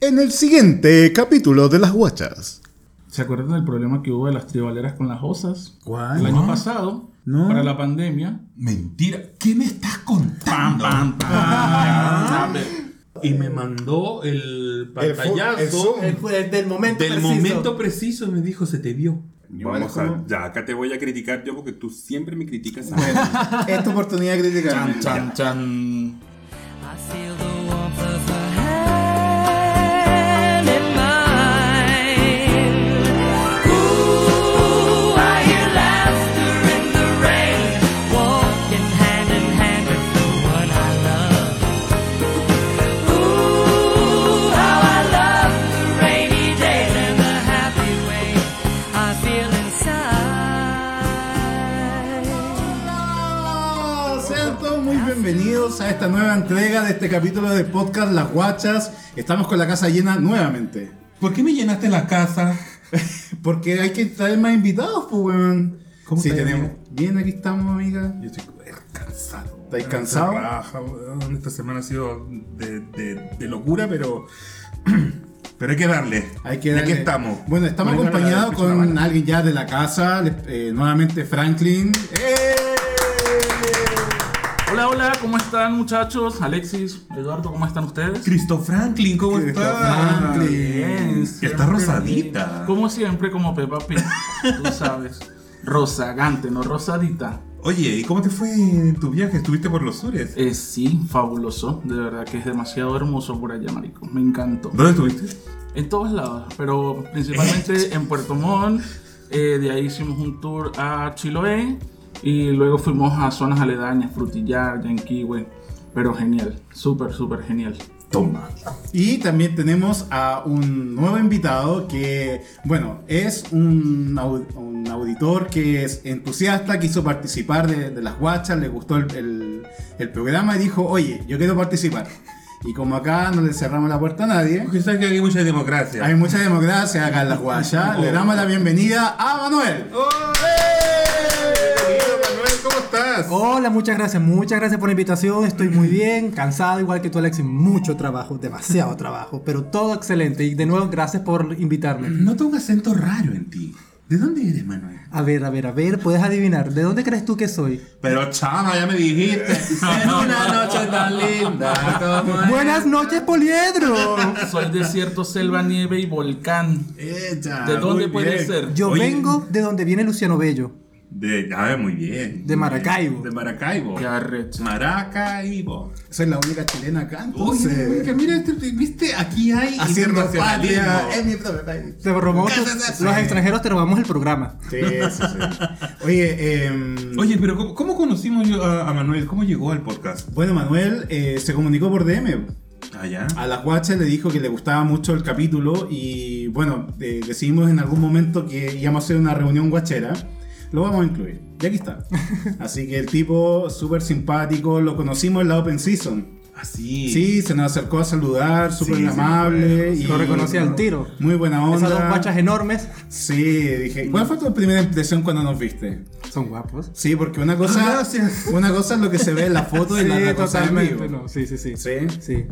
en el siguiente capítulo de Las Guachas. ¿Se acuerdan del problema que hubo de las tribaleras con las osas? ¿Cuál? El año No. pasado, No. para la pandemia. Mentira. ¿Qué me estás contando? Pam, pam. Y me mandó el pantallazo el zoom. El, el del momento del preciso. momento preciso. Me dijo, se te vio. Vamos a, ya acá te voy a criticar yo porque tú siempre me criticas. Es tu oportunidad de criticar. Chan, chan, chan. I feel the warmth of her hand in mine. Ooh, I hear laughter in the rain, walking hand in hand with the one I love. Ooh, how I love the rainy days and the happy way I feel inside. Hola, Sean todos muy bienvenidos a esta nueva entrega de este capítulo de podcast Las Guachas. Estamos con la casa llena nuevamente. ¿Por qué me llenaste la casa? Porque hay que traer más invitados, pues, weón. ¿Cómo sí, estás, tenemos. Bien, aquí estamos, amiga. Yo estoy eh, cansado. ¿Estáis cansado? Esta raja, weón. Esta semana ha sido de, de- de locura, pero. Pero hay que darle. Hay que ¿De darle- qué estamos? Bueno, estamos Por ahí no acompañados me la- me la- me con la- alguien ya de la casa. eh, nuevamente, Franklin. ¡Eh! Hola, hola, ¿cómo están muchachos? Alexis, Eduardo, ¿cómo están ustedes? Cristo Franklin, ¿cómo Cristo estás? Ah, Franklin. Y está rosadita. Como siempre, como Peppa Pig, tú sabes. Rozagante, no rosadita. Oye, ¿y cómo te fue en tu viaje? ¿Estuviste por los sures? Es sí, fabuloso. De verdad que es demasiado hermoso por allá, marico. Me encantó. ¿Dónde estuviste? En todos lados, pero principalmente en Puerto Montt. Eh, de ahí hicimos un tour a Chiloé y luego fuimos a zonas aledañas, Frutillar, Yanquihue. Pero genial, súper, súper genial. Toma. Y también tenemos a un nuevo invitado que, bueno, es un, au- un auditor que es entusiasta, quiso participar de, de las guachas, le gustó el, el- el programa y dijo, oye, yo quiero participar. Y como acá no le cerramos la puerta a nadie, Porque sabes que hay mucha hay democracia. mucha democracia acá en las guachas, le damos la bienvenida a Manuel. ¡Oh, eh! Querido Manuel, ¿cómo estás? Oh. Hola, muchas gracias, muchas gracias por la invitación. Estoy muy bien, cansado, igual que tú, Alexis. Mucho trabajo, demasiado trabajo, pero todo excelente. Y de nuevo, gracias por invitarme. Noto un acento raro en ti. ¿De dónde eres, Manuel? A ver, a ver, a ver, puedes adivinar. ¿De dónde crees tú que soy? Pero chama, ya me dijiste. En una noche tan linda como Buenas noches, Poliedro. Soy desierto, selva, nieve y volcán. ella. ¿De dónde Ah, Muy puede bien. ser? Yo Oye, vengo de donde viene Luciano Bello. De, ah, muy bien. De Muy Maracaibo. bien. De Maracaibo. Qué arrecho. Maracaibo. Soy la única chilena acá, Oye, entonces, oiga, mira, este- viste, aquí hay haciendo internacionalismo. patria en mi propio país. Te robamos ¿Qué es tus- eso? los extranjeros te robamos el programa. Sí, sí, sí. Oye, em, Oye, pero ¿cómo, cómo conocimos yo a, a Manuel? ¿Cómo llegó al podcast? Bueno, Manuel eh, se comunicó por DM. Allá. A las guachas le dijo que le gustaba mucho el capítulo y bueno, eh, decidimos en algún momento que íbamos a hacer una reunión guachera. Lo vamos a incluir. Y aquí está. Así que el tipo súper simpático, lo conocimos en la Open Season. Ah, Así. Sí, se nos acercó a saludar, súper Sí, sí, amable. y Lo reconocí al tiro. Muy buena onda. Esas dos guachas enormes Sí, dije. ¿Cuál fue tu primera impresión cuando nos viste? son guapos. Sí, porque una cosa, gracias. una cosa es lo que se ve en la foto y la otra cosa es en vivo. no, sí, sí, sí. Sí. Sí.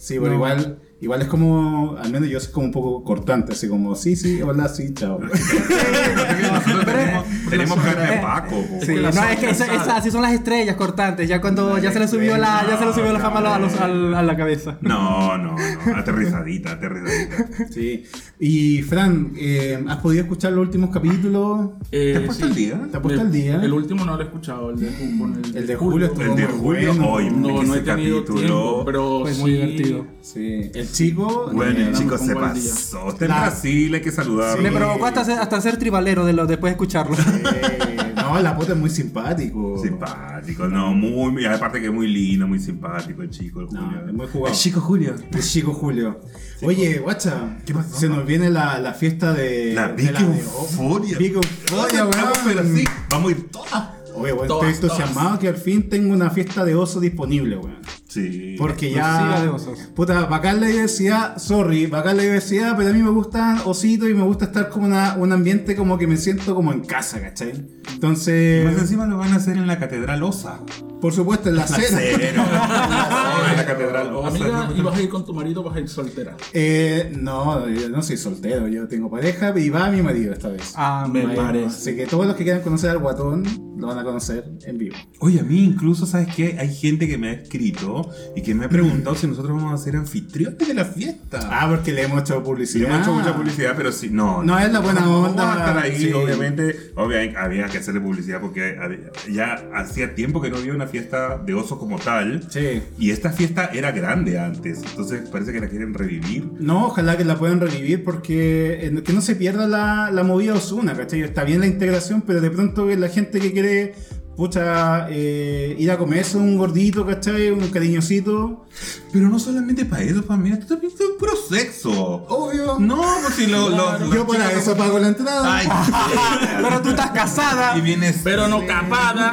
Sí, pero No. igual, igual es como, al menos yo soy como un poco cortante, así como, sí, sí, hola, sí, chao. Nosotros Pero- Ah, tenemos, tenemos cara de Paco. Sí, que las no, son es que esa- cansadas. esas así son las estrellas cortantes. Ya cuando ya se le subió la, ya se le subió la fama a la- a, los- al- a la cabeza. No, no, no. Aterrizadita, aterrizadita. Sí. Y Fran, eh, ¿has podido escuchar los últimos capítulos? Eh, ¿Te has puesto sí. el día? ¿Te has puesto al día? El último no lo he escuchado, el de, con el El de julio estuvo El de muy julio, bueno. hoy, No, no he ese tenido capítulo. tiempo, pero Fue muy sí- divertido. Sí. El chico. Bueno, el Mañana chico me se pongo al día. pasó. Está en La- Brasil, hay que saludarlo. Me provocó hasta ser, hasta ser tribalero de lo, después de escucharlo. eh, no, la foto es muy simpático. Simpático, no, muy, muy- aparte que muy lindo, muy simpático el chico, el No, Julio. es muy jugado. El chico Julio. El chico Julio. Oye, guacha, se nos viene la, la fiesta de. La de Big de- Euforia. Big Oye, Euforia, weón, pero weón. sí, vamos a ir todas. Oye, weón, Todas, estoy entusiasmado que al fin tengo una fiesta de oso disponible, weón. Sí. Porque Exclusiva de ya. osos. Puta, bacán la diversidad, sorry, bacán la diversidad, pero a mí me gustan ositos y me gusta estar como una, un ambiente como que me siento como en casa, ¿cachai? Más Entonces, encima lo van a hacer en la Catedral Osa. por supuesto, en la cena. Cero. en la Catedral Amiga, Osa. y vas a ir con tu marido, vas a ir soltera. Eh, no, yo no soy soltero, yo tengo pareja y va mi marido esta vez. Ah, Me Bueno, parece. Así que todos los que quieran conocer al guatón lo van a conocer en vivo. Oye, a mí incluso, ¿sabes qué? Hay gente que me ha escrito y que me ha preguntado si nosotros vamos a ser anfitriones de la fiesta. Ah, porque le hemos hecho Sí, le publicidad. Ah. hemos hecho mucha publicidad, pero sí, no. No, es la buena onda. Vamos a estar ahí, Sí. obviamente. Obviamente había que hacerle publicidad porque había- ya hacía tiempo que no había una fiesta de oso como tal. Sí. Y esta fiesta era grande antes, entonces parece que la quieren revivir. No, ojalá que la puedan revivir porque eh, que no se pierda la, la movida Osuna, ¿cachai? Está bien la integración, pero de pronto que la gente que quiere, pucha, eh, ir a comerse un gordito, ¿cachai? Un cariñosito. Pero no solamente para eso, familia, esto también fue puro sexo. Obvio. No, pues si lo, lo- las Yo para chicas- eso pago la entrada. Ay, qué- Pero tú estás casada. y vienes. Pero no capada.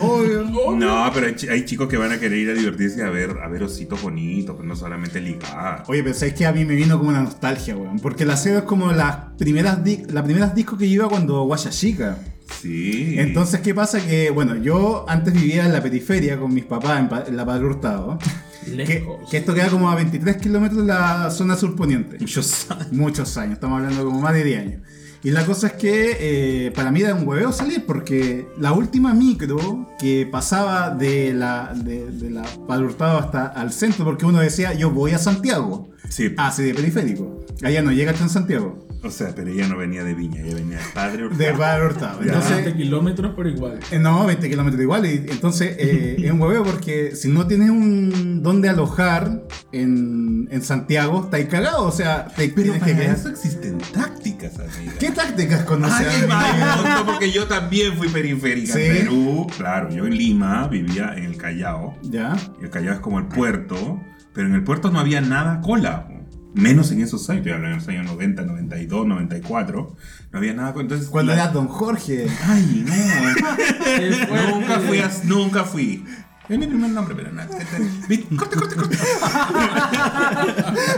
Obvio. No, pero hay, chi- hay chicos que van a querer ir a divertirse y a ver, a ver ositos bonitos, pero no solamente ligar. Oye, pero es que a mí me vino como una nostalgia, weón. Porque la cero es como las primeras, di- las primeras discos que yo iba cuando Guaya Chica. Sí. Entonces, ¿qué pasa? Que, bueno, yo antes vivía en la periferia con mis papás en, Pa- en la Padre Hurtado. Que, Lejos. que esto queda como a 23 kilómetros de la zona surponiente. Muchos años. Muchos años, estamos hablando como más de 10 años. Y la cosa es que eh, para mí era un hueveo salir porque la última micro que pasaba de la, de, de la Padre Hurtado hasta al centro, porque uno decía, yo voy a Santiago. Sí. Hace de periférico. Allá no llega hasta Santiago. O sea, pero ella no venía de Viña, ella venía de Padre De Hurtado. Padre Hurtado. Ya. Entonces, 20 kilómetros, pero igual. Eh, No, 20 kilómetros igual. y entonces eh, es un hueveo porque si no tienes un donde alojar en, en Santiago, estáis cagados. O sea, te Pero tienes que para quedar- eso existen tácticas, amiga. ¿Qué tácticas conoces? Ay, vaya, no, porque yo también fui periférica Sí. en Perú. Claro, yo en Lima vivía en el Callao. ya. El Callao es como el puerto, pero en el puerto no había nada cola. Menos en esos años, estoy hablando en los años 90, 92, 94. No había nada cola. Entonces, Cuando la- eras Don Jorge. Ay, no. Qué fuerte. Nunca fui, a- nunca fui. Es mi primer nombre, pero nada. ¿Viste? Corte, corte, corte.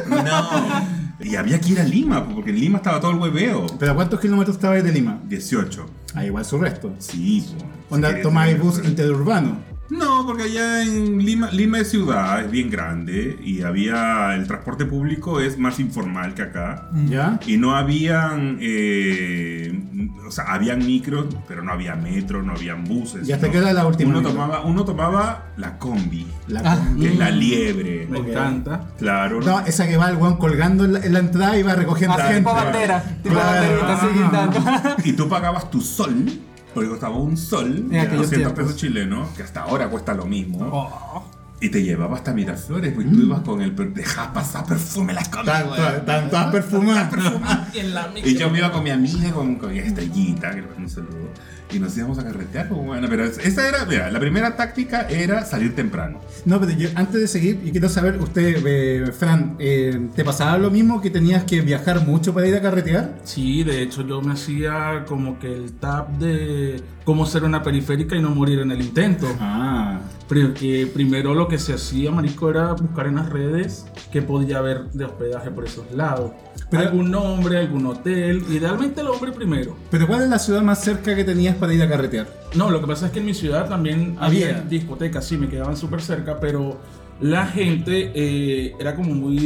No. Y había que ir a Lima, porque en Lima estaba todo el hueveo. ¿Pero a cuántos kilómetros estabais de Lima? 18. Ah, igual su resto. Sí. po. Si Onda, querés tomáis ir, bus pero- interurbano. No, porque allá en Lima, Lima es ciudad, es bien grande y había el transporte público es más informal que acá. ¿Ya? Y no habían, eh, o sea, habían micros, pero no había metro, no habían buses. ¿Y hasta ¿no? qué hora la última Uno micro? tomaba, uno tomaba la combi, La Ah. con- que es la liebre. Me Ok. encanta. Claro. No, esa que va el weón colgando en la, en la entrada y va recogiendo Ah, Así gente. tipo bandera. Tipo Claro. banderita, así gritando. Y tú pagabas tu sol, porque costaba un sol, En aquellos 200 tiempos. pesos chilenos, que hasta ahora cuesta lo mismo. Oh. Y te llevaba hasta Miraflores, pues tú ibas con el. per- Dejabas pasar perfume las comidas. Tan- tan- tan- tan perfumada. Y yo me iba con mi amiga, con, con mi estrellita, que le mando un saludo. Y nos íbamos a carretear, pues, bueno. Pero esa era, mira, la primera táctica era salir temprano. No, pero yo, antes de seguir, yo quiero saber, usted, eh, Fran, eh, ¿te pasaba lo mismo que tenías que viajar mucho para ir a carretear? Sí, de hecho yo me hacía como que el tap de cómo ser una periférica y no morir en el intento. Ah. Porque primero lo que se hacía, marico, era buscar en las redes qué podía haber de hospedaje por esos lados. Pero- algún nombre, algún hotel, idealmente el hombre primero. ¿Pero cuál es la ciudad más cerca que tenías para ir a carretear? No, lo que pasa es que en mi ciudad también Había. había, discotecas, sí, me quedaban súper cerca, pero la gente eh, era como muy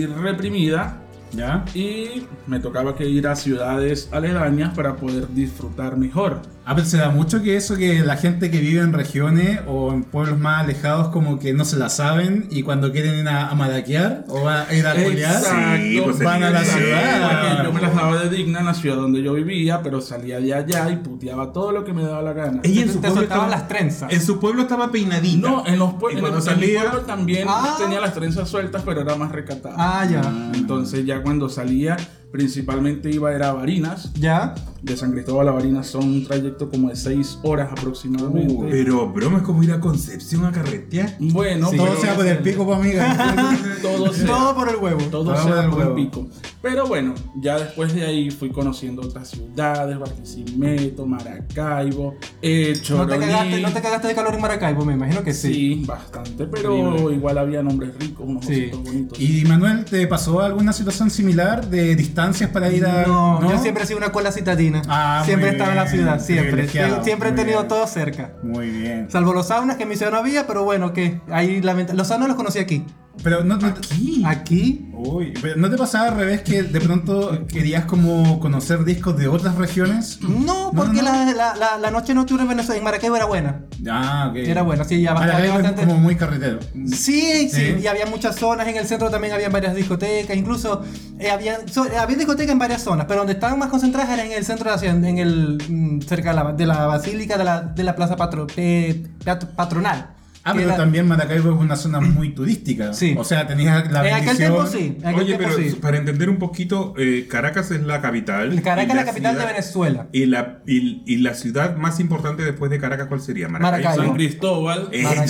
reprimida ¿Ya? y me tocaba que ir a ciudades aledañas para poder disfrutar mejor. A ver, Ah, se da mucho que eso, que la gente que vive en regiones o en pueblos más alejados como que no se la saben y cuando quieren ir a, a madaquear o a ir a culiar... Exacto. se van a la tiene que- ciudad. Porque yo me las daba de digna en la ciudad donde yo vivía, pero salía de allá y puteaba todo lo que me daba la gana. Ella en Te su pueblo soltaban estaba las trenzas. En su pueblo estaba peinadita. No, en los Y pueblos, cuando en mi salía- pueblo también Ah. tenía las trenzas sueltas, pero era más recatada. Ah, ya. Entonces ya cuando salía, principalmente iba era a Barinas. Ya. De San Cristóbal a Barinas son un trayecto como de 6 horas aproximadamente. Pero, broma, es como ir a Concepción a carretear. bueno, todo pero- sea por el pico, pues, amiga. Todo sea, Todo por el huevo. todo Todo sea del por el huevo. pico. Pero bueno, ya después de ahí fui conociendo otras ciudades, Barquisimeto, Maracaibo, eh, No Choroní. te, cagaste, no te cagaste de calor en Maracaibo, me imagino que sí. Sí, bastante, pero Horrible. igual había nombres ricos, unos Sí. cositos bonitos. ¿Y Manuel, te pasó alguna situación similar de distancias para ir a.? No, yo siempre he sido una cola citadina. Ah, siempre muy estaba en la bien, ciudad, siempre. privilegiado, Te- Siempre he muy tenido bien. todo cerca. Muy bien. Salvo los saunas que en mi ciudad no había, pero bueno, que ahí lamenta- Los saunas los conocí aquí. Pero no, aquí. Aquí. Uy, pero ¿no te pasaba al revés que de pronto querías como conocer discos de otras regiones? No, porque no. La, la- la- la noche nocturna en Venezuela, en Maracaibo era buena. Ah, ok. Era buena, sí, ya bastante- Maracaibo es bastante- como muy carretero. Sí, sí, Sí. y había muchas zonas, en el centro también había varias discotecas, incluso eh, había, so- eh, había discotecas en varias zonas, pero donde estaban más concentradas era en el centro de la ciudad, en el, mm, cerca de la, de la basílica de la, de la plaza patro- eh, pat- patronal. Ah, Que pero era- también Maracaibo es una zona muy turística. Sí. Eh, O sea, tenías la En aquel tiempo bendición- sí, en aquel Oye, tiempo pero sí. para entender un poquito, eh, Caracas es la capital. Caracas es Y la capital de ciudad- Venezuela. Y la, y, y la ciudad más importante después de Caracas, ¿cuál sería? Maracaibo. San Cristóbal. Eh, Maracaibo,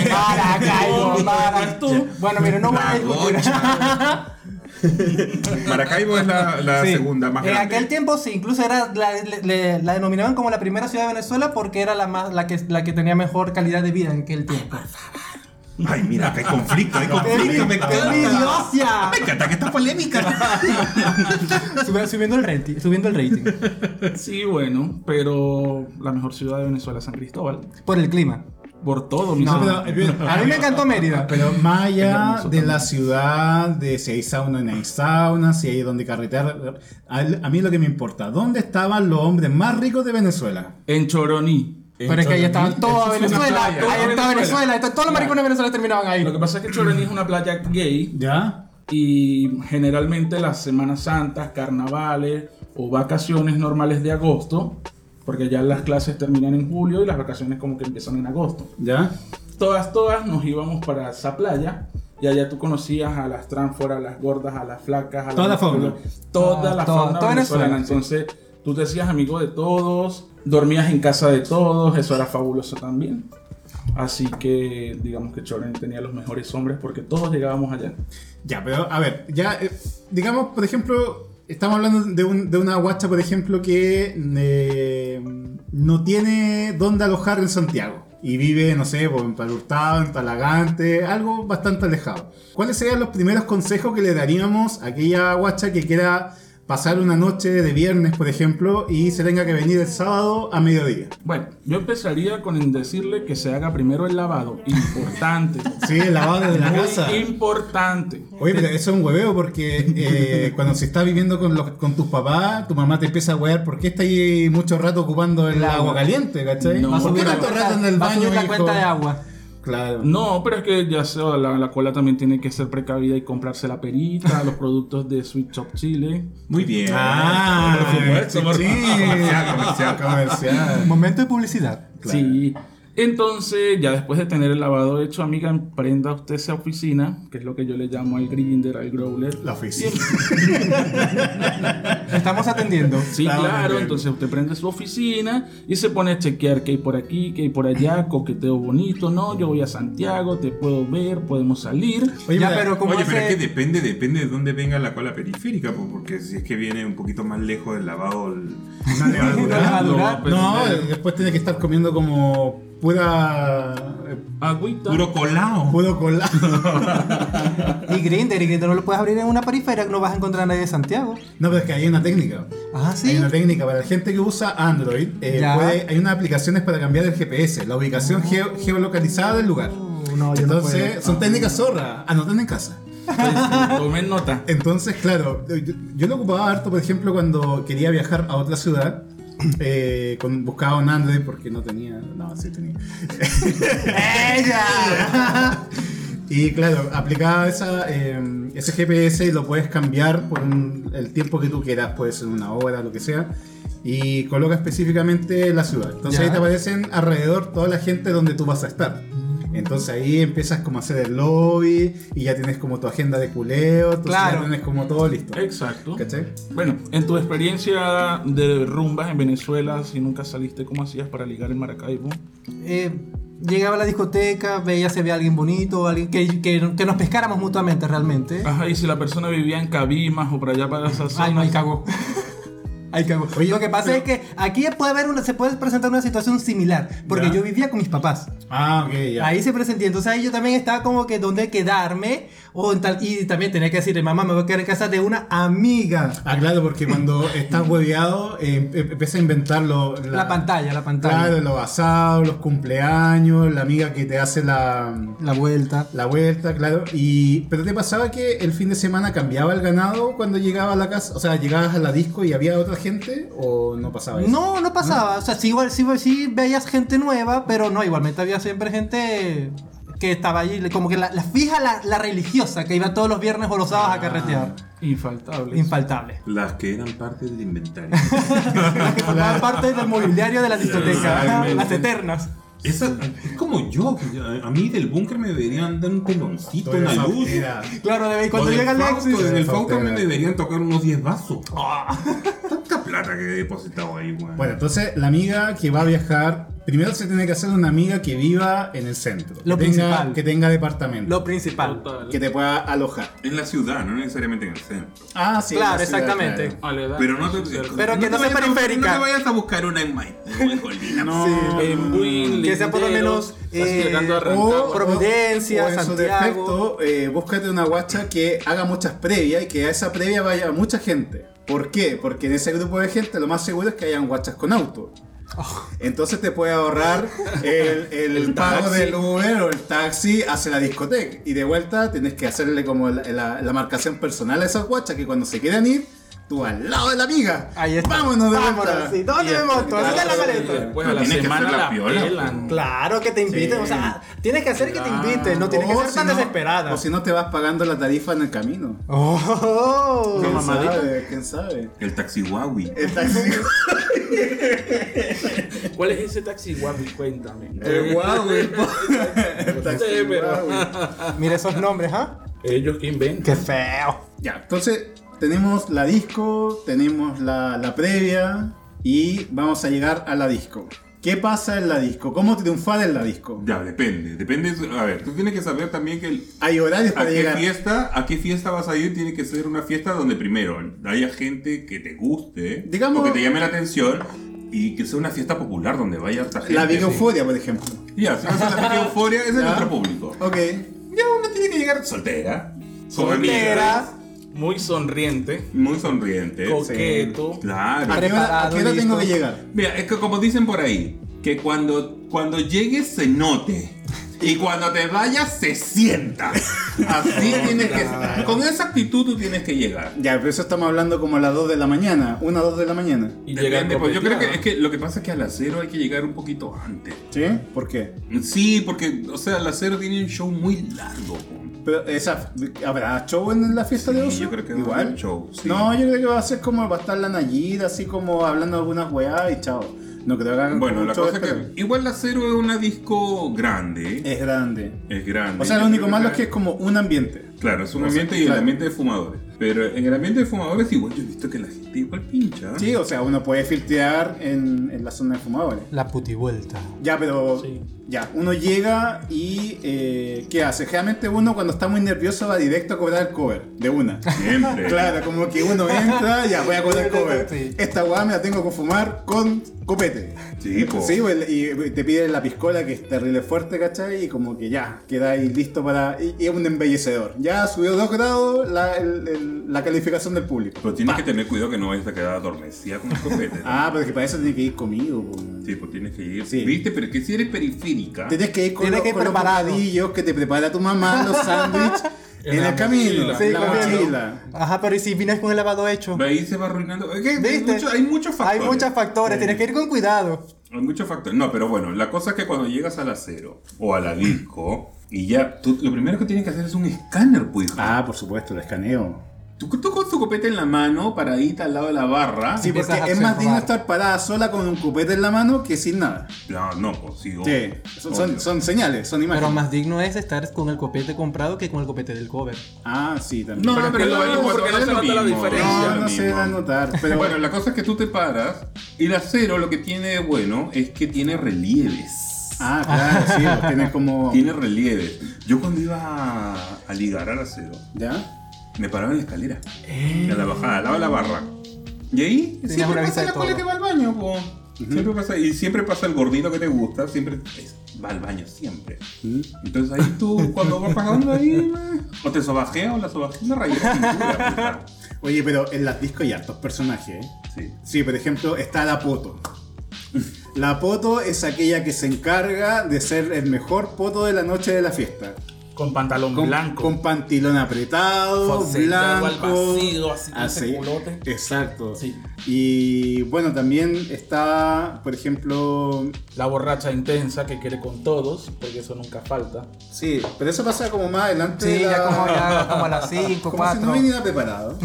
ya, ya. Maracaibo, Maracaibo. Tú. Bueno, mire, no voy a La discutir. Maracaibo es la, la Sí. Eh, segunda más en grande. aquel tiempo sí, incluso era la, le- le- la denominaban como la primera ciudad de Venezuela porque era la más la que la que tenía mejor calidad de vida en aquel tiempo. Ay, mira, hay conflicto, hay ¡Qué conflicto. me encanta. envidiosa! Me encanta que esta polémica. Subi- Subiendo el rating, subiendo el rating. Sí, bueno, pero la mejor ciudad de Venezuela, San Cristóbal. Por el clima. Por todo, mi No, zona. pero- eh, ah, A mí me encantó Mérida. Pero más allá hermoso de la también. ciudad, de si hay sauna o no hay sauna, si hay donde carretear, a, a mí lo que me importa, ¿dónde estaban los hombres más ricos de Venezuela? En Choroní. Pero es que ahí estaba toda Eso es una Venezuela. playa. Ahí estaba Venezuela. ahí está- Todos los maricones de Venezuela terminaban Lo que ahí. pasa es que Choroní es una playa gay ¿Ya? y generalmente las Semanas Santas, carnavales o vacaciones normales de agosto, porque ya las clases terminan en julio y las vacaciones como que empiezan en agosto. ¿Ya? Todas, todas nos íbamos para esa playa y allá tú conocías a las tránforas, a las gordas, a las flacas, a Toda la fauna. Toda Ah, la toda- fauna toda Venezuela, venezolana. Entonces tú te hacías amigo de todos, dormías en casa de todos, eso era fabuloso también. Así que digamos que Choren tenía los mejores hombres porque todos llegábamos allá. Ya, pero a ver, ya, eh, digamos, por ejemplo, estamos hablando de, un- de una guacha, por ejemplo, que eh, no tiene dónde alojar en Santiago. Y vive, no sé, pues, en Palurtado, en Talagante, algo bastante alejado. ¿Cuáles serían los primeros consejos que le daríamos a aquella guacha que quiera pasar una noche de viernes, por ejemplo, y se tenga que venir el sábado a mediodía? Bueno, yo empezaría con decirle que se haga primero el lavado. Importante. Sí, el lavado de la Muy casa. importante. Oye, pero eso es un hueveo porque eh, cuando se está viviendo con, los, con tus papás, tu mamá te empieza a huear ¿por qué estás ahí mucho rato ocupando el El agua. agua caliente, ¿cachai? No. ¿Por qué la tanto rato en el va a baño, subir la hijo? cuenta de agua. Claro. No, pero es que ya sea, la, la cola también tiene que ser precavida y comprarse la perita, los productos de Sweet Shop Chile. Muy bien. Ah, por supuesto. por- sí. Comercial, comercial. Comercial. Momento de publicidad. Claro. Sí. Entonces, ya después de tener el lavado hecho, amiga, emprenda usted esa oficina, que es lo que yo le llamo al grinder, al growler. La oficina. Estamos atendiendo. Sí, Está claro. bien. Entonces usted prende su oficina y se pone a chequear qué hay por aquí, qué hay por allá, coqueteo bonito, no, yo voy a Santiago, te puedo ver, podemos salir. Oye, ya, mira, pero como Oye, pero es hace- que depende, depende de dónde venga la cola periférica, po, porque si es que viene un poquito más lejos del lavado, el- le va a durar. No le va a durar. pero- No, eh, después tienes que estar comiendo como pura. eh, agüita. puro colado. Puro cola. Y Grinder, y Grinder no lo puedes abrir en una periferia, no vas a encontrar a nadie de Santiago. No, pero es que hay una técnica. Ah, Hay sí. una técnica para la gente que usa Android. eh, Ya. puede- hay unas aplicaciones para cambiar el GPS, la ubicación geo- geolocalizada del lugar. Oh. Uh, no, yo no Entonces, puedo. son técnicas zorra. Anoten en casa. pues, eh, Tomen nota. Entonces, claro, yo, yo lo ocupaba harto, por ejemplo, cuando quería viajar a otra ciudad. eh, con, buscaba un Android porque no tenía. No, sí tenía. ¡Ella! Y claro, aplicaba esa, eh, ese GPS y lo puedes cambiar por un- el tiempo que tú quieras, puede ser una hora, lo que sea. Y coloca específicamente la ciudad. Entonces Ya. ahí te aparecen alrededor toda la gente donde tú vas a estar. Entonces ahí empiezas como a hacer el lobby y ya tienes como tu agenda de culeo, entonces Claro. ya tienes como todo listo. Exacto. ¿Cachai? Bueno, en tu experiencia de rumbas en Venezuela, si nunca saliste, ¿cómo hacías para ligar en Maracaibo? Eh, llegaba a la discoteca, veía si había alguien bonito, alguien que, que, que nos pescáramos mutuamente realmente. Ah, Ajá, y si la persona vivía en Cabimas o para allá para esas zonas. Ay, no, ahí cagó. Ahí cagó. Lo que pasa es que aquí puede haber una, se puede presentar una situación similar, porque Ya. yo vivía con mis papás. Ah, ok, ya. Ahí se presenté, entonces ahí yo también estaba como que donde quedarme o en tal, y también tenía que decirle, mamá, me voy a quedar en casa de una amiga. Ah, claro, porque cuando estás hueveado, eh, em- empieza a inventar lo- La, pantalla, la pantalla. Claro, los asados, los cumpleaños, la amiga que te hace la, La vuelta. la vuelta, claro. Y, pero te pasaba que el fin de semana cambiaba el ganado cuando llegaba a la casa, o sea, llegabas a la disco y había otra gente, o no pasaba eso. No, no pasaba. O sea, sí, igual, sí, igual- sí veías gente nueva, pero no, igualmente había siempre gente que estaba allí, como que la, la fija, la, la religiosa, que iba todos los viernes o los sábados a carretear. Ah. Infaltable. Infaltable. Las que eran parte del inventario. Que formaban parte del mobiliario de la discoteca. Exactamente. Las eternas. Esa, es como yo, que a, a mí del búnker me deberían dar un teloncito, Tú eras una luz. soltera. Claro, de- O cuando del llega Fausto, Alexis. En el Fausto Fausto me era. deberían tocar unos 10 vasos. Tanta plata que he depositado ahí, weón. Bueno, entonces la amiga que va a viajar, primero se tiene que hacer una amiga que viva en el centro. Lo que, tenga, principal. que tenga departamento. Lo principal. que te pueda alojar. En la ciudad, no necesariamente en el centro. Ah, sí. Claro, la ciudad, exactamente. claro. Pero no te, Pero que te no sea vayas a- periférica. No te vayas a buscar una en Ah, Maipú, No. Eh, En Buin, Que sea por lo Linderos, menos, casi eh, llegando a O, Rancagua. Providencia, o en su Santiago. defecto, eh, búscate una guacha que haga muchas previas y que a esa previa vaya mucha gente. ¿Por qué? Porque en ese grupo de gente lo más seguro es que hayan guachas con auto. Oh. Entonces te puede ahorrar el, el pago taxi. del Uber o el taxi hacia la discoteca. Y de vuelta tienes que hacerle como la, la- la marcación personal a esas guachas que cuando se quieran ir, tú al lado de la amiga. Ahí está. Vámonos de Vámonos, vuelta. sí. ¿Dónde Y me es- monto? ¿Dónde está la Claro. maleta? Después a Pero la tienes que semana hacer la la piola, pelan. Claro que te inviten, o sea, tienes que hacer que te inviten, no tienes que O ser tan si no- desesperada. O si no te vas pagando la tarifa en el camino. Oh. ¿Quién mamadita. sabe? ¿Quién sabe? El taxi Huawei. El taxi. ¿Cuál es ese taxi guapi? Cuéntame. El Huawei. po. El taxi Sí, pero- Huawei. Mira esos nombres, ¿ah? Ellos que inventan. Qué feo. Ya, entonces tenemos la disco, tenemos la, la previa y vamos a llegar a la disco. ¿Qué pasa en la disco? ¿Cómo triunfar en la disco? Ya, depende. Depende. A ver, tú tienes que saber también que el- Hay horarios a para qué llegar. fiesta, a qué fiesta vas a ir, tiene que ser una fiesta donde primero haya gente que te guste, Digamos- o que te llame la atención y que sea una fiesta popular donde vaya harta gente. La Big sí. Euforia, por ejemplo. Ya, si vas a la Big Euforia, ese es Ya. nuestro público. Ok. Ya uno tiene que llegar soltera, con Soltera, amigas, muy sonriente, muy sonriente. coqueto. Claro. ¿A qué hora, a Preparado, qué hora tengo listo. que llegar? Mira, es que como dicen por ahí, que cuando, cuando llegues se note. Y cuando te vayas se sienta. Así tienes que. Con esa actitud tú tienes que llegar. Ya, pero eso estamos hablando como a las 2 de la mañana. 1 2 de la mañana. Y llegar Depende, pues yo creo que es copeteado. que lo que pasa es que a las cero hay que llegar un poquito antes. ¿Sí? ¿Por qué? Sí, porque, o sea, a las cero tiene un show muy largo. po. Pero esa, ¿Habrá show en la fiesta de Sí, Oso? yo creo que va a Igual. haber show, sí. No, yo creo que va a ser como va a estar la Nayira, así como hablando algunas weas y chao. No creo que hagan Bueno, un la show cosa es especial. que. Igual la cero es una disco grande. Es grande. Es grande. O sea, lo Yo único creo malo es que es como un ambiente. Claro, es un O sea, ambiente y claro. el ambiente de fumadores. Pero en el ambiente de fumadores igual yo he visto que la gente igual pincha. ¿eh? Sí, o sea, uno puede filtrear en, en la zona de fumadores. La putivuelta. Ya, pero. Sí. Ya, uno llega y. eh, ¿Qué hace? Generalmente uno cuando está muy nervioso va directo a cobrar el cover, de una. Siempre. Claro, como que uno entra, ya voy a cobrar el cover. Sí. Esta weá me la tengo que fumar con copete. Sí, po. Sí, pues, y y te piden la piscola que es terrible fuerte, ¿cachai? Y como que ya, queda ahí listo para. Y y es un embellecedor. Ya subió dos grados la, el- el- la calificación del público. Pero tienes que tener cuidado que no vayas a quedar adormecida con el copete. Ah, pero es que para eso tiene que ir conmigo. po. Sí, pues tienes que ir. Sí. ¿Viste? Pero es que si eres periférica. Tienes que ir con Tienes los, que ir con los preparado. bocadillos que te prepara tu mamá, los sándwiches, en, En la el camino, mochila. Sí, en la claro. mochila. Ajá, pero ¿y si vienes con el lavado hecho? Ahí se va arruinando. Es que hay, ¿Viste? mucho- hay muchos factores. Hay muchos factores, tienes que ir con cuidado. Hay muchos factores. No, pero bueno, la cosa es que cuando llegas a la cero o a la disco y ya, tú, lo primero que tienes que hacer es un escáner, pues. hija. Ah, por supuesto, el escaneo. Tú, tú con tu copete en la mano, paradita al lado de la barra. Sí, porque Empiezas a es más observar. digno estar parada sola con un cupete en la mano que sin nada. No, no, pues sí. Sí, obvio, son, son, obvio. son señales, son imágenes. Pero más digno es estar con el copete comprado que con el copete del cover. Ah, sí, también. No, Pero pero, es que lo no, vale, porque porque no vale se lo nota la mismo. diferencia. vale no, lo no se mismo. va a notar. Pero Pero bueno, la cosa es que tú te paras y la cero lo que tiene de bueno es que tiene relieves. Ah, claro, sí, pues, tiene como. Tiene relieve. Yo cuando iba a, a ligar al acero, ¿Ya? me paraba en la escalera. En la bajada, al lado de la barra. Y ahí Eh. una siempre vista pasa de la todo. cola que va al baño, po. Siempre pasa, y siempre pasa el gordito que te gusta, siempre es- va al baño, siempre. Entonces ahí tú, cuando vas pasando ahí, eh, o te sobajea o la sobajea una rayera de pintura, puta. Oye, pero en las discos hay hartos personajes, ¿eh? Sí. Sí, por ejemplo, está la poto. La poto es aquella que se encarga de ser el mejor poto de la noche de la fiesta. Con pantalón Con, blanco. con pantilón apretado, Falseteado al blanco. vacío, así con ese culote. Exacto. Sí. Y bueno, también está, por ejemplo, La borracha intensa que quiere con todos, porque eso nunca falta. sí, pero eso pasa como más adelante. Sí, de la- ya como, ya como a las 5, como si no 4. viniera preparado.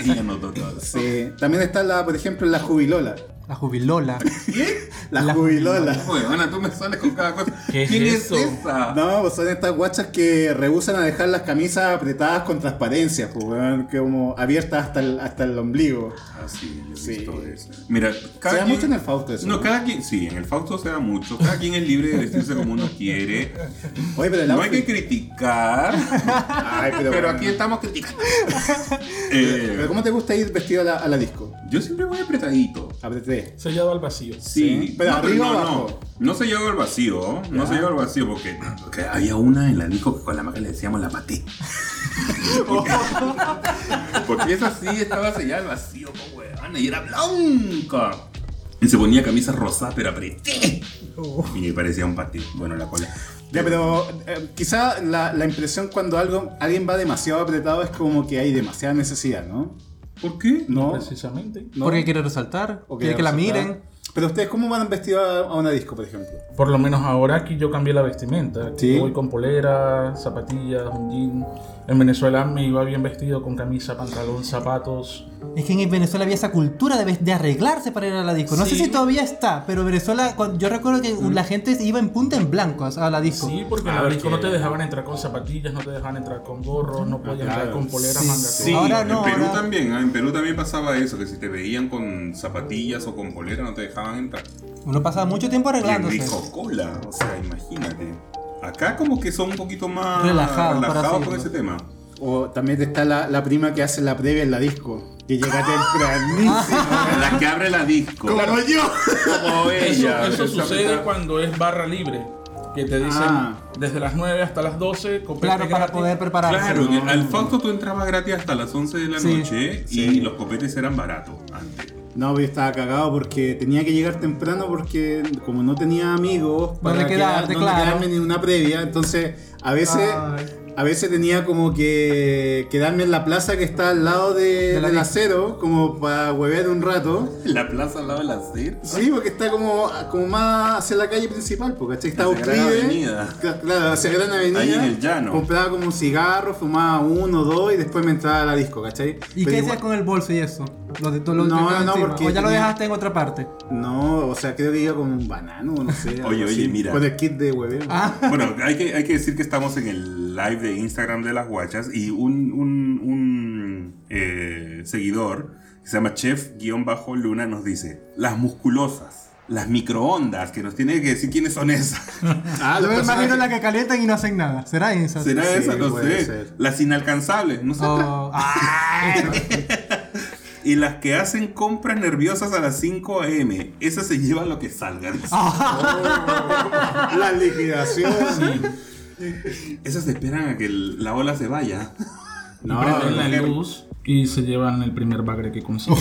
Ella notó todo. Sí. También está la, por ejemplo, la jubilola. La jubilola. La, La jubilola. Bueno, tú me sales con cada cosa. ¿Qué es ¿Quién es, eso? esa? No, pues son estas guachas que rehusan a dejar las camisas apretadas con transparencia, pues, weón, que como abiertas hasta el, hasta el ombligo. Ah, sí, yo he Sí. visto eso. Mira, da mucho en el Fausto eso, No, ¿no? cada quien, sí, en el Fausto se da mucho. Cada quien es libre de vestirse como uno quiere. Oye, pero el No hay que outfit- criticar, Ay, pero, bueno. aquí estamos criticando. ¿Pero Eh, cómo te gusta ir vestido a la, a la disco? yo siempre voy apretadito. Apreté. Sellado al vacío. Sí, Pero arriba o no, abajo. No, no se lleva al vacío, no se lleva al vacío porque, porque había una en la disco que con la marca le decíamos la paté. porque, porque esa sí estaba sellada al vacío, po, weón, y era blanca. Y se ponía camisa rosada, pero apreté. Y parecía un paté. Bueno, la cola. Ya, pero eh, quizá la, la impresión cuando algo, alguien va demasiado apretado es como que hay demasiada necesidad, ¿no? ¿Por qué? No. Precisamente. no. Porque quiere resaltar, O quiere que la resulta- miren. Pero ustedes, ¿cómo van vestidos a, a una disco, por ejemplo? Por lo menos ahora aquí yo cambié la vestimenta. Aquí Sí. Voy con polera, zapatillas, un jean. En Venezuela me iba bien vestido con camisa, pantalón, zapatos. Es que en Venezuela había esa cultura de, ves- de arreglarse para ir a la disco. No sé Sí. si todavía está, pero Venezuela, cuando- yo recuerdo que la gente iba en punta en blanco a- a la disco. Sí, porque en Ah, la disco no porque- te dejaban entrar con zapatillas, no te dejaban entrar con gorro, no podías entrar con polera, Sí, manga sí. corta. Ahora no, en Perú ahora- también, ah, en Perú también pasaba eso, que si te veían con zapatillas o con polera no te dejaban entrar. Uno pasaba mucho tiempo Y en arreglándose. Rico Cola, o sea, imagínate. Acá como que son un poquito más Relajado, para relajados con hacerlo. ese tema. O también está la, la prima que hace la previa en la disco, que llega tempranísimo. La que abre la disco. como yo. Como Eso, ella. eso esa sucede mitad. cuando es barra libre, que te dicen Ah. desde las 9 hasta las 12, copete Claro, para gratis. poder prepararse. Claro, en el- al Fausto tú entrabas gratis hasta las 11 de la Sí. noche y Sí. los copetes eran baratos antes. No, yo estaba cagado porque tenía que llegar temprano porque como no tenía amigos Donde quedarte, donde claro. Ah. quedarme ni una previa, entonces a veces Ay. a veces tenía como que quedarme en la plaza que está al lado de, De la del disco. acero como para huevear un rato. La plaza al lado de la CER. Sí, porque está como, como más hacia la calle principal, porque ¿cachai? está Hacia Gran Uribe, Avenida. cla- Claro, hacia Gran Avenida. Ahí en el llano. Compraba como un cigarro, fumaba uno, dos y después me entraba a la disco, ¿cachai? ¿Y Pero qué igual- hacías con el bolso y eso? Lo de, todo lo No, que estaba no, encima. porque O ya lo tenía- dejaste en otra parte. No, o sea, creo que iba con un banano, no sé. algo Oye, oye, así, mira. Con el kit de hueveo. Ah, Bueno, hay que, hay que decir que estamos en el live de Instagram de las guachas y un, un- un, eh, seguidor que se llama chef-luna nos dice, las musculosas, las microondas, que nos tiene que decir quiénes son esas. Ah, yo me personaje- imagino la que calientan y no hacen nada. ¿Será esa? ¿Será Sí, esas? No puede sé. ser. Ah. Las inalcanzables, no sé. Oh, ay, no. Y las que hacen compras nerviosas a las 5 am. Esas se llevan lo que salga. dice. Ah. La liquidación. Esas esperan a que el- la ola se vaya. No, Prenden la mujer. luz y se llevan el primer bagre que consiguen.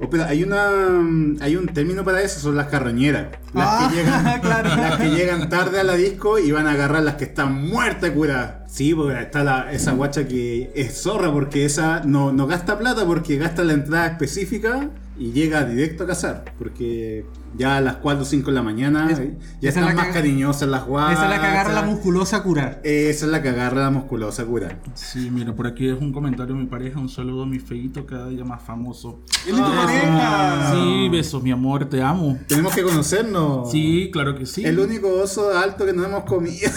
Oh, pero hay una mm, hay un término para eso, son las carroñeras. Las, Ah, que llegan, claro. las que llegan tarde a la disco y van a agarrar las que están muertas, cura. Sí, porque está la, esa guacha que es zorra, porque esa no, no gasta plata, porque gasta la entrada específica y llega directo a cazar. Porque ya a las 4 o 5 de la mañana Es- eh, ya esa es la están más que- cariñosas las guachas. Esa es la que agarra la musculosa a curar. Esa es la que agarra la musculosa cura. Sí, mira, por aquí es un comentario de mi pareja, un saludo a mi feito cada día más famoso. Ah. Sí, besos, mi amor, te amo. Tenemos que conocernos. Sí, claro que sí. El único oso alto que no hemos comido.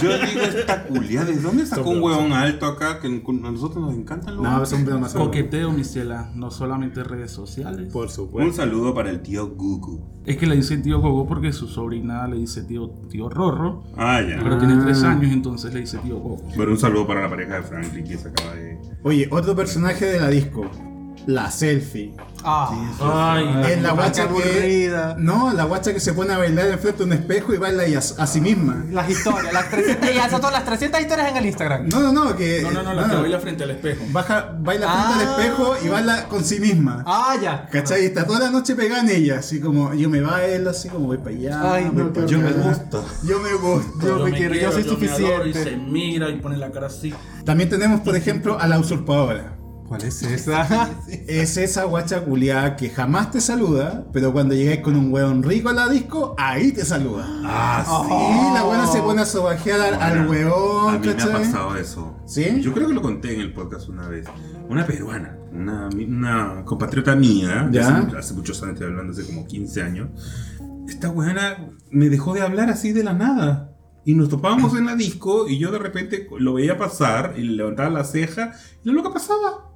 Yo digo esta culia, ¿de dónde sacó un huevón alto acá? Que a nosotros nos encantan los No, es un pedo más Coqueteo, mi ciela, no solamente redes sociales. Por Un supuesto. saludo para el tío Gugu. Es que le dice tío Gogo porque su sobrina le dice tío, tío Rorro, Ah, ya. pero tiene tres años, entonces le dice tío Gogo. Bueno, un saludo para la pareja de Franklin que se acaba de. Oye, otro personaje de la disco. La selfie. Ah, Ay, es la guacha guacha que. aburrida. No, la guacha que se pone a bailar enfrente de un espejo y baila y a, a sí misma. Las historias, las 300, y son todas las 300 historias en el Instagram. No, no, no, que. No, no, no, la que baila frente al espejo. Baja, baila frente Ah. al espejo y baila con sí misma. Ah, ya. ¿Cachai? Y está toda la noche pegada en ella, así como yo me bailo, así como voy para allá. Ay, voy no, pa' qué acá. horror. Yo me gusto. Yo me quiero, yo soy me adoro, y se suficiente. mira y pone la cara así. También tenemos, por ejemplo, a la usurpadora. ¿Cuál es esa? Es esa guacha culiada que jamás te saluda, pero cuando llegáis con un weón rico a la disco, ahí te saluda. Ah, sí. Y la buena se pone a sobajear al, al Bueno, weón, A mí me ha ¿cachai? pasado eso. ¿Sí? Yo creo que lo conté en el podcast una vez. Una peruana, una, una compatriota mía, de ¿Ya? hace, hace muchos años, estoy hablando hace como 15 años. Esta weona me dejó de hablar así de la nada. Y nos topábamos en la disco y yo de repente lo veía pasar y le levantaba la ceja y la loca pasaba.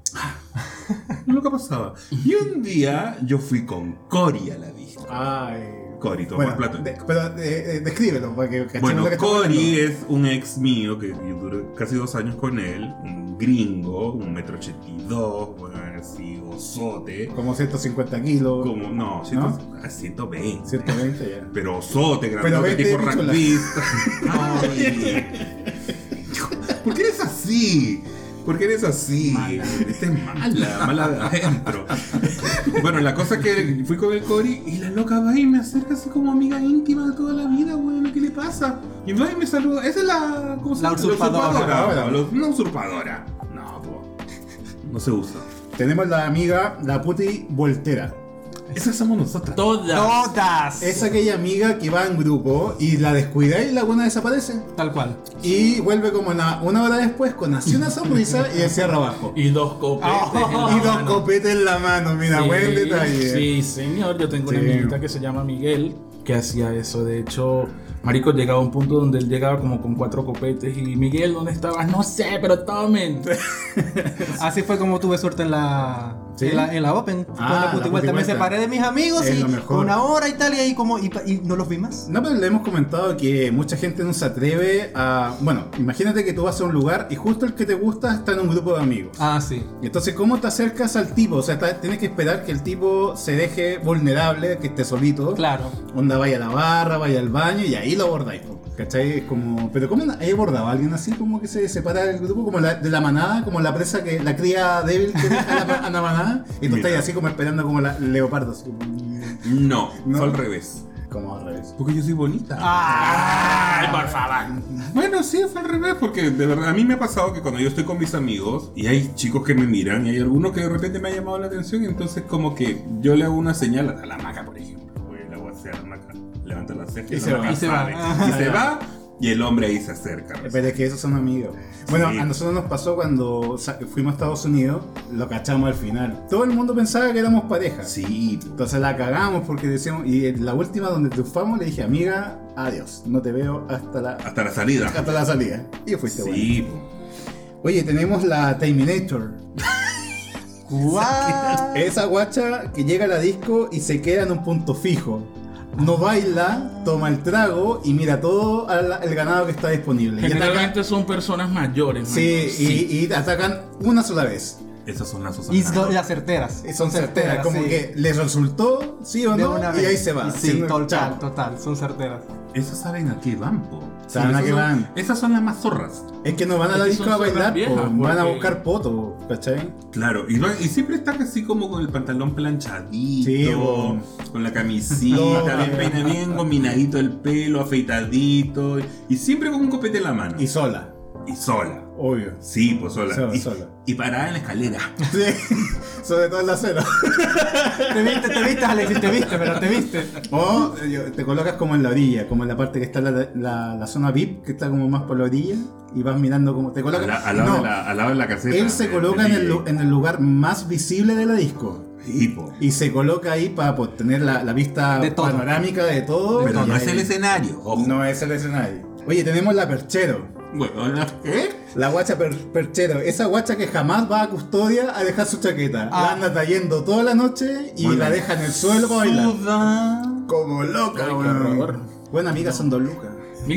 La loca pasaba. Y un día yo fui con Cori a la disco. Ay. Cori, toma Bueno, plato. de- pero eh, eh, descríbelo para que cachemos Bueno, lo que estamos Cory hablando. es un ex mío que yo duré casi dos años con él, un gringo, un metro ochenta y dos, bueno, así, osote, Como 150 kilos, como, no, ciento- a 120, 120 ya. pero osote, Pero grandote, vete tipo de pichola. rugbyista. Ay. ¿Por qué eres así? ¿Por qué eres así? Esta es mala, mala de adentro. Bueno, la cosa es que fui con el Cory y la loca va y me acerca así como amiga íntima de toda la vida, bueno, ¿qué le pasa? Y va y me saluda. Esa es la. ¿Cómo se La llama? usurpadora. usurpadora. La- Una usurpadora. No, po. No se usa. Tenemos la amiga, la puti voltera. Esas somos nosotras. Todas. Todas. Es aquella amiga que va en grupo y la descuida y la buena desaparece. Tal cual. Y vuelve como una, una hora después con así una sonrisa y el cierre abajo. Y dos copetes. en la Y dos mano. copetes en la mano, mira, Ah, Sí, buen detalle. Sí, señor. Yo tengo una Sí. amiguita que se llama Miguel que hacía eso. De hecho, Marico llegaba a un punto donde él llegaba como con cuatro copetes y Miguel, ¿dónde estabas? No sé, pero tomen. Así fue como tuve suerte en la, ¿Sí? en la, en la Open. Fue Ah, la la puta puta vuelta. Me vuelta. separé de mis amigos Es y lo mejor. una hora y tal, y ahí como. Y, pa- y no los vi más. No, pero le hemos comentado que mucha gente no se atreve a... Bueno, imagínate que tú vas a un lugar y justo el que te gusta está en un grupo de amigos. Ah, sí. Y Entonces, ¿cómo te acercas al tipo? O sea, ta- tienes que esperar que el tipo se deje vulnerable, que esté solito. Claro. Onda, vaya a la barra, vaya al baño y ahí lo abordáis. po, ¿Cachai? Es como. Pero ¿cómo na- ahí abordaba alguien así como que se separa del grupo, como la- de la manada, como la presa que. la cría débil que deja a la, a la manada. Y tú Mira. estás así como esperando como la el leopardo. así como, No, No. fue al revés. como al revés. Porque yo soy bonita. Ah, Ay, por favor. Bueno, sí, fue al revés, porque de verdad a mí me ha pasado que cuando yo estoy con mis amigos y hay chicos que me miran y hay alguno que de repente me ha llamado la atención, entonces como que yo le hago una señal a la maca, por ejemplo. Güey, le hago así a la maca, levanta la ceja Y y, se se, va. va, Y se va. Y se va y el hombre ahí se acerca. Pero es que esos son amigos. Bueno, Sí. a nosotros nos pasó cuando sa- fuimos a Estados Unidos, lo cachamos al final. Todo el mundo pensaba que éramos pareja. Sí, Entonces la cagamos porque decíamos, y en la última donde triunfamos le dije, amiga, adiós, no te veo hasta la, hasta la salida. hasta la salida. Y fuiste bueno. Sí, Oye, tenemos la Terminator. Guau. Esa guacha que llega a la disco y se queda en un punto fijo. No baila, toma el trago y mira todo al- el ganado que está disponible. Y atacan, Generalmente son personas mayores. sí, marico. y, y atacan una sola vez. esas son las Y osas. so- las certeras. Son certeras, como sí. que les resultó, sí o De no, una y vez. ahí se va. Sí, Siendo- total, chao. total. Son certeras. Esas saben a qué van, po. Saben Sí, a esas qué son- van. Esas son las más zorras. Es que no van a Es la que disco son a bailar, zorras viejas, po, van a porque- buscar poto, ¿cachai? Claro, y, va- y siempre están así como con el pantalón planchadito, Sí, bo. con la No, camisita, bien eh. peina bien gominadito el pelo, afeitadito, y, y siempre con un copete en la mano. Y Y, sola, sola. obvio. Sí, pues sola. Sola, y, sola. y parada en la escalera. Sí, sobre todo en la cena. Te viste, te viste, Alexis, te viste, pero te viste. O eh, te colocas como en la orilla, como en la parte que está la, la, la zona VIP, que está como más por la orilla, y vas mirando como te colocas. Al, la- al lado No, de la, al lado de la caseta. él se del- coloca en del el, lu- DJ. en el lugar más visible de la disco. Sí, po. Y se coloca ahí para pues, tener la, la vista De todo. panorámica de todo. Pero Y no es ahí- el escenario, ojo. No es el escenario. Oye, tenemos la perchero. Bueno, ¿qué? La guacha per- perchero, esa guacha que jamás va a custodia a dejar su chaqueta. La Ah. anda trayendo toda la noche y Bueno. la deja en el suelo para bailar. Suda. Como loca, Ay, weón. qué horror. Buena amiga son dos lucas.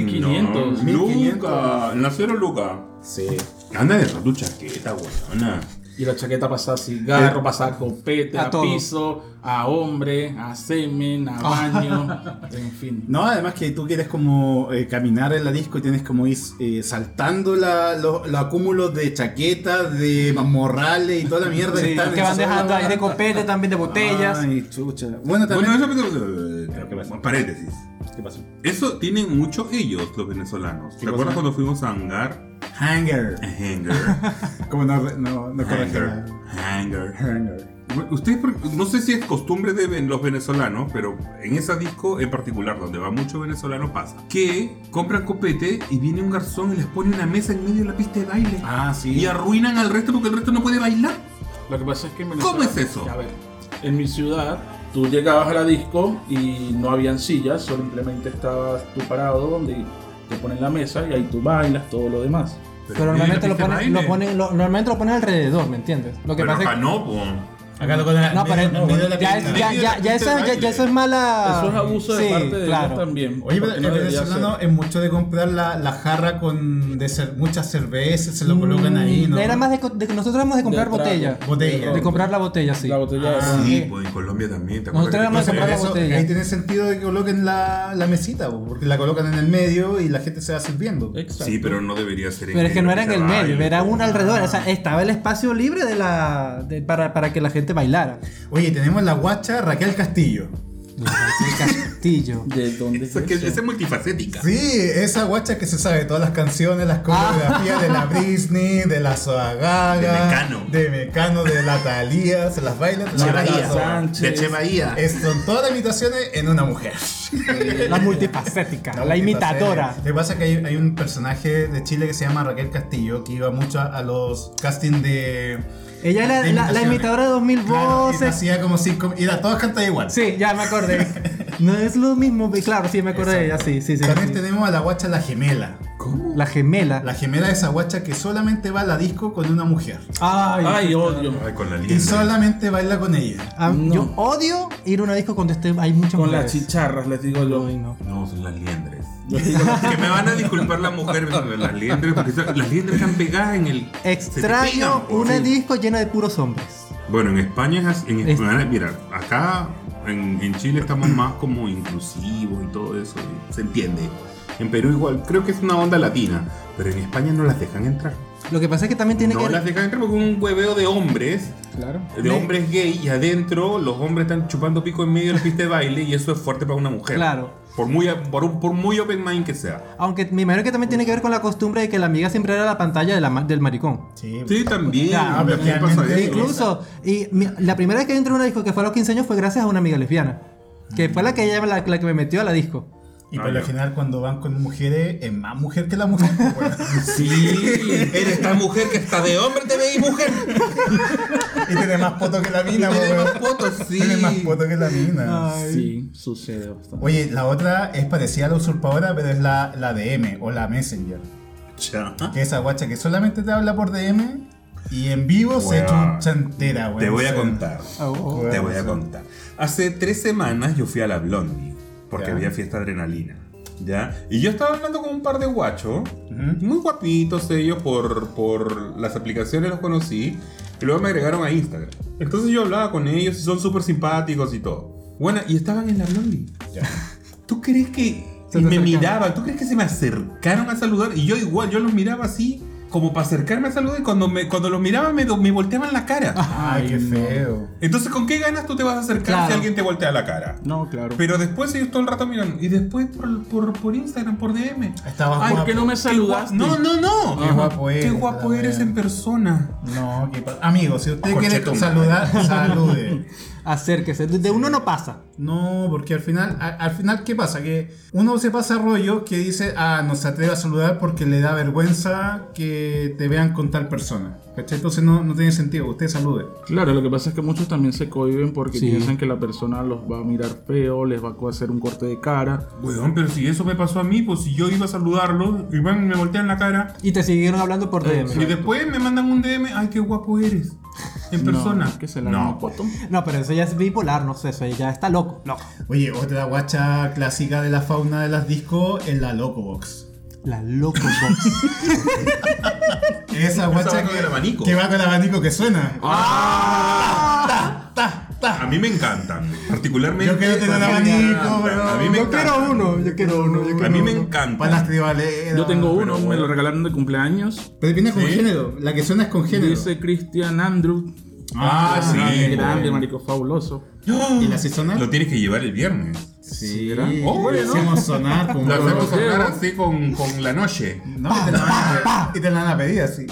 1500. No, 1500. Luca, nacieron Luca. Sí. Anda de tu chaqueta, weona. Y la chaqueta pasada a Eh, cigarro, pasada a copete, a a, todo. piso, a hombre, a semen, a baño, en fin. No, además que tú quieres como eh, caminar en la disco y tienes como ir eh, saltando la- lo- los acúmulos de chaquetas, de morrales y toda la mierda Sí, que están que van dejando ahí de con copete, también de botellas. Ay, chucha. Bueno, también. Bueno, eso eh, me Paréntesis. ¿Qué pasó? Eso tienen mucho ellos, los venezolanos. ¿Te acuerdas cuando fuimos a Hangar? Hanger. A Hangar. Como no, no, no corregí Hangar. la- Hangar. Hanger. Ustedes, por- no sé si es costumbre de ven- los venezolanos, pero en esa disco en particular, donde va mucho venezolano, pasa que compran copete y viene un garzón y les pone una mesa en medio de la pista de baile. Ah, sí. Y arruinan al resto porque el resto no puede bailar. Lo que pasa es que en ¿Cómo es eso? A ver, en mi ciudad, tú llegabas a la disco y no habían sillas, simplemente estabas tú parado donde te ponen la mesa y ahí tú bailas, todo lo demás. Pero normalmente lo ponen, lo ponen, lo- normalmente lo ponen alrededor, ¿me entiendes? Lo que Pero pasa es acá que- no, po. Acá lo ponen No, pero en medio de la ya, es- pista. ya, ya, ya, eso, ya, ya eso es mala. eso es abuso de Ah, Sí, parte de claro. ellos también. Oye, pero porque el debería venezolano ser. es mucho de comprar la, la jarra con de cer- muchas cervezas, se lo colocan ahí, ¿no? Mm, Era más de, co- de que nosotros éramos de comprar trago. botella. Botella. De comprar la botella, sí. La botella de Ah, ron. Sí, Sí. po, en Colombia también. ¿te Nosotros acuerdas éramos que de comprar te- la Eso, botella. ahí tiene sentido de que coloquen la, la mesita, po, porque la colocan en el medio y la gente se va sirviendo. Exacto. Sí, pero no debería ser en Pero es que no era en el Caballo, medio, era po. una alrededor. O sea, estaba el espacio libre de la, de- para, para que la gente bailara. Oye, tenemos la guacha Raquel Castillo. El castillo. ¿De dónde Esa es que- eso? esa es multifacética. Sí, esa guacha que se sabe todas las canciones, Ah. las coreografías de la Britney, de la Zoa Gaga, De Mecano. de Mecano, de la Thalía, se las baila, se las baila. todas. Sánchez. De Che Bahía. Es- son todas las imitaciones en una mujer. La multifacética, la, imitadora. Lo que pasa es que hay, hay un personaje de Chile que se llama Raquel Castillo, que iba mucho a, a los castings de... Ella era de la, la imitaciones. imitadora de 2000 Claro, y voces. hacía como cinco... Y era, todas cantan igual. Sí, ya me acordé. No es lo mismo, claro, sí, me acordé de ella, sí, sí, sí. También sí. tenemos a la guacha La Gemela. La gemela. La gemela de esa guacha que solamente va a la disco con una mujer. Ay, Ay, odio. Ay, con la Y linda. solamente baila con ella. Ah, No. Yo odio ir a una disco cuando esté, hay muchas Con las mujeres. chicharras, les digo yo. Ay, no. No, son las liendres. que me van a disculpar las mujeres, pero las liendres, porque son- las liendres están pegadas en el. se te pegan, Extraño po. una Sí. disco llena de puros hombres. Bueno, en España es así- en Es- España- mira, acá en, en Chile estamos más como inclusivos y todo eso, y se entiende. En Perú igual, creo que es una onda latina, pero en España no las dejan entrar. Lo que pasa es que también tiene no que las dejan entrar porque es un hueveo de hombres, Claro. de hombres gay, y adentro los hombres están chupando pico en medio de la pista de baile y eso es fuerte para una mujer. Claro. Por muy, por, un- por muy open mind que sea. Aunque me imagino que también tiene que ver con la costumbre de que la amiga siempre era la pantalla de la ma- del maricón. Sí. Sí, también. Ya, también pero pasa realmente eso. Incluso, y mi- la primera vez que entré a una disco que fue a los 15 años fue gracias a una amiga lesbiana. Que fue la que ella la, la que me metió a la disco. Y Ah, por lo ya. general cuando van con mujeres, es más mujer que la mujer. pues, bueno. Sí, eres tan mujer que hasta de hombre te veis mujer. y tiene más poto que la mina, pues, Tiene weón. más poto, sí. Tiene más poto que la mina. Sí, sucede bastante. Oye, la otra es parecida a la usurpadora, pero es la, la DM o la Messenger. Que esa guacha que solamente te habla por DM y en vivo se Weón. chuncha entera, weón. Te voy O a sea, contar. Oh, oh. Te voy a Bueno, contar. Hace tres semanas yo fui a la Blondie porque Ya. había fiesta adrenalina. ¿Ya? Y yo estaba hablando con un par de guachos, Ujú. muy guapitos ellos, por, por las aplicaciones los conocí, y luego me agregaron a Instagram. Entonces yo hablaba con ellos y son súper simpáticos y todo. Bueno, y estaban en la Blondie. Ya. ¿Tú crees que Se y te me acercaron. miraban? ¿Tú crees que se me acercaron a saludar? Y yo igual, yo los miraba así, como para acercarme a saludar, y cuando, me, cuando los miraba me, do- me volteaban la Ah. cara. Ay, qué feo. Entonces, ¿con qué ganas tú te vas a acercar Claro. si alguien te voltea la cara? No, claro. Pero después ellos todo el rato miran. Y después por, por, por Instagram, por DM. Estabas Ay, guapo. que no me Qué saludaste. guap- No, no, no. Qué guapo eres, Qué guapo la eres wea. en persona. No, qué pa- Amigo, si usted Conche quiere tu madre. saludar, salude. Acérquese. De de uno no pasa. No, porque al final, a- al final, ¿qué pasa? Que uno se pasa rollo que dice, ah, no se atreve a saludar porque le da vergüenza que que te vean con tal persona. ¿Cachai? Entonces no, no tiene sentido. Usted salude. Claro, lo que pasa es que muchos también se cohiben porque Sí. piensan que la persona los va a mirar feo, les va a hacer un corte de cara. Weón, pero si eso me pasó a mí, pues si yo iba a saludarlo, y bueno, me voltean la cara. Y te siguieron hablando por DM. Y después me mandan un DM, ay, qué guapo eres. En No, persona. que se la no, poto. No, pero eso ya es bipolar, no sé, eso ya está loco. loco. Oye, otra guacha clásica de la fauna de las discos es la Locobox. La loco box. Esa Esa guacha va con que, el abanico. que va con el abanico que suena. Ah, Ah, Ta, ta, ta. a mí me encanta. Particularmente. Yo quiero tener a un mí me abanico, encanta, pero A mí me yo encanta. quiero uno, yo quiero uno, yo quiero A mí me uno. Para las encanta. tribaleras. Yo tengo pero uno, me bueno. lo regalaron de cumpleaños. Pero viene con Sí. género. La que suena es con género. Dice Christian Andrew. Ah, sí. Grande, weón. grande, marico, fabuloso. ¿Y la sazona? Lo tienes que llevar el viernes. Sí. ¿verdad? Oh, bueno. lo hacemos sonar como. Lo hacemos Sí, sonar ¿no? así con, con la noche. No, y te la van a- y te la van a pedir así.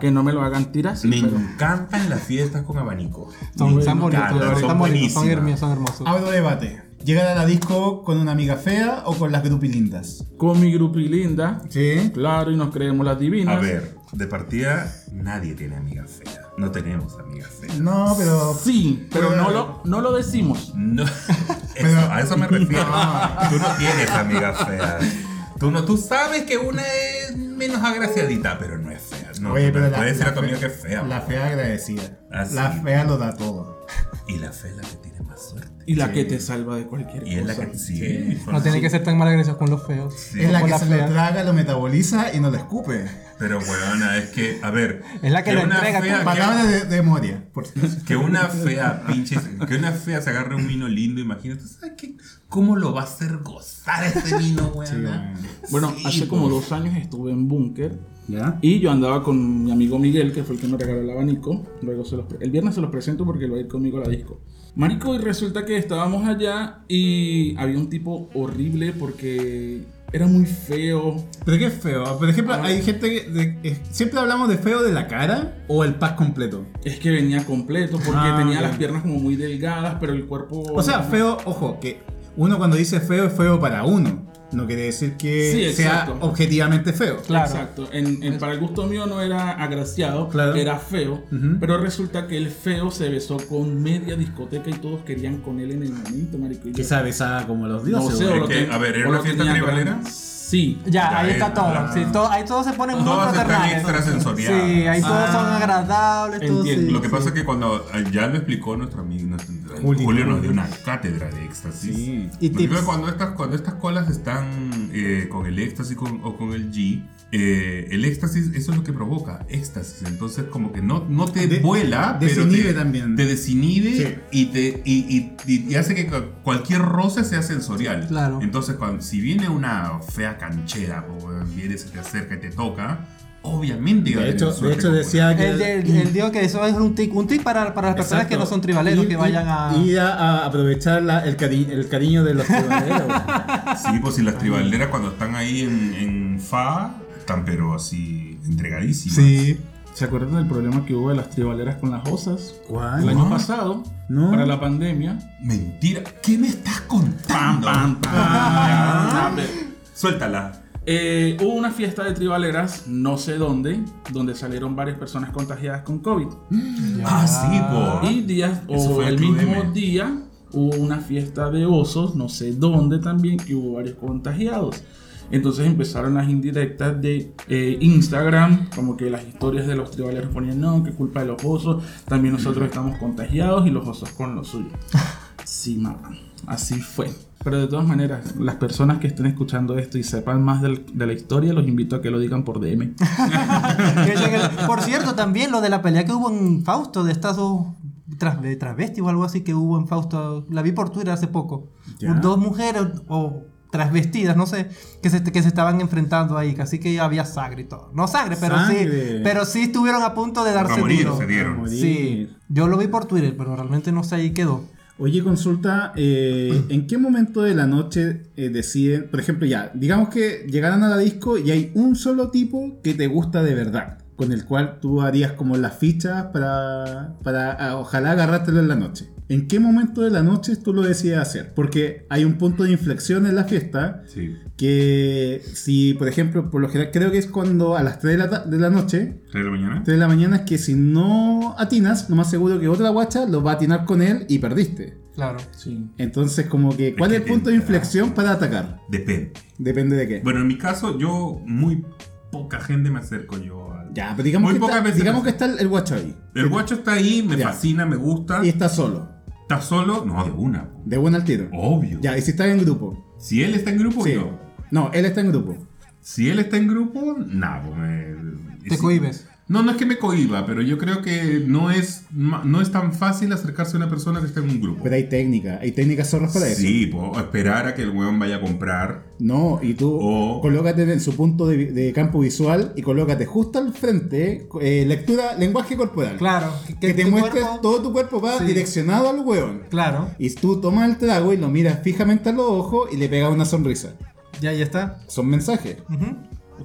Que no me lo hagan tiras. Me pero- encantan las fiestas con abanico. Son, Me están bonitos, encantan, son, son bonitos, son, buenísimas. hermosos, son hermosos. Abro debate. ¿Llegar a la disco con una amiga fea o con las grupilindas? Con mi grupilinda. Sí. Claro, y nos creemos las divinas. A ver, de partida, nadie tiene amiga fea. No tenemos amiga fea. No, pero. Sí, pero Puede no haber. lo, no lo decimos. No, Pero- eso, a eso me refiero. Tú no tienes amiga fea. Tú, no, tú sabes que una es menos agraciadita, pero no es fea. No, Oye, tú pero no la- puedes la decir a tu fe- amiga que es fea. La fea agradecida. Ah, sí. La fea lo da todo. Y la fea es la que tiene más suerte. Y la que te salva de cualquier Y es cosa. la que sí. No tiene que ser tan mal agresivos con los feos. Sí. Es o la con que las se lo feas. traga, lo metaboliza y no lo escupe. Pero weona, es que, a ver. Es la que lo una entrega, fea- tú. Palabras de, de memoria. Por Que una fea, pinche, que una fea se agarre un vino lindo, imagínate, ¿sabes qué? ¿Cómo lo va a hacer gozar ese vino, weona? Bueno, Sí, pues. hace como po. dos años estuve en búnker. ¿Ya? Y yo andaba con mi amigo Miguel, que fue el que me regaló el abanico. Luego se los pre- el viernes se los presento porque lo va a ir conmigo a la disco. Marico, y resulta que estábamos allá y había un tipo horrible porque era muy feo. Pero qué feo. Por ejemplo, hay gente que. de- eh, siempre hablamos de feo de la cara o el pack completo. Es que venía completo porque Ah, tenía bien. las piernas como muy delgadas, pero el cuerpo. O sea, feo, ojo, que uno cuando dice feo es feo para uno. No quiere decir que Sí, sea exacto. objetivamente feo. Claro. Exacto. En, en- para el gusto mío no era agraciado, Claro. era feo. Ujú. Pero resulta que el feo se besó con media discoteca y todos querían con él en el momento, marico. Y yo- Quizá besada como los No dioses. sé, o güey. lo que, ten- a ver, ¿era o una lo fiesta tenían tribalera? grande. Sí. Ya, Ya, ahí eh, está todo. ah. sí, todo- ahí todos se ponen muy Todas están fraternales. extrasensoriales. Sí, ahí todos Ah, son agradables, todos entiendo. sí, Lo que sí. pasa es que cuando eh, ya lo explicó nuestro amigo nuestro- Juli. Julio, nos dio una cátedra de éxtasis. Sí. Y Porque tips. Cuando estas, cuando estas colas están eh, con el éxtasis con- o con el G, eh, el éxtasis, eso es lo que provoca, éxtasis. Entonces, como que no, no te De- vuela, desinhibe pero te, también. te desinhibe Sí. y, te, y, y- y- y hace que cu- cualquier roce sea sensorial. Claro. Entonces, cuando, si viene una fea canchera o viene, Pues, se te acerca y te toca, obviamente va a De tener hecho, de suerte hecho con- decía que. Él, él- él dijo que eso es un tic, un tic para, para las personas Exacto. que no son tribaleros, Ir- que vayan a... ir- Ir a, a aprovechar la- el, cari- el cariño de los tribaleros. güey. Sí, pues si las tribaleras cuando están ahí en, en Fa, están pero así entregadísimas. ¿Se acuerdan del problema que hubo de las tribaleras con las osas? ¿Cuál? El año No. pasado, No. para la pandemia. Mentira, ¿qué me estás contando? Ah. Suéltala. Eh, hubo una fiesta de tribaleras, no sé dónde, donde salieron varias personas contagiadas con COVID. Ah, sí, Y po. días, Eso o fue el Club mismo M. día, hubo una fiesta de osos, no sé dónde también, que hubo varios contagiados. Entonces empezaron las indirectas de eh, Instagram, como que las historias de los tribaleros ponían, no, que culpa de los osos, también nosotros estamos contagiados y los osos con lo suyo. Sí, mamá, así fue. Pero de todas maneras, las personas que estén escuchando esto y sepan más del- de la historia, los invito a que lo digan por DM. Que echen el- Por cierto, también lo de la pelea que hubo en Fausto, de estas dos tras, de transvestis o algo así que hubo en Fausto, la vi por Twitter hace poco. Ya. Dos mujeres o transvestidas, no sé, que se, que se estaban enfrentando ahí, así que había sangre y todo. No sangre, pero Sangre. sí, pero sí estuvieron a punto de A darse morir duro. se dieron. Sí, yo lo vi por Twitter, pero realmente no sé ahí quedó. Oye, consulta, eh, ¿en qué momento de la noche eh, deciden, por ejemplo, ya, digamos que llegaran a la disco y hay un solo tipo que te gusta de verdad, con el cual tú harías como las fichas para, para ah, ojalá agarrártelo en la noche? ¿En qué momento de la noche tú lo decides hacer? Porque hay un punto de inflexión en la fiesta Sí. que si, por ejemplo, por lo general creo que es cuando a las 3 de la, ta- de la noche, ¿Tres de la mañana? 3 de la mañana, es que si no atinas, lo más seguro que otra guacha lo va a atinar con él y perdiste. Claro. Sí. Entonces, como que, ¿cuál que es el punto de entra. inflexión para atacar? Depende. Depende de qué. Bueno, en mi caso, yo muy poca gente me acerco yo al. Ya, pero digamos, Muy que pocas está, veces digamos que me- está el, el guacho ahí. El guacho está ahí, me Ya. fascina, me gusta. Y está solo. ¿Está solo? No, de una. De buena al tiro. Obvio. Ya, y si está en grupo. Si él está en grupo, Sí. yo. No, él está en grupo. Si él está en grupo, nada, pues me- sí. Te cohibes. No, no es que me cohiba, pero yo creo que no es, ma- no es tan fácil acercarse a una persona que está en un grupo. Pero hay técnica, hay técnicas zorras para eso. Sí, po, o esperar a que el weón vaya a comprar. No, y tú O- colócate en su punto de, de campo visual y colócate justo al frente, eh, lectura, lenguaje corporal. Claro. Que, te tu muestres cuerpo- todo tu cuerpo va Sí. direccionado al hueón. Claro. Y tú tomas el trago y lo miras fijamente a los ojos y le pegas una sonrisa. Ya, ya está. Son mensajes. Ujú.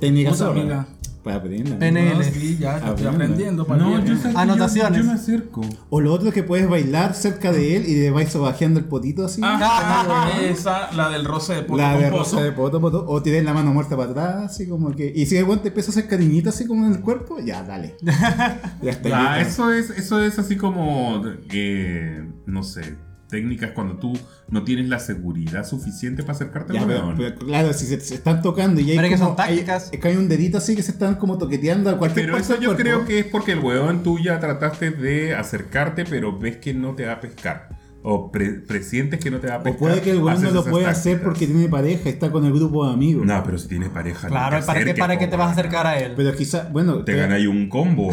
Técnicas Puta, zorras. amiga. Para aprender. PNL. No, sí, ya, ya estoy Aprende. aprendiendo. para bien. sabes que Anotaciones. Yo, yo me acerco. O lo otro es que puedes bailar cerca de él y le vais sobajeando el potito así. Ah, esa, la del roce de poto La con de pozo. rosa de poto, poto, o tienes la mano muerta para atrás, así como que. Y si de te empieza a hacer cariñita así como en el cuerpo, ya, dale. ya está. Ah, listo. eso es, eso es así como, eh, no sé, técnicas cuando tú no tienes la seguridad suficiente para acercarte Ya, al pero, weón. pero claro, si se, se están tocando y hay. Pero es que como- son tácticas. hay- es que hay un dedito así que se están como toqueteando a cualquier Pero parte eso del yo cuerpo. creo que es porque el weón tú ya trataste de acercarte, pero ves que no te va a pescar. O pre- presientes que no te va a pescar. O puede que el weón no haces lo esas pueda hacer tácticas. porque tiene pareja, está con el grupo de amigos. No, pero si tienes pareja. no Claro, te ¿para qué, acerques, ¿para qué po, te vas a weón. acercar a él? Pero quizás, bueno. eh, Te que- ganáis un combo.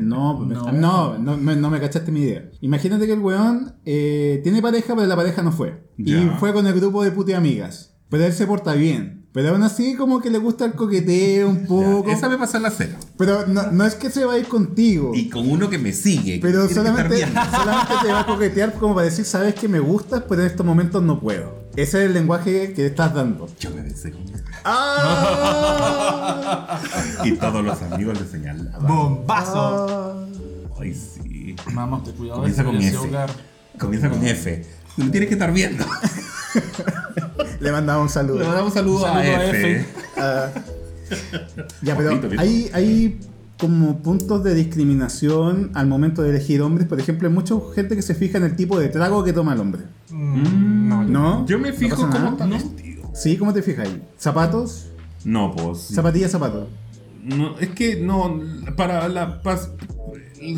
No, no, No. no, me, no me cachaste mi idea. Imagínate que el weón eh, tiene pareja, pero la pareja no fue. Y Ya. fue con el grupo de pute amigas. Pero él se porta bien. Pero aún así, como que le gusta el coqueteo un poco. Esa me pasó en la cena. Pero no, no es que se va a ir contigo. Y con uno que me sigue. que Pero tiene que solamente, estar bien. solamente te va a coquetear como para decir, sabes que me gustas, pero en estos momentos no puedo. Ese es el lenguaje que estás dando. Yo me besé con él. ¡Ah! Y todos los amigos le señalaban. ¡Bombazo! Ay, sí. Mamá, te cuidado Comienza de con ese ese. hogar. Comienza con F. Tú lo tienes que estar viendo. Le mandaba un saludo. Le mandamos un saludo, Saludo a, a F. F. Ya, pero Ojito, listo. hay, hay como puntos de discriminación al momento de elegir hombres. Por ejemplo, hay mucha gente que se fija en el tipo de trago que toma el hombre. Mm, no, ¿No? Yo me ¿No fijo pasa nada? cómo está vestido. Sí, ¿cómo te fijas ahí? ¿Zapatos? No, pues. Zapatillas, zapatos. No, es que no, para la pas-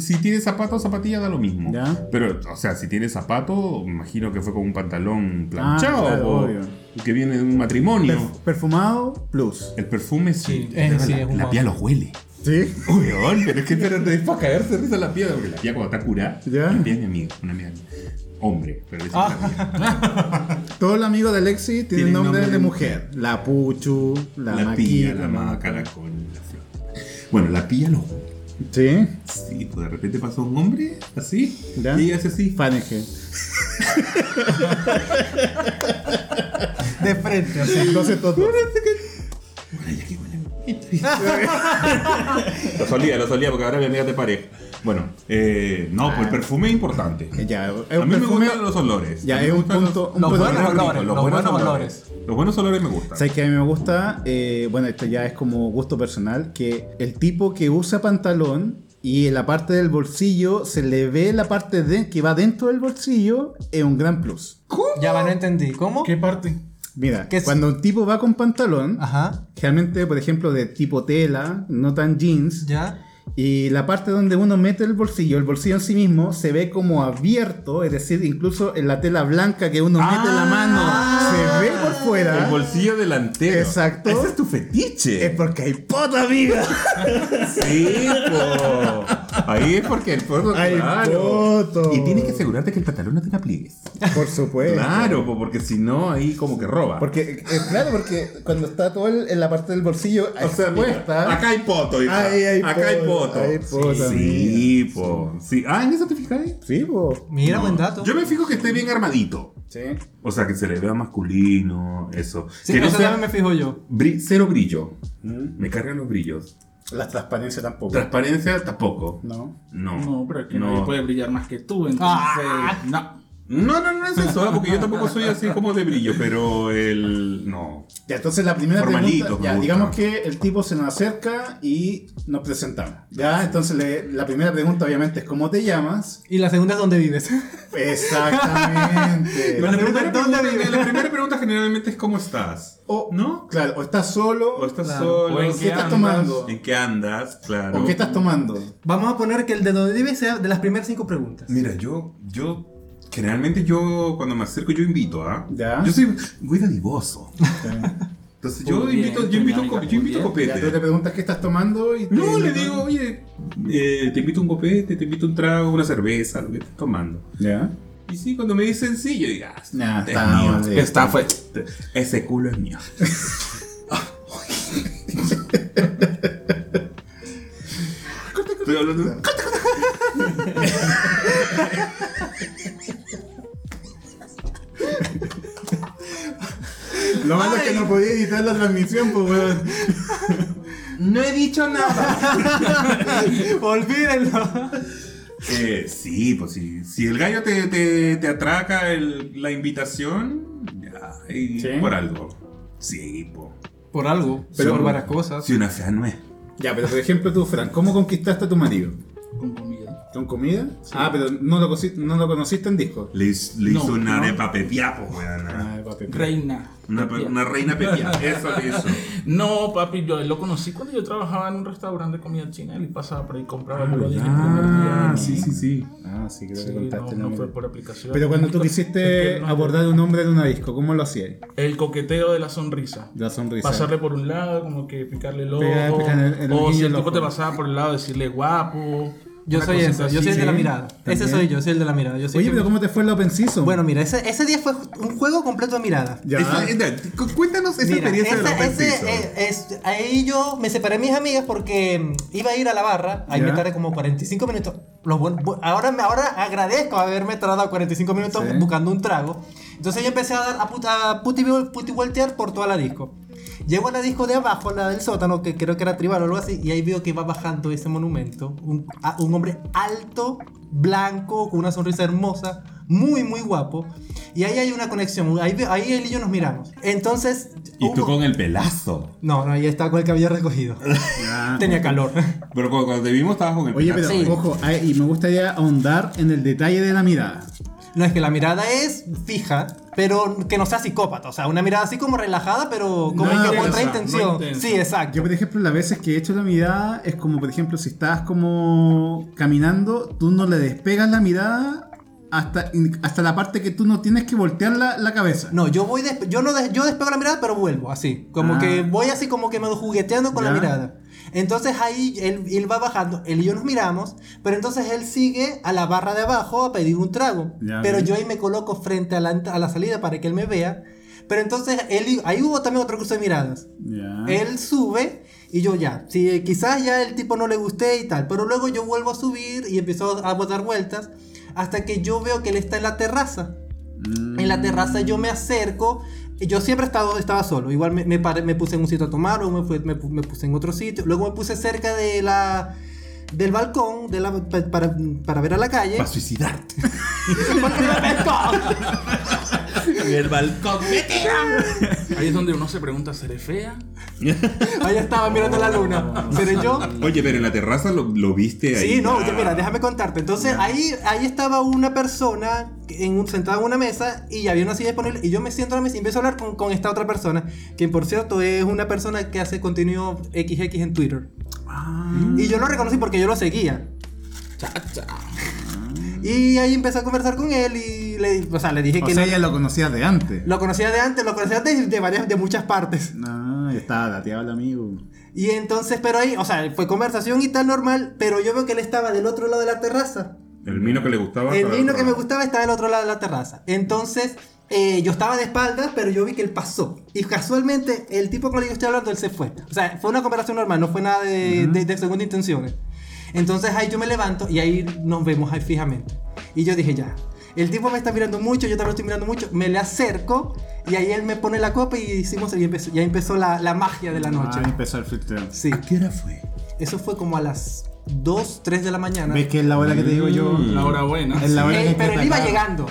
si tiene zapato o zapatilla da lo mismo. Ya. Pero, o sea, si tiene zapato, me imagino que fue con un pantalón planchado. Ah, claro, o- obvio. Que viene de un matrimonio. Perf- eh, perfumado, plus. el perfume Sí, sí. la, sí, es la un pía lo huele. ¿Sí? Uy, weón, pero es que pero es para caerse de risa la pía, porque la pía cuando está curada. Ya. Ah. La pía es mi amiga, una amiga mía. Hombre, pero es una pía. Todo el amigo de Alexi tiene, Tiene nombre, nombre de de mujer. La Puchu, la, La, pía, Maquita. la maca, la con, la flor. Bueno, la pía lo huele. ¿Sí? Sí, pues de repente pasó un hombre así. Ya. Y ella hace así. Faneje. De frente, así. Entonces todo. Lo solía, lo solía, porque ahora mi amiga te pareja. Bueno, eh, no, pues el perfume es importante. Ya, es un A mí me perfume- gustan los olores. Ya, A mí es me un gustan punto. un los punto- buenos olores olores, bonitos, los buenos Los buenos olores me gustan. ¿Sabes que a mí me gusta? Eh, bueno, esto ya es como gusto personal, que el tipo que usa pantalón y en la parte del bolsillo se le ve la parte de, que va dentro del bolsillo es un gran plus. Ya va, no entendí. ¿Cómo? ¿Qué parte? Mira, ¿Qué es? cuando un tipo va con pantalón, Ajá. generalmente, por ejemplo, de tipo tela, no tan jeans, Ya. y la parte donde uno mete el bolsillo, el bolsillo en sí mismo, se ve como abierto, es decir, incluso en la tela blanca que uno mete la mano, Ah. se ve por fuera. El bolsillo delantero. Exacto. Ese es tu es fetiche. porque hay pota, amiga. Sí, po. Ahí es porque el pueblo. Ay, poto. Y tienes que asegurarte que el pantalón no tenga pliegues. Por supuesto. Claro, po, porque si no, ahí como que roba. Porque, eh, claro, porque cuando está todo el- en la parte del bolsillo O sea, mira, expuesta, acá hay poto, hija. Ahí hay acá hay poto, poto. hay poto, sí, po. Sí. Ah, ¿en eso te fijáis? Sí, po. Mira, No. buen dato. Yo me fijo que esté bien armadito. Sí. O sea, que se le vea masculino, eso. Sí, que no eso sea también me fijo yo. bri- cero brillo. Mm. Me cargan los brillos. La transparencia tampoco. Transparencia tampoco. no. No. No, pero es que no. nadie puede brillar más que tú, entonces. Ah. No. No, no, no es eso, ah, porque yo tampoco soy así como de brillo, pero el. No. Ya, entonces la primera Formalito, pregunta, me ya, gusta. digamos que el tipo se nos acerca y nos presentamos. Ya, entonces le- la primera pregunta obviamente es ¿cómo te llamas? Y la segunda es dónde vives. Exactamente. La primera, ¿Dónde vive? ¿Dónde pregunta, vive? Eh, la primera pregunta generalmente es ¿cómo estás? o, ¿No? Claro, o estás solo, ¿O estás Claro. solo? ¿O en ¿qué, qué estás andas? tomando? ¿En qué andas? Claro. ¿O qué estás tomando? Vamos a poner que el de dónde vives sea de las primeras cinco preguntas. Mira, yo, yo, generalmente yo, cuando me acerco, yo invito, ¿ah? Ya. Yo soy muy dadivoso. Entonces yo Muy bien, invito, yo invito, dinámica, co- yo invito muy Ya, tú le copete. preguntas qué estás tomando y te- No, le digo, oye, eh, te invito un copete, te invito un trago, una cerveza, lo que estés tomando. Ya. Y sí, cuando me dicen sí, yo digo, ah, este Nah, es está mío, mal. eh". Está fue. este- ese culo es mío. Estoy hablando de- Lo malo es que no podía editar la transmisión, pues weón. No he dicho nada. Olvídenlo. Eh, sí, pues sí. Si el gallo te, te, te atraca el- la invitación, ya, y Sí. por algo. Sí, po. Por algo, Pero- por varias cosas. Si una fea no es. Ya, pero por ejemplo tú, Fran, ¿cómo conquistaste a tu marido? Con comida. ¿Con comida? Ah, pero no lo, cosi- no lo conociste en disco. Le, hiz- le hizo No, una no. arepa pepiá, po, weón. Ah, papi. Reina. Una, pe- una reina pepiá. Eso le hizo. No, papi, yo a él lo conocí cuando yo trabajaba en un restaurante de comida china. Él pasaba por ahí y compraba. yo lo dije el primer día Ah, de sí, mí. sí, sí. Ah, sí, creo Sí, que contaste. no no, no me fue acuerdo. por aplicación. Pero cuando tú Es quisiste que no- abordar a un hombre en una disco, ¿cómo lo hacías? El coqueteo de la sonrisa. La sonrisa. Pasarle por un lado, como que picarle el ojo. Pegar- pegar el- el o ojillo si el al tipo ojo. te pasaba por el lado, decirle guapo. Yo una soy cosita ese, yo así. soy el de la sí, mirada. Ese también. soy yo, soy el de la mirada. Yo soy Oye, que- pero ¿cómo te fue el Open Season? Bueno, mira, ese, ese día fue un juego completo de miradas. ya. Esa- esa- cu- cuéntanos esa Mira, experiencia esa- de los ese- mestizos. eh, es- ahí yo me separé de mis amigas porque mm, iba a ir a la barra. Ahí Ya. me tardé como 45 minutos. Los buen- bu- ahora, me- ahora agradezco haberme tardado 45 minutos Sí. buscando un trago. Entonces yo empecé a dar a, put- a puti, puti voltear por toda la disco. Llego a la disco de abajo, la del sótano, que creo que era tribal o algo así, y ahí veo que va bajando ese monumento. Un, a- un hombre alto, blanco, con una sonrisa hermosa, muy, muy guapo. Y ahí hay una conexión, ahí, ve- ahí él y yo nos miramos. Entonces. Y tú hubo- con el pelazo. no, no, ya estaba con el cabello recogido. Ya. Tenía calor. Pero cuando, cuando te vimos estabas con el Oye, pero pelazo. ojo, ay, y me gustaría ahondar en el detalle de la mirada. No, es que la mirada es fija, pero que no sea psicópata. O sea, una mirada así como relajada, pero como No, que con intensa, otra intención. no intensa. sí, exacto. Yo, por ejemplo, las veces que he hecho la mirada es como, por ejemplo, si estás como caminando, tú no le despegas la mirada hasta, hasta la parte que tú no tienes que voltear la, la cabeza. No, yo voy despe- yo no des- yo despego la mirada, pero vuelvo así, como Ah. que voy así como que me jugueteando con Ya. la mirada. Entonces ahí él, él va bajando, él y yo nos miramos, pero entonces él sigue a la barra de abajo a pedir un trago, Ya, pero bien. yo ahí me coloco frente a la, ent- a la salida para que él me vea. Pero entonces él y- ahí hubo también otro cruce de miradas. Ya. Él sube y yo ya. Si quizás ya el tipo no le gusté y tal, pero luego yo vuelvo a subir y empiezo a botar vueltas hasta que yo veo que él está en la terraza. En la terraza yo me acerco. Yo siempre he estado- estaba solo. Igual me, me paré- me puse en un sitio a tomar, luego me, fui- me pu- me puse en otro sitio. Luego me puse cerca de la, del balcón de la, pa- para, para ver a la calle. Para suicidarte. Porque me pescó. el balcón. Ahí es donde uno se pregunta, ¿seré fea? Ahí estaba mirando la luna. Pero yo. Oye, pero en la terraza lo, lo viste ahí. Sí, no, Ah. yo- mira, déjame contarte. Entonces ahí, ahí estaba una persona en un, sentada en una mesa y había una silla disponible y yo me siento en la mesa y empiezo a hablar con, con esta otra persona, que por cierto es una persona que hace contenido XX en Twitter. Ah. Y yo lo reconocí porque yo lo seguía. Y ahí empecé a conversar con él y le, o sea, le dije o que sea, no- ya lo conocías de antes. lo conocía de antes, lo conocía de, de varias, de muchas partes. No, estaba dateado el amigo. Y entonces, pero ahí, o sea, fue conversación y tal normal, pero yo veo que él estaba del otro lado de la terraza. El vino que le gustaba. El para- vino que me gustaba estaba del otro lado de la terraza. Entonces, eh, yo estaba de espaldas, pero yo vi que él pasó. Y casualmente, el tipo con el que yo estoy hablando, él se fue. O sea, fue una conversación normal, no fue nada de, de- de segunda intenciones. Entonces, ahí yo me levanto y ahí nos vemos ahí fijamente. Y yo dije, ya. El tipo me está mirando mucho, yo también lo estoy mirando mucho. Me le acerco y ahí él me pone la copa y hicimos, y empezó, ya empezó la, la magia de la noche. Ahí empezó el filtreo. Sí, ¿A qué hora fue? eso fue como a las 2, 3 de la mañana. ¿Ves que es la hora que te digo yo? La hora buena. Es la hora Ey, que te Eh, pero él iba atacaba. llegando.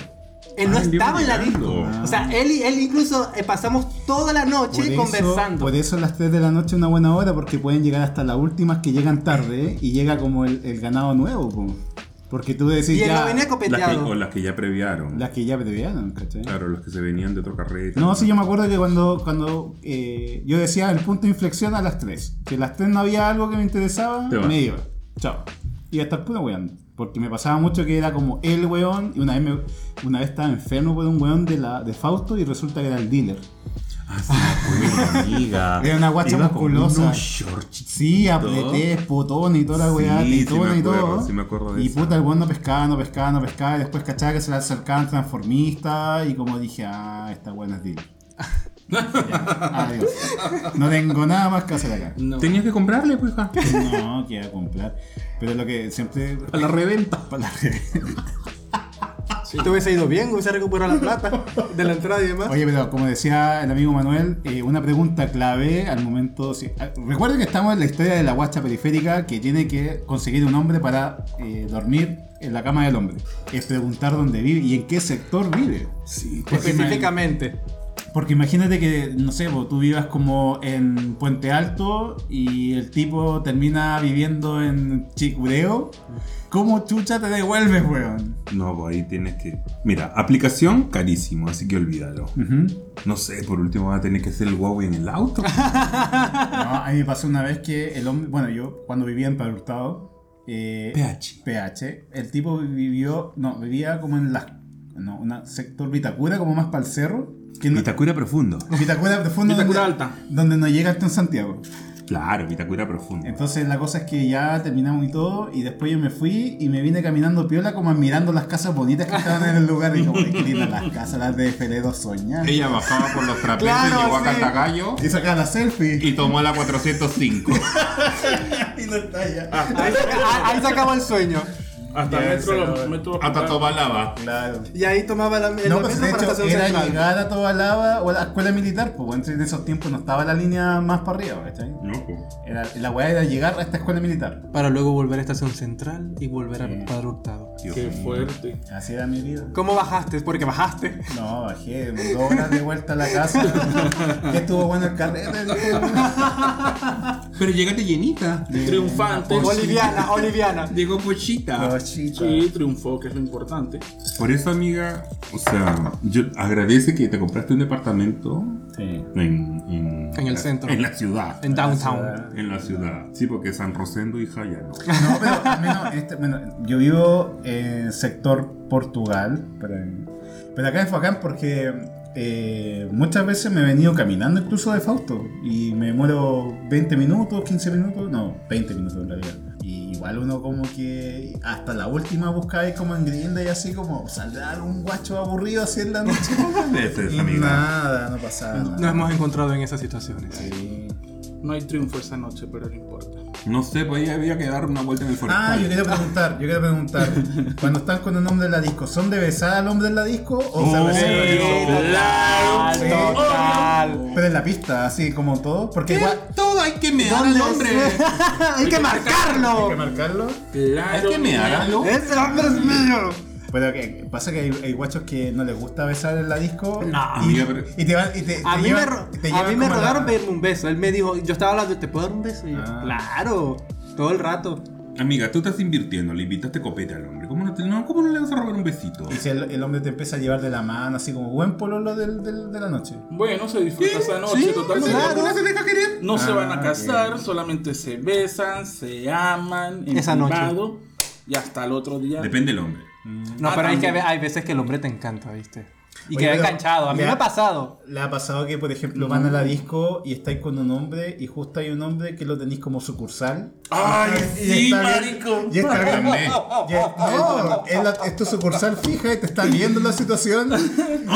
Él no Ah, él iba estaba en la llegando. disco. O sea, él, y- él incluso eh, pasamos toda la noche Por eso- conversando. por eso las 3 de la noche es una buena hora, porque pueden llegar hasta las últimas que llegan tarde y llega como el, el ganado nuevo. po. Porque tú decís y él ya. no venía Las que, copeteado. o las que ya previaron. Las que ya prevearon, ¿cachai? Claro, las que se venían de otro carrete. No, sí, yo me acuerdo que cuando, cuando eh, yo decía el punto de inflexión a las 3, que a las 3 no había algo que me interesaba, Te vas. me iba. Chao. Iba a estar puro weón. Porque me pasaba mucho que era como el weón, y una vez, me- una vez estaba enfermo por un weón de, la, de Fausto y resulta que era el dealer. Ah, sí, me acuerdo, amiga. Era una guacha Ah, Iba con musculosa. unos shorts Sí, chiquitos. apletés, potones y toda la Sí, weá, sí tetones me y acuerdo, todo. sí me acuerdo de y eso. puta, el weón no pescaba, no pescaba, no pescaba, y después cachaba que se le acercaban transformistas, y como dije, ah, esta weón es dealer. Ya, Adiós. No tengo nada más que hacer acá. No. Tenías que comprarle, pues, ja. No, que iba a comprar. Pero lo que siempre. A la reventa. Para la reventa. Te hubiese ido bien, hubiese recuperado la plata de la entrada y demás. Oye, pero como decía el amigo Manuel, eh, una pregunta clave al momento. si- ah, recuerden que estamos en la historia de la guacha periférica que tiene que conseguir un hombre para eh, dormir en la cama del hombre. Es preguntar dónde vive y en qué sector vive. Sí, pues. Específicamente. Porque imagínate que, no sé, vos, tú vivas como en Puente Alto y el tipo termina viviendo en Chicureo. ¿Cómo chucha te devuelves, weón? No, pues ahí tienes que. Mira, aplicación carísimo, así que olvídalo. No sé, por último va a tener que ser el Huawei en el auto. No, a mí me pasó una vez que el hombre, bueno, yo cuando vivía en Pablo Hurtado, eh, PH. PH, el tipo vivió, no, vivía como en la, no, una sector Vitacura, como más para el cerro. Que no- Vitacura profundo. Vitacura profundo. Vitacura donde, alta. Donde no llega hasta en Santiago. Claro, Vitacura profundo. Entonces la cosa es que ya terminamos y todo, y después yo me fui y me vine caminando piola como admirando las casas bonitas que estaban en el lugar. Y digo, "Uy, qué lindas las casas, las de Feredo Soñar. Ella bajaba por los trapecios, Claro, llegó a sí. Cantagallo Y sacaba la selfie. y tomó la 405. Y no está ya. Ahí se, a- ahí se acabó el sueño. Hasta Ya, metro, se los lo- metros- Hasta Tobalaba. Claro. Y ahí tomaba la, la No, pues mesa de para hecho estación era central. llegar a toda lava o a la escuela militar, pues bueno, en esos tiempos no estaba la línea más para arriba, ¿cachai? No, pues. Era, la weá era llegar a esta escuela militar. Para luego volver a estación central y volver Sí. a Padre Hurtado. Dios Qué mío. fuerte. Así era mi vida. ¿Cómo bajaste? Porque bajaste. No, bajé dos horas de vuelta a la casa. que estuvo bueno el carrete. Pero llegaste llenita. Triunfante. Oliviana, Oliviana. Llegó pochita. Pero, chica, Sí, triunfó, que es lo importante. Por eso, amiga, o sea, yo agradece que te compraste un departamento Sí. en, en, En el centro. En la ciudad. En downtown. En la ciudad. Sí, porque San Rosendo y Jaya no. No, pero al menos este- bueno, yo vivo en sector Portugal, pero, pero acá es bacán porque eh, muchas veces me he venido caminando incluso de Fausto y me muero 20 minutos, 15 minutos, no, 20 minutos en realidad. Y igual uno como que hasta la última buscáis como en Grienda y así como saldrá un guacho aburrido así en la noche. Muchas veces, Y amiga. nada, no pasaba nada. Nos hemos encontrado en esas situaciones. Sí. No hay triunfo esa noche, pero no importa. No sé, pues ahí había que dar una vuelta en el forestal. Ah, yo quería preguntar, yo quería preguntar. Cuando están con un hombre en la disco, ¿son de besar al hombre en la disco? ¿O se Oh, besan? sí, Total, Sí. total. Pero en la pista, así como todo. Porque igual. Todo hay que me ¿Dónde es? Hay que marcarlo. marcarlo. Hay que me haga lo- Ese hombre es mío. Pero que pasa que hay, hay guachos que no les gusta besar en la disco. No, y, amiga, pero- y te van. Y te, te A mí, me, llevan- ro- te a llevan mí me como la- rogaron pedirme un beso. Él me dijo, yo estaba hablando, ¿te puedo dar un beso? Y yo, Ah. claro, todo el rato. Amiga, tú estás invirtiendo, le invitaste copete al hombre. ¿Cómo no, te- no, ¿Cómo no le vas a robar un besito? Y si el, el hombre te empieza a llevar de la mano, así como buen pololo del, del- de la noche. Bueno, se disfruta esa noche, totalmente. se deja querer? No se Ah, van a casar, bien. solamente se besan, se aman, en Esa noche. privado, Y hasta el otro día. Depende del hombre. No, Ah, pero hay, que, también. hay veces que el hombre te encanta, ¿viste? Y Oye, queda pero- enganchado. A mí ya. me ha pasado. ¿Le ha pasado que, por ejemplo, van a la disco y estáis con un hombre y justo hay un hombre que lo tenéis como sucursal? Ay, Y sí, está bien- marico. Y está bien. También. Y es- No, es, la- es tu sucursal fija y te está viendo la situación.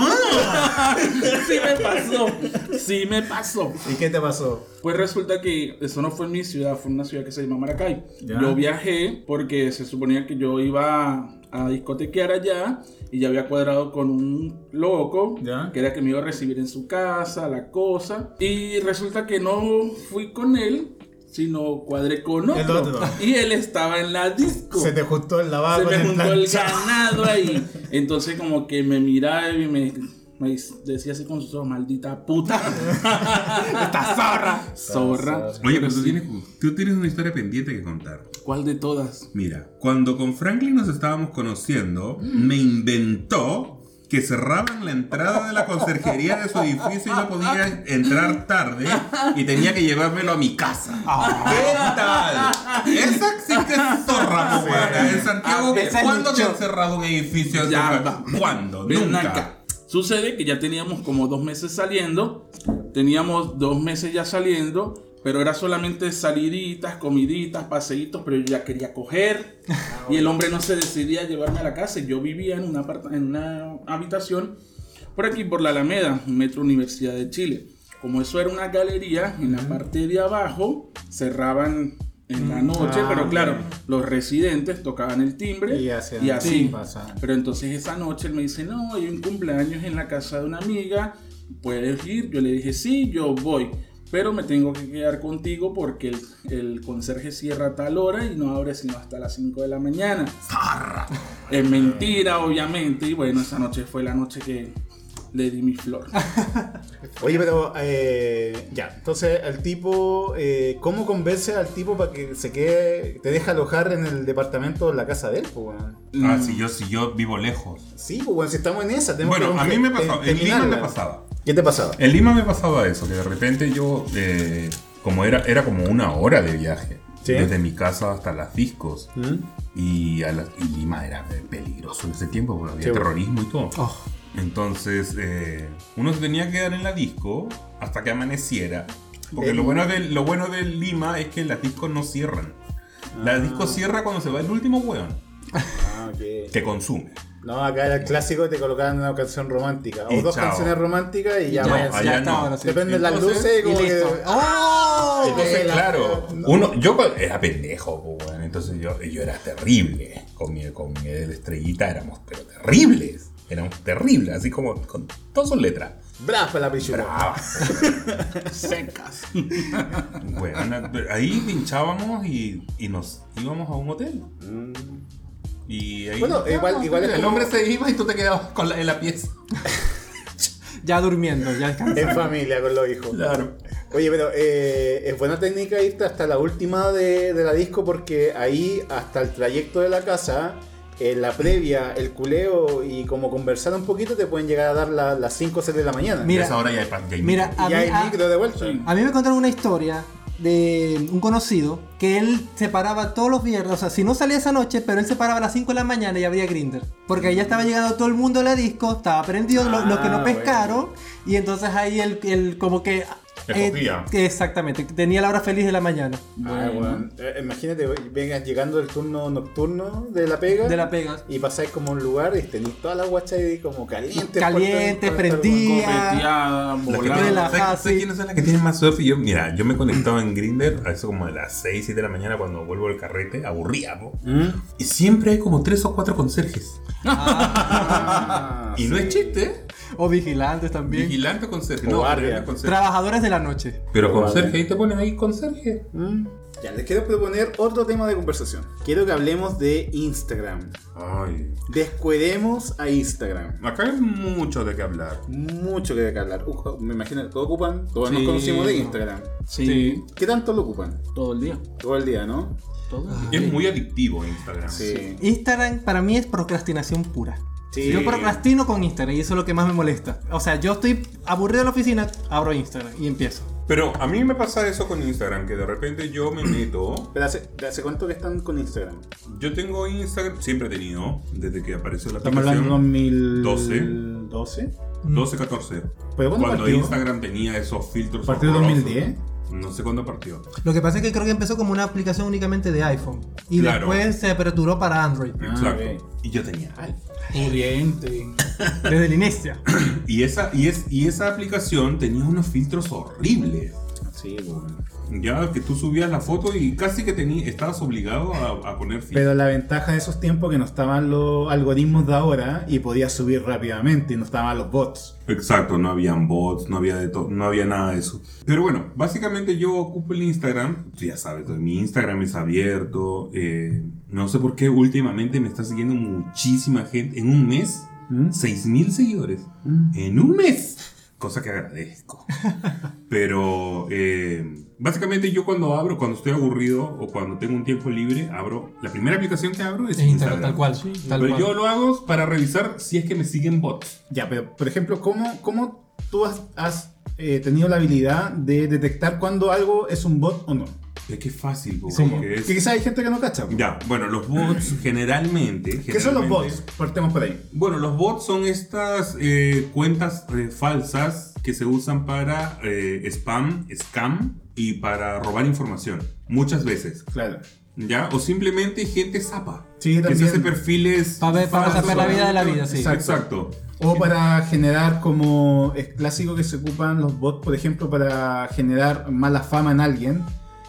sí me pasó. Sí me pasó. ¿Y qué te pasó? Pues resulta que eso no fue en mi ciudad, fue en una ciudad que se llama Maracay. Ya. Yo viajé porque se suponía que yo iba a discotequear allá y ya había cuadrado con un loco Ya. que era que me iba a recibir en su casa, la cosa. Y resulta que no fui con él. sino cuadré con otro. El otro. Y él estaba en la disco. Se te juntó el Se lavado con me el juntó el planchado. ganado ahí. Entonces como que me miraba y me, me decía así con sus ojos, maldita puta. Esta zorra. Zorra. Oye, pero tú tienes, tú tienes una historia pendiente que contar. ¿Cuál de todas? Mira, cuando con Franklin nos estábamos conociendo, me inventó que cerraban la entrada de la conserjería de su edificio y no podía entrar tarde y tenía que llevármelo a mi casa. ¿Qué tal? Esa sí que es zorra, pues, weona. En Santiago, Ah, esa es ¿cuándo te mucho. han cerrado un edificio? de Ya, zorra? va. ¿Cuándo? Ven Nunca. acá. Sucede que ya teníamos como dos meses saliendo. Teníamos dos meses ya saliendo. Pero era solamente saliditas, comiditas, paseitos, pero yo ya quería coger. Ah, Y el hombre no se decidía a llevarme a la casa. Yo vivía en una, aparta- en una habitación por aquí, por la Alameda, Metro Universidad de Chile. Como eso era una galería, en la parte de abajo cerraban en la noche, Ah, pero ok. claro, los residentes tocaban el timbre Y y hacían- así. sí, pasa. Pero entonces esa noche él me dice, no, hay un cumpleaños en la casa de una amiga, puedes ir. Yo le dije, sí, yo voy, pero me tengo que quedar contigo porque el, el conserje cierra a tal hora y no abre sino hasta las 5 de la mañana. Es mentira, obviamente, y bueno, esa noche fue la noche que le di mi flor. Oye, pero eh, ya, entonces el tipo, eh, ¿cómo convence al tipo para que se quede, te deja alojar en el departamento, en la casa de él, pues, weón? Ah, si yo, si yo vivo lejos. Sí, pues, weón, si estamos en esa, tenemos Bueno, que a mí me te- pasó. En terminar, Lima me weón. pasaba. ¿Qué te pasaba? En Lima me pasaba eso, que de repente yo, eh, como era, era como una hora de viaje, Sí. desde mi casa hasta las discos. ¿Mm? Y, a la- y Lima era peligroso en ese tiempo, porque había Sí, bueno. terrorismo y todo. Oh, Entonces, eh, uno se tenía que quedar en la disco hasta que amaneciera. Porque Eh. lo bueno, de, lo bueno de Lima es que las discos no cierran. La disco cierra cuando se va el último weón Ah, ok. que consume. No, acá era el clásico, te colocaban una canción romántica, o Y dos chao. canciones románticas y ya, No, váyanse. allá está, no. ahora sí. Depende de las Entonces, luces y Y como que... listo. ¡Oh! Entonces, la- claro, uno, yo cu- era pendejo, po, weón. entonces yo, yo era terrible. Con mi, con mi Edel estrellita éramos pero terribles. Éramos terribles, así como con todas sus letras. Brava la pichura. Brava. Secas. Weón, pero ahí pinchábamos y, y nos íbamos a un hotel. Y ahí Mm. Bueno, nos igual- quedábamos. igual es el como- hombre se iba y tú te quedabas con la, en la pieza. Ya durmiendo, ya descansando. En familia, con los hijos. Claro. Oye, pero eh, es buena técnica irte hasta la última de, de la disco porque ahí, hasta el trayecto de la casa, eh, la previa, el culeo y como conversar un poquito, te pueden llegar a dar la- las 5 o 6 de la mañana. Mira, a esa hora ya hay pa- ya hay Mira, y a mí, ah, ya hay a- micro de vuelta. a mí me contaron una historia de un conocido que él se paraba todos los viernes, o sea, si no salía esa noche, pero él se paraba a las 5 de la mañana y abría Grinder, porque ahí ya estaba llegando todo el mundo a la disco, estaba prendido, lo- los que Ah, no bueno. pescaron, y entonces ahí él, él como que... Te jodía. que exactamente, tenía la hora feliz de la mañana, Ah, bueno. Eh, imagínate, vengas llegando el turno nocturno de la pega. de la pegas. y pasáis como a un lugar y tenéis toda la guacha ahí como caliente. Caliente, prendida. Copeteada, volada. tiene la ¿Sabes- fácil. ¿sabes quiénes son las que tienen más surf? Y yo, mira, yo me conectaba en Grinder a eso como a las 6, 7 de la mañana cuando vuelvo al carrete, aburría, po. Y siempre hay como 3 o 4 conserjes. Ah, y no es chiste, Ah, ¿eh? O vigilantes también. vigilante conserje. O No, guardia. pero era conserje. Trabajadores de la noche. Pero O conserje, guardia. ahí te ponen ahí conserje. ¿Mm? Ya, les quiero proponer otro tema de conversación. Quiero que hablemos de Instagram. Ay. Descuidemos a Instagram. Acá hay mucho de qué hablar. Mucho que hay que hablar. Ujú, me imagino que todos ocupan, todos nos Sí. conocimos de Instagram. Sí, ¿Qué tanto lo ocupan? todo el día. Todo el día, ¿no? Todo el día. Es muy adictivo Instagram. Sí. Instagram para mí es procrastinación pura. Sí. Yo procrastino con Instagram y eso es lo que más me molesta. O sea, yo estoy aburrido de la oficina, abro Instagram y empiezo. Pero a mí me pasa eso con Instagram, que de repente yo me meto. Pero hace, de hace cuánto que están con Instagram? Yo tengo Instagram, siempre he tenido, desde que apareció la Estamos hablando de aplicación. 2012. 12, 14. ¿Pero cuándo cuando partió? Instagram tenía esos filtros. ¿Partió en horrorosos. 2010? No sé cuándo partió. Lo que pasa es que creo que empezó como una aplicación únicamente de iPhone y Claro. después se aperturó para Android Ah, Exacto. Y yo tenía. Pudiente. desde el inicio. Y esa, y, es, y esa aplicación tenía unos filtros horribles. Sí, bueno. Ya que tú subías la foto y casi que tení- estabas obligado a, a poner feed. Pero la ventaja de esos tiempos que no estaban los algoritmos de ahora y podías subir rápidamente y no estaban los bots. Exacto, no habían bots, no había de todo, no había nada de eso. Pero bueno, básicamente yo ocupo el Instagram, tú ya sabes, mi Instagram es abierto, eh, no sé por qué últimamente me está siguiendo muchísima gente, en un mes, ¿Mm? 6.000 seguidores, en un mes, cosa que agradezco. Pero eh, básicamente yo cuando abro, cuando estoy aburrido o cuando tengo un tiempo libre, abro, la primera aplicación que abro es Es Instagram. Instagram, tal cual. tal Pero cual. yo lo hago para revisar si es que me siguen bots. Ya, pero por ejemplo, ¿cómo, cómo tú has, has, eh, tenido la habilidad de detectar cuando algo es un bot o no? Es que es fácil, po, porque Que es- quizás hay gente que no cacha. po. Ya, bueno, los bots generalmente, ¿Qué son los generalmente- bots? Partemos por ahí. Bueno, los bots son estas eh, cuentas eh, falsas que se usan para eh, spam, scam y para robar información. Muchas veces, Claro. ¿ya? O simplemente gente zapa. Sí, que se también. hace perfiles. Pa' ver- pa' falsos. sacar la vida de la vida, sí. Exacto. O para generar como es clásico que se ocupan los bots, por ejemplo, para generar mala fama en alguien.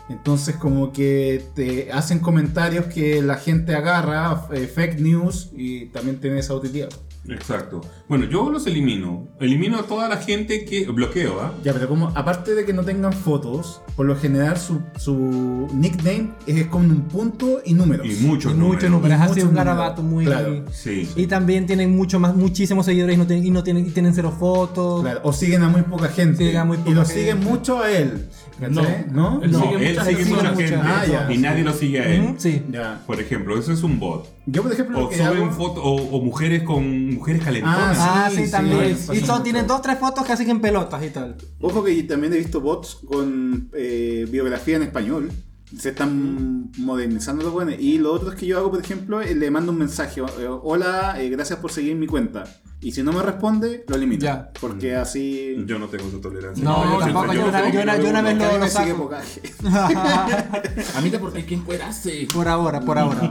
Entonces como que te hacen comentarios que la gente agarra, eh, fake news, y también tiene esa utilidad. Exacto. Bueno, yo los elimino. Elimino a toda la gente que. Bloqueo, ¿ah? Ya, pero como, aparte de que no tengan fotos, por lo general su, su nickname es con un punto y números. Y muchos Mucho número, es Mucho así un número. garabato muy. Claro. Sí. Y también tienen mucho más, muchísimos seguidores y no tienen, y no tienen, y tienen cero fotos. Claro, o siguen a muy poca gente. Siguen a muy poca y lo gente. siguen mucho a él. ¿cachai? ¿No? Él No, sigue él mucha sigue gente. mucha Mucha gente. gente. Ah, ya. y nadie lo sigue a él. Ujú, Sí. Ya. Por ejemplo, eso es un bot. Yo, por ejemplo, lo O que suben hago- fotos o, o mujeres con mujeres calentonas. Ah, Ah, sí, sí, sí, también. pasa y son, mucho. tienen dos, tres fotos que siguen pelotas y tal. Ojo que también he visto bots con eh, biografía en español. Se Mm. están modernizando los buenos. Y lo otro es que yo hago, por ejemplo, eh, le mando un mensaje. eh, Hola, eh, gracias por seguir mi cuenta. Y si no me responde, lo elimito. Ya. Porque así... Yo no tengo esa tolerancia. No, yo tampoco. Yo una, yo una- yo una vez Porque a lo, mí lo me sigue saco. poca gente. Ah. Mamita, porque quién cuerase. Por ahora, por ahora.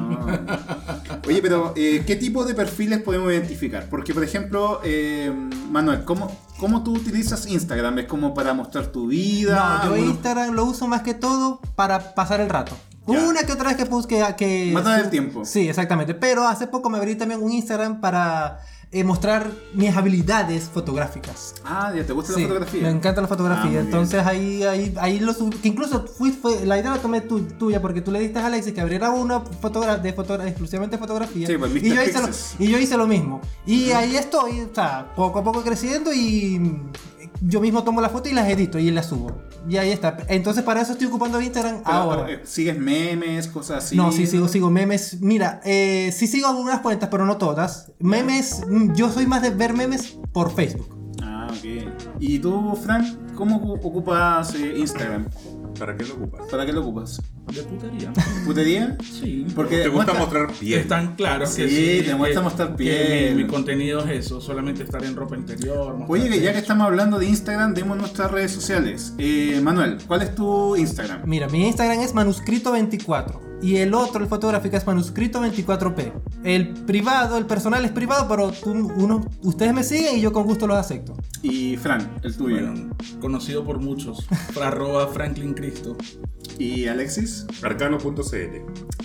Oye, pero eh, ¿qué tipo de perfiles podemos identificar? Porque, por ejemplo, eh, Manuel, ¿cómo, ¿cómo tú utilizas Instagram? ¿Es como para mostrar tu vida? No, yo Algunos- Instagram lo uso más que todo para pasar el rato. Ya. Una que otra vez que busque que. Matar el tiempo. Sí, exactamente. Pero hace poco me abrí también un Instagram para eh, mostrar mis habilidades fotográficas. Ah, ya, ¿te gusta Sí, la fotografía? Me encanta la Ah, muy fotografía. bien. Entonces ahí, ahí, ahí lo subí. Que incluso fui- fue- la idea la tomé tu- tuya porque tú le diste a Alexis que abriera una fotogra de foto exclusivamente de fotografía. Sí, pues, y, Mr. yo hice lo, Pixels. y yo hice lo mismo. Y ahí estoy, o sea, poco a poco creciendo y mm, yo mismo tomo la foto y las edito y las subo. Y ahí está. Entonces para eso estoy ocupando Instagram Pero, ahora. eh, ¿Sigues memes, cosas así? No, sí sigo, sigo memes. Mira, eh, sí sigo algunas cuentas, pero no todas. Memes, mm, yo soy más de ver memes por Facebook. Ah, ok. ¿Y tú, Fran, cómo ocu- ocupas eh, Instagram? ¿Para qué lo ocupas? ¿Para qué lo ocupas? De putería. ¿Putería? Sí. Porque ¿Te gusta muestra- mostrar piel? Es tan claro que Sí, sí. te muestra que- mostrar que piel. Mi, mi contenido es eso, solamente estar en ropa interior. mostrar Oye, Oye, que ya que pecho. estamos hablando de Instagram, demos nuestras redes sociales. Eh, Manuel, ¿cuál es tu Instagram? Mira, mi Instagram es manuscrito24 y el otro, el fotográfico, es manuscrito24p. El privado, el personal es privado, pero tú- uno, ustedes me siguen y yo con gusto los acepto. Y Fran, el tuyo. Bueno, conocido por muchos. por Arroba Franklin Cristo. Y Alexis. Arcano.cl.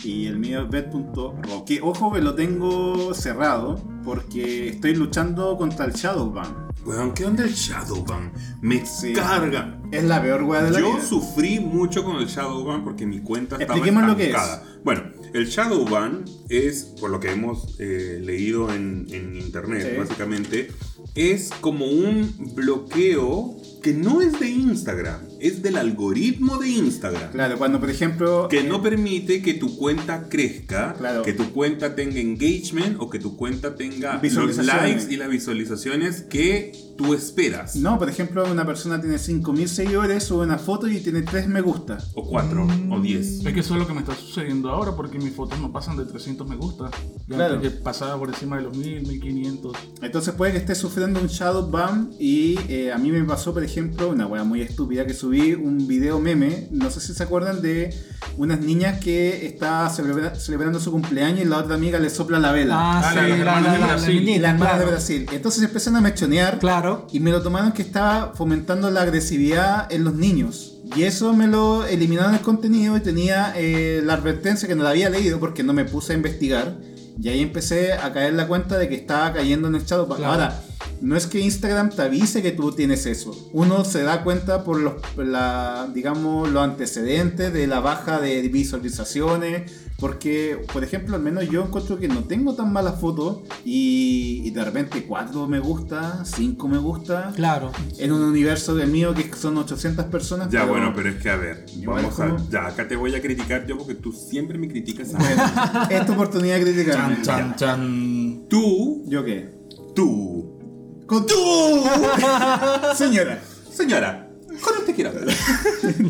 Y el mío es bet.ro. Que ojo que lo tengo cerrado porque estoy luchando contra el Shadowban. Weón, ¿qué onda el Shadowban? Me Sí. carga. Es la peor wea de la Yo vida. sufrí mucho con el Shadowban porque mi cuenta estaba Expliquemos lo que estancada. Bueno, el Shadowban es, por lo que hemos eh, leído en, en internet, Sí. básicamente, es como un bloqueo que no es de Instagram, es del algoritmo de Instagram. Claro, cuando por ejemplo. Que no permite que tu cuenta crezca, Claro. que tu cuenta tenga engagement o que tu cuenta tenga los Visualizaciones. likes y las visualizaciones que tú esperas. eh, No, por ejemplo, una persona tiene 5.000 seguidores, sube una foto y tiene 3 me gusta. O cuatro, o diez. Es que eso es lo que me está sucediendo ahora porque mis fotos no pasan de 300 me gusta. Yo Claro. antes que pasaba por encima de los 1000, 1500. Entonces puede que esté sufriendo un shadow ban y eh, a mí me pasó, por ejemplo, una wea muy estúpida que subí un video meme, no sé si se acuerdan de unas niñas que está celebra- celebrando su cumpleaños y la otra amiga le sopla la vela. Ah, Ah, la- sí, las la, la, hermanas de la- la Brasil. niñita, y las hermanas de claro. Brasil. Entonces empiezan a mechonear Claro. y me lo tomaron que estaba fomentando la agresividad en los niños. Y eso me lo eliminaron el contenido y tenía eh, la advertencia que no la había leído porque no me puse a investigar. Y ahí empecé a caer la cuenta de que estaba cayendo en el shadowban. Ahora, no es que Instagram te avise que tú tienes eso. Uno se da cuenta por los, por la, digamos, los antecedentes de la baja de visualizaciones. Porque, por ejemplo, al menos yo encuentro que no tengo tan malas fotos y, y de repente 4 me gusta, 5 me gusta. Claro. En un universo del mío que son 800 personas. Ya, bueno, pero es que a ver, Igual vamos a. como- Ya, acá te voy a criticar yo porque tú siempre me criticas a mí. Bueno, es tu oportunidad de criticarme. Chan, chan, chan. Tú, ¿Yo qué? tú, ¡Con tú! Señora. señora, con usted quiero hablar.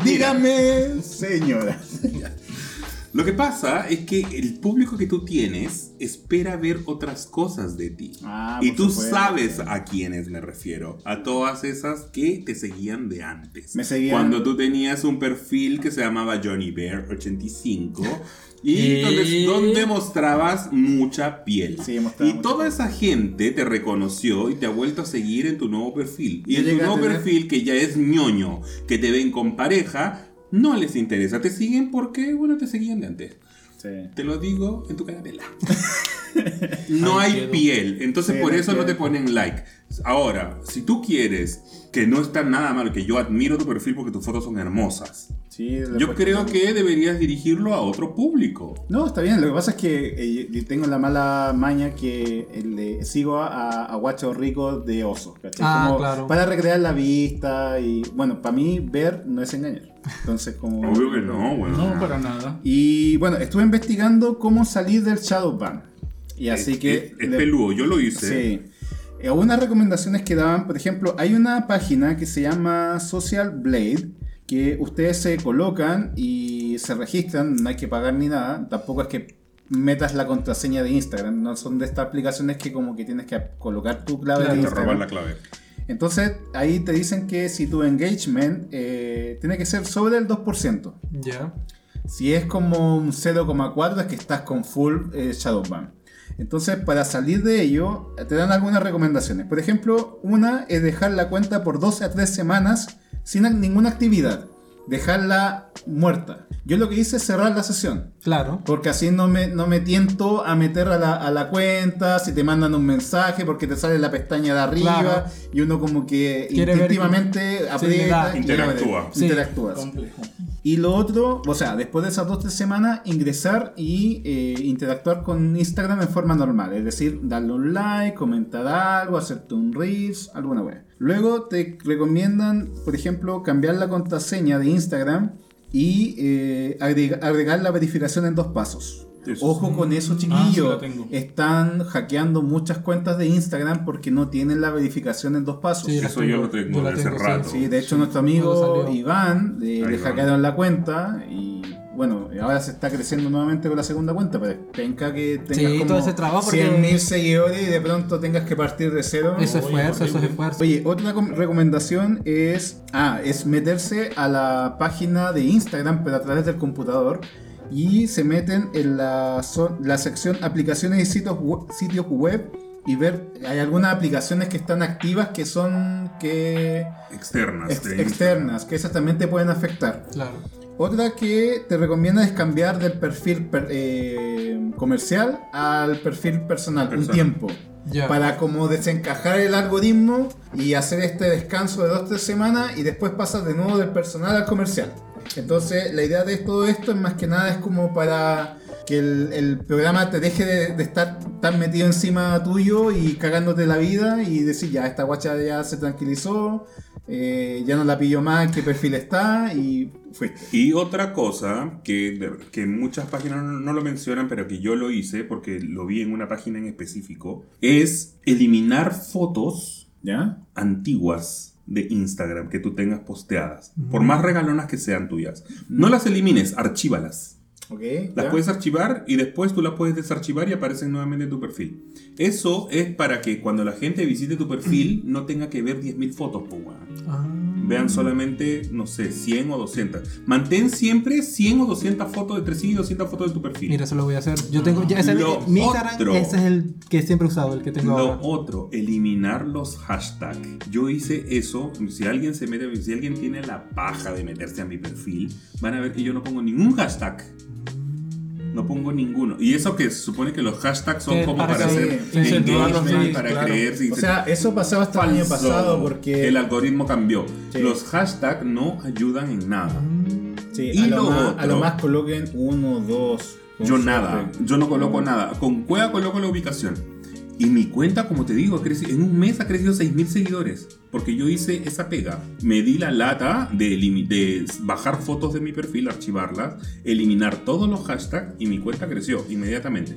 Dígame, señora. Lo que pasa es que el público que tú tienes espera ver otras cosas de ti. Ah, y por tú supuesto. sabes a quiénes me refiero. A todas esas que te seguían de antes. Me seguían. Cuando tú tenías un perfil que se llamaba Johnny Bear 85. Y, Y- Donde, donde mostrabas mucha piel. Sí, mostraba y mucha toda piel. esa gente te reconoció y te ha vuelto a seguir en tu nuevo perfil. Y Yo en tu llegué a nuevo tener- perfil, que ya es ñoño, que te ven con pareja, no les interesa. Te siguen porque, bueno, te seguían de antes. Sí. Te lo digo en tu canapela. no Ay, hay quedo. piel, entonces Sí, por no eso no quiero. te ponen like. Ahora, si tú quieres, que no está nada mal, que yo admiro tu perfil porque tus fotos son hermosas, Sí, la yo parte- creo que deberías dirigirlo a otro público. No, está bien. Lo que pasa es que eh, yo tengo la mala maña que eh, le sigo a, a guachos ricos de oso. ¿cachai? Ah, claro. Para recrear la vista y. Bueno, para mí, ver no es engañar. Entonces, como. Obvio que no, bueno. No, para nada. Y bueno, estuve investigando cómo salir del Shadowban. Y así Es- que. Es, Eh, es le- peludo, yo lo hice. Sí. Eh, Algunas recomendaciones que daban, por ejemplo, hay una página que se llama Social Blade, que ustedes se colocan y se registran, no hay que pagar ni nada, tampoco es que metas la contraseña de Instagram, no son de estas aplicaciones que como que tienes que colocar tu clave de Te Instagram. roban la clave. Entonces ahí te dicen que si tu engagement eh, tiene que ser sobre el 2%. Ya. Si es como un 0,4 es que estás con full eh, Shadowban. Entonces, para salir de ello, te dan algunas recomendaciones. Por ejemplo, una es dejar la cuenta por 12 a 3 semanas sin ac- ninguna actividad. Dejarla muerta. Yo lo que hice es cerrar la sesión. Claro. Porque así no me, no me tiento a meter a la, a la cuenta, si te mandan un mensaje, porque te sale la pestaña de arriba Claro. y uno como que Quiere ver- instintivamente le da. aprieta y Interactúa. Sí. interactúas. Complejo. Y lo otro, o sea, después de esas dos tres semanas, ingresar y eh, interactuar con Instagram en forma normal. Es decir, darle un like, comentar algo, hacerte un reels, alguna wea. Luego te recomiendan, por ejemplo, cambiar la contraseña de Instagram y eh, agrega- agregar la verificación en dos pasos. Eso. Ojo con eso, Ah, sí, chiquillos. la tengo. Están hackeando muchas cuentas de Instagram porque no tienen la verificación en dos pasos. Sí, la Eso yo lo tengo la desde tengo, hace rato. Sí, de hecho nuestro Cuando amigo salió. Iván eh, Ah, le Iván. hackearon la cuenta y bueno, ahora se está creciendo nuevamente con la segunda cuenta, pero es penca que tengas Sí, como todo ese trabajo porque- 100.000 seguidores y de pronto tengas que partir de cero. Eso es esfuerzo, eso es esfuerzo. Oye, otra com- recomendación es, ah, es meterse a la página de Instagram, pero a través del computador. Y se meten en la, zo- la sección aplicaciones y sitios, we- sitios web y ver, hay algunas aplicaciones que están activas que son que Externas. ex- de externas, que esas también te pueden afectar. Claro. Otra que te recomienda es cambiar del perfil per- eh, comercial al perfil personal, un Personal. tiempo. Ya. Para como desencajar el algoritmo y hacer este descanso de 2-3 semanas y después pasas de nuevo del personal al comercial. Entonces la idea de todo esto es más que nada es como para que el, el programa te deje de, de estar tan metido encima tuyo y cagándote la vida y decir ya esta guacha ya se tranquilizó, eh, ya no la pillo más, en qué perfil está y fuiste. Y otra cosa que, de- que muchas páginas no, no lo mencionan, pero que yo lo hice porque lo vi en una página en específico, es eliminar fotos ¿Ya? antiguas de Instagram que tú tengas posteadas, Mm. por más regalonas que sean tuyas. No las elimines, archívalas. ¿Ok? Las ¿ya? puedes archivar y después tú las puedes desarchivar y aparecen nuevamente en tu perfil. Eso es para que cuando la gente visite tu perfil no tenga que ver 10.000 fotos, po, weón. Ah, vean solamente, no sé, 100 o 200. Mantén siempre 100 o 200 fotos entre sí y 200 fotos de tu perfil. Mira, eso lo voy a hacer. Yo tengo. ya, ese- Lo mi Instagram, otro. ese es el que siempre he usado, el que tengo Lo ahora. otro, eliminar los hashtags. Yo hice eso. Si alguien se mete, si alguien tiene la paja de meterse a mi perfil, van a ver que yo no pongo ningún hashtag. No pongo ninguno. Y eso que se supone que los hashtags son Que como para para sí, hacer ah, sí, sí, engagement, sí, para claro. creer. sí, O sí. sea, eso pasaba hasta el año Falso. pasado porque... el algoritmo cambió. Sí. Los hashtags no ayudan en nada. Sí, Y a, lo lo más, a lo otro. más coloquen uno, dos. con Yo suerte. nada, yo no coloco nada. Con Cueva coloco la ubicación. Y mi cuenta, como te digo, ha crecido- en un mes ha crecido 6.000 seguidores. Porque yo hice esa pega. Me di la lata de, elimi- de bajar fotos de mi perfil, archivarlas, eliminar todos los hashtags y mi cuenta creció inmediatamente.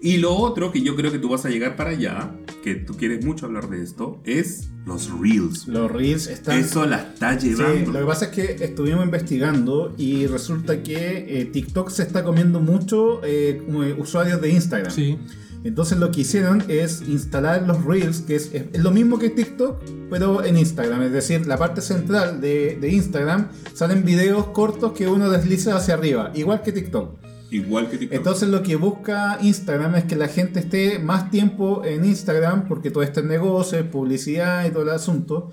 Y lo otro que yo creo que tú vas a llegar para allá, que tú quieres mucho hablar de esto, es los reels. Los reels están... Eso la está Sí, llevando. lo que pasa es que estuvimos investigando y resulta que eh, TikTok se está comiendo mucho eh, usuarios de Instagram. Sí. Entonces lo que hicieron es instalar los Reels, que es, es lo mismo que TikTok, pero en Instagram. Es decir, la parte central de, de Instagram salen videos cortos que uno desliza hacia arriba, igual que TikTok. Igual que TikTok. Entonces lo que busca Instagram es que la gente esté más tiempo en Instagram porque todo este negocio, publicidad y todo el asunto.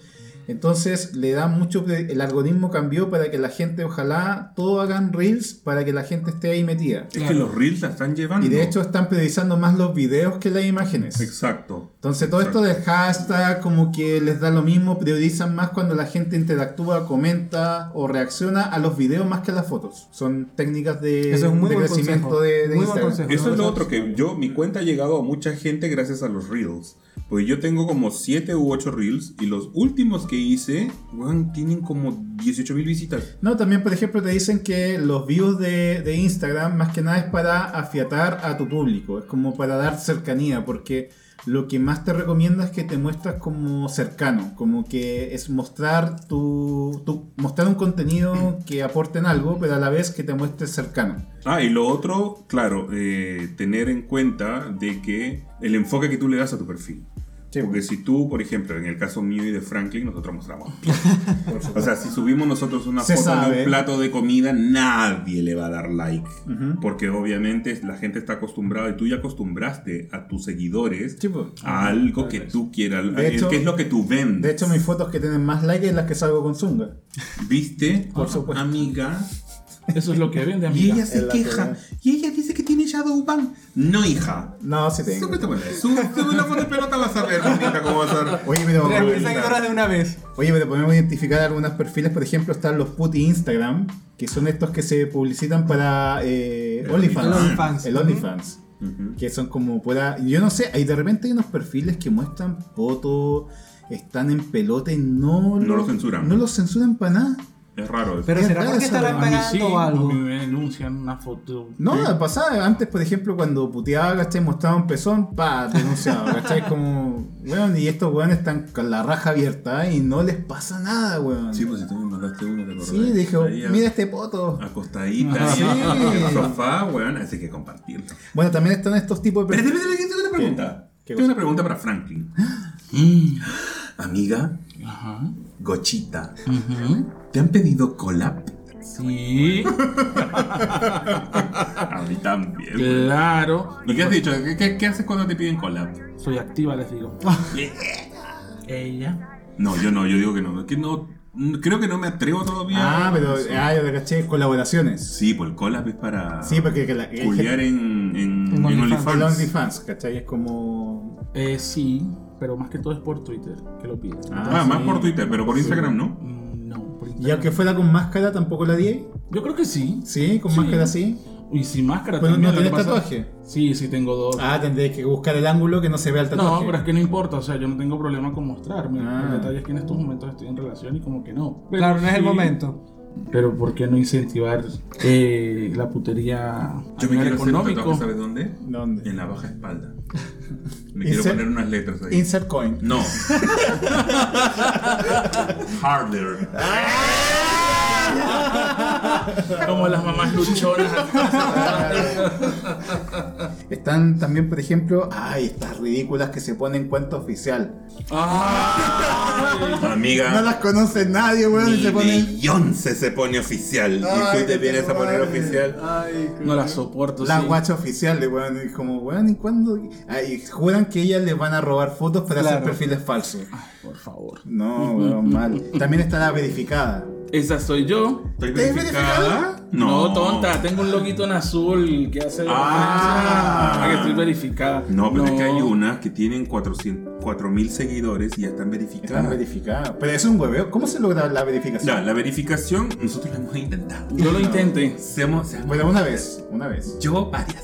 Entonces le da mucho, pre- el algoritmo cambió para que la gente, ojalá, todo hagan reels para que la gente esté ahí metida. es que los reels la están llevando. Y de hecho están priorizando más los videos que las imágenes. Exacto. Entonces todo esto de hashtag como que les da lo mismo, priorizan más cuando la gente interactúa, comenta o reacciona a los videos más que a las fotos. Son técnicas de, Eso es un muy de buen crecimiento consejo. de, de Muy buen Instagram. consejo. Eso es lo Nosotros- otro que yo, mi cuenta ha llegado a mucha gente gracias a los reels. Porque yo tengo como 7 u 8 reels y los últimos que hice, weón, tienen como 18 mil visitas. No, también por ejemplo te dicen que los views de, de Instagram más que nada es para afiatar a tu público, es como para dar cercanía, porque lo que más te recomienda es que te muestras como cercano, como que es mostrar tu, tu- mostrar un contenido que aporte en algo, pero a la vez que te muestres cercano. Ah, y lo otro, claro, eh, tener en cuenta de que el enfoque que tú le das a tu perfil. Porque si tú, por ejemplo, en el caso mío y de Franklin, nosotros mostramos. o sea, si subimos nosotros una Se foto de sabe. un plato de comida, nadie le va a dar like. Ujú. Porque obviamente la gente está acostumbrada y tú ya acostumbraste a tus seguidores Sí, pues. a algo que tú quieras, De hecho- que es lo que tú vendes. De hecho, mis fotos que tienen más likes es las que salgo con Zunga. ¿Viste? Por supuesto. Amiga. Eso es lo que vende, Y amiga. ella Es se la queja. cagada. Y ella dice que tiene Shadowban. No, hija. No, sí tengo. Súbete, bueno, sú- súbela con el pelota, vas a ver, mamita, cómo vas a ver. Oye, pero, Tres mil seguidores de una vez. Oye, pero podemos identificar algunos perfiles, por ejemplo, están los puti Instagram, que son estos que se publicitan para eh, OnlyFans. El OnlyFans. El OnlyFans. Que son como pueda. Yo no sé, hay de repente hay unos perfiles que muestran fotos, están en pelota y no, No lo- lo censuran. No los censuran para nada. Es raro eso. Pero Es será raro porque eso, estarán ¿no? A mí pagando sí, o algo. a mí me denuncian una foto. No, Sí. pasaba antes, por ejemplo, cuando puteaba, ¿cachai? Mostraba un pezón, pa, denunciaba, ¿cachai? Como, weón, y estos weones están con la raja abierta y no les pasa nada, weón. pues si tú me mandaste uno, te acordás. Sí, dije, Ahí, ah". mira este poto. Acostadita, Sí. ahí, en el sofá, weón, así que compartirlo. Bueno, también están estos tipos de Pero perfiles. espérate, espérate, tengo una pregunta. ¿Qué cosa? Tengo una pregunta para Franklin. Mm. Amiga, Ajá. gochita, ¿te han pedido collab? Sí, A mí también. weón. claro. ¿Y qué has dicho? ¿Qué, qué- qué haces cuando te piden collab? Soy activa, les digo. Ella. No, yo no, yo digo que no. Que no creo que no me atrevo todavía. Ah, pero Eso. ah, yo te caché, colaboraciones. Sí, pues el collab es para. Sí, porque que la, que Culiar el en, en, en En OnlyFans. el OnlyFans. OnlyFans, ¿cachai? Es como. Eh, sí, pero más que todo es por Twitter que lo piden. Ah, más por Twitter, pero por Instagram no. Mm, No, por Y Instagram. aunque fuera con máscara, tampoco la di. Yo creo que sí. Sí, con Sí. máscara sí. Y sin máscara Pero también. no lo que tenés pasa- tatuaje. Sí, sí tengo dos. Ah, tendréis que buscar el ángulo que no se vea el tatuaje. no, pero es que no importa, o sea, yo no tengo problema con mostrarme. Ah. El detalle es que en estos momentos estoy en relación y como que no. Pero Claro, no es el sí, momento. Pero ¿por qué no incentivar eh, la putería a Yo me nivel quiero hacer un económico? tatuaje, ¿sabes dónde? ¿Dónde? En la baja espalda. Me Insert- quiero poner unas letras ahí. Insert coin. No. Harder. Como las mamás luchonas. Están también, por ejemplo, ay, estas ridículas que se ponen cuenta oficial. No Amiga, las conoce nadie, weón, y ni se ponen. Beyoncé se pone oficial. Y Ay, tú te vienes a poner madre. oficial. Ay, No la soporto. La Pues sí. guacha oficial de weón, y como weón, ¿y cuándo? Ay, juran que ellas les van a robar fotos para hacer Claro. perfiles falsos. Por favor. No, weón, mal. También está la verificada. Esa soy yo. ¿Estoy ¿Te has verificada? No, tonta, tengo un loguito en azul que hace. Ah. que estoy verificada. No, pero es que hay unas que tienen 400 4.000 seguidores y ya están verificadas. Están verificadas. Pero es un hueveo. ¿Cómo se logra la verificación? Ya, la verificación nosotros la hemos intentado. Yo lo intenté. Se hemos- se hemos- Bueno, una vez, una vez. yo varias.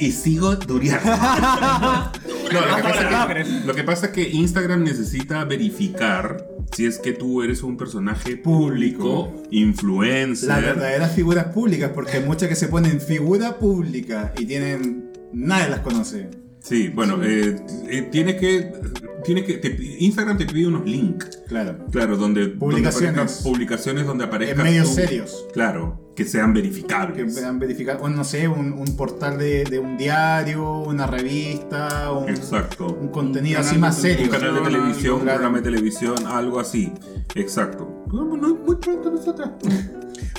Y sigo dureando. No, lo, que pasa es que, lo que pasa es que Instagram necesita verificar si es que tú eres un personaje público, influencer. Las verdaderas figuras públicas, porque hay muchas que se ponen figura pública y tienen. Nadie las conoce. Sí, bueno, eh, eh, tienes que. Tienes que te- Instagram te pide unos links. Claro. Claro, donde. donde Publicaciones. aparezcan publicaciones donde aparezcan. En medios tú. serios. Claro, que sean Que verificables. puedan verificar, o no sé, un, un portal de, de un diario, una revista, un, Exacto. un contenido Un así canal más de- un serio. Un canal de Claro, televisión, un claro. programa de televisión, algo así. Exacto. No, no, muy pronto nosotras.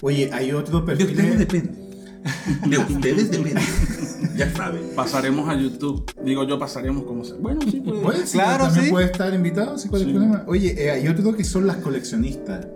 Oye, hay otro De ustedes perfil. depende. De ustedes depende. Ya saben. Pasaremos a YouTube. Digo, yo pasaremos como sea. Bueno, sí, pues. Puede ser, Claro, también sí. puede estar invitado, si cuál es el Sí. problema. Oye, eh, hay otro que son las coleccionistas.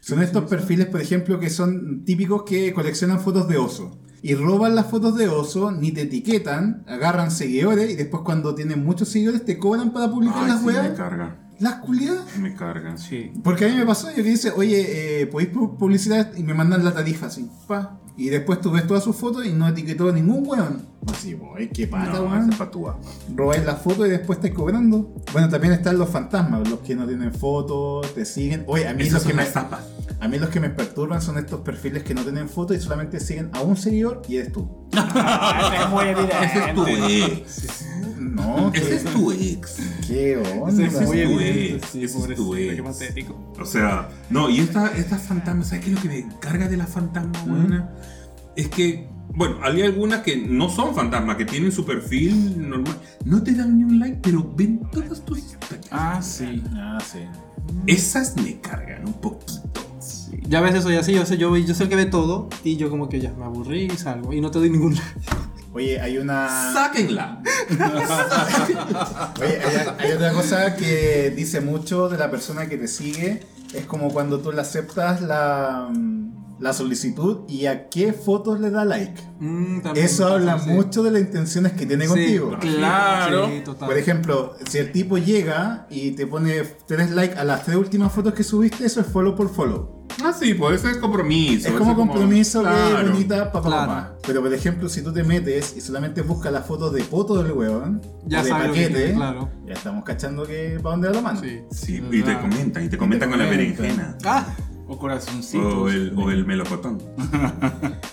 Son estos perfiles, por ejemplo, que son típicos que coleccionan fotos de oso. Y roban las fotos de oso, ni te etiquetan, agarran seguidores y después cuando tienen muchos seguidores te cobran para publicar Ay, las sí, weas. me carga. Las culiadas. Me carga. Sí. Porque a mí me pasó, yo que dice, oye, eh, ¿podéis pu- publicidad? Y me mandan la tarifa así, pa. Y después tú ves todas sus fotos y no etiquetó a ningún weón. Así, boy, qué pata, Ah, No, weón. esa patúa. Robáis la foto y después estáis cobrando. Bueno, también están los fantasmas, los que no tienen fotos, te siguen. Oye, a mí, Esas los que, son me, las tapas. a mí los que me perturban son estos perfiles que no tienen fotos y solamente siguen a un seguidor y eres tú. Es muy Ese es tu ex. No, Ese qué, es tu ex. qué onda. Ese es muy tu evidente, ex. sí, Ese es tu pobrecito, qué ex. patético. O sea, no, y esta- estas fantasmas, ¿sabes qué es lo que me carga de las fantasmas, buena? Es que, bueno, hay algunas que no son fantasmas, que tienen su perfil normal. No te dan ni un like, pero ven todas tus historias. Ah, sí. Ah, sí. Esas me cargan un poquito. Ya a veces soy así, yo sé, yo, yo soy el que ve todo y yo como que ya me aburrí y salgo y no te doy ningún Oye, hay una. ¡Sáquenla! Oye, hay, hay otra cosa que dice mucho de la persona que te sigue. Es como cuando tú le aceptas la, mm, la solicitud y a qué fotos le da like. Mm, también Eso me pasa, habla sí. mucho de las intenciones que tiene Sí, contigo. Claro. Sí, total. Por ejemplo, si el tipo llega y te pone tres likes a las tres últimas fotos que subiste, eso es follow por follow. Ah, sí, pues eso es compromiso. Es eso como compromiso que Claro. bonita papá Claro. mamá. Pero por ejemplo, si tú te metes y solamente buscas las fotos de poto del huevón, Ya o de sabes lo que paquete, ¿eh? quiere, claro. ya estamos cachando que para dónde va la mano. Sí. Sí, y te Ah. comentan, y te comentan con la comentan. berenjena. Ah, O corazoncitos. O Oh, el, o el melocotón.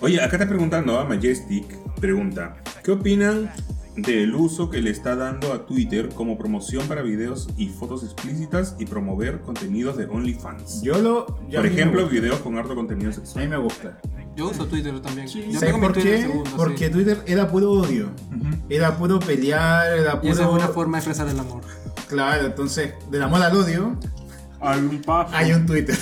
Oye, acá está preguntando a Majestic, pregunta, ¿qué opinan del uso que le está dando a Twitter como promoción para videos y fotos explícitas y promover contenidos de OnlyFans? Yo lo. yo Por a mí me ejemplo, gusta. videos con harto contenido A sexual. mí me gusta. yo uso Twitter también. Yo ¿Sabes tengo mi por Twitter qué? segundo, sí. Porque Twitter era puro odio. Era puro pelear, era Y esa es una puro. forma de expresar el amor. Claro, entonces, del amor al odio, Hay un paso. hay un Twitter.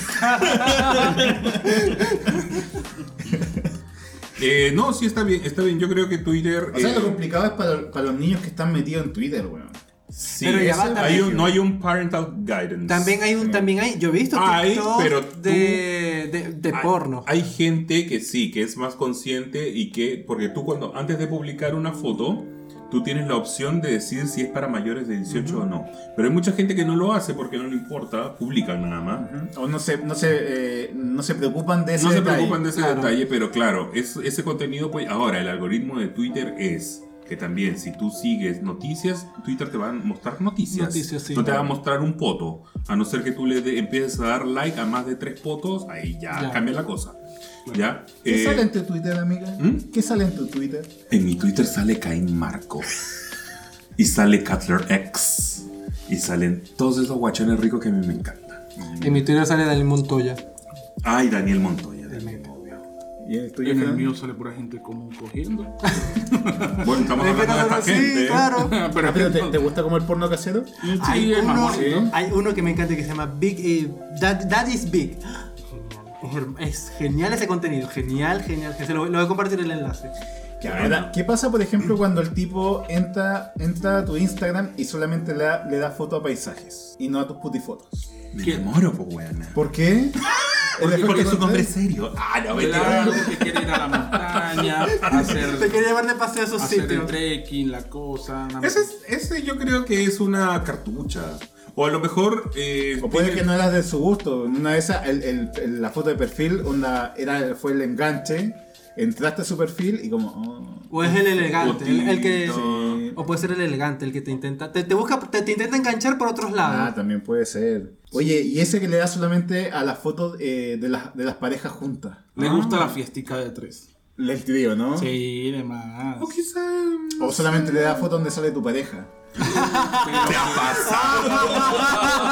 Eh, no, sí está bien, está bien. Yo creo que Twitter... O sea, eh, lo complicado es para, para los niños que están metidos en Twitter, weón. sí, Pero ya es- va, hay también- un- no hay un parental guidance. También hay un, también hay, yo he visto Hay, TikToks pero de, de, de Hay- porno. Hay gente que sí, que es más consciente y que, porque tú cuando, antes de publicar una foto, tú tienes la opción de decir si es para mayores de 18 o no. Pero hay mucha gente que no lo hace porque no le importa, publican nada más. O no se, no se, eh, no se preocupan de ese No se detalle. preocupan de ese claro. detalle, pero claro, es, ese contenido, pues ahora el algoritmo de Twitter es que también si tú sigues noticias, Twitter te va a mostrar noticias. Noticias, sí. no te va a mostrar un poto, a no ser que tú le de- empieces a dar like a más de tres potos, ahí ya, Ya. cambia la cosa. ¿Ya? ¿Qué Eh, sale en tu Twitter, amiga? ¿Mm? ¿Qué sale en tu Twitter? En mi Twitter sale Caín Marco. Y sale Cutler X. Y salen todos esos guachones ricos que a mí me encantan. En mi Twitter sale Daniel Montoya. Ay, Daniel Montoya. Daniel Montoya. Y ¿Y el tuyo, En el Fran? mío sale pura gente común cogiendo. Bueno, estamos hablando de esta sí, ¿eh? gente. claro. Pero Ah, es pero que- ¿te, te gusta comer porno casero? Sí, Hay es uno, más bonito. hay uno que me encanta que se llama Big. eh, That, That is Big. Es, her- es genial ese contenido. Genial, genial. Que se lo, lo voy a compartir el enlace. Ya, ¿verdad? ¿Qué pasa, por ejemplo, cuando el tipo entra, entra a tu Instagram y solamente le da, le da foto a paisajes y no a tus putifotos? Me enamoro, pues, po, weona. ¿Por qué? Porque, efecto porque es un contrario. hombre serio. Ah, no, mentira. Claro, que quiere ir a la montaña, Te hacer, quería llevar de paseo a esos hacer el sitios. trekking, la cosa. nada más. Ese, es- ese yo creo que es una cartucha. O a lo mejor. eh, O puede tiene- que no eras de su gusto. En Una de esas, el- el- el- la foto de perfil onda, era, fue el enganche. Entraste a su perfil y como... oh. eh, O es el elegante, el, el que. Sí. O puede ser el elegante, el que te intenta. Te, te busca, te, te intenta enganchar por otros Ah, lados. también puede ser. Oye, y ese que le da solamente a las fotos eh, de, las, de las parejas juntas. Le gusta la fiestica de tres. El trío, ¿no? Sí, demás. O quizá. O solamente le da fotos donde sale tu pareja. Te ha pasado.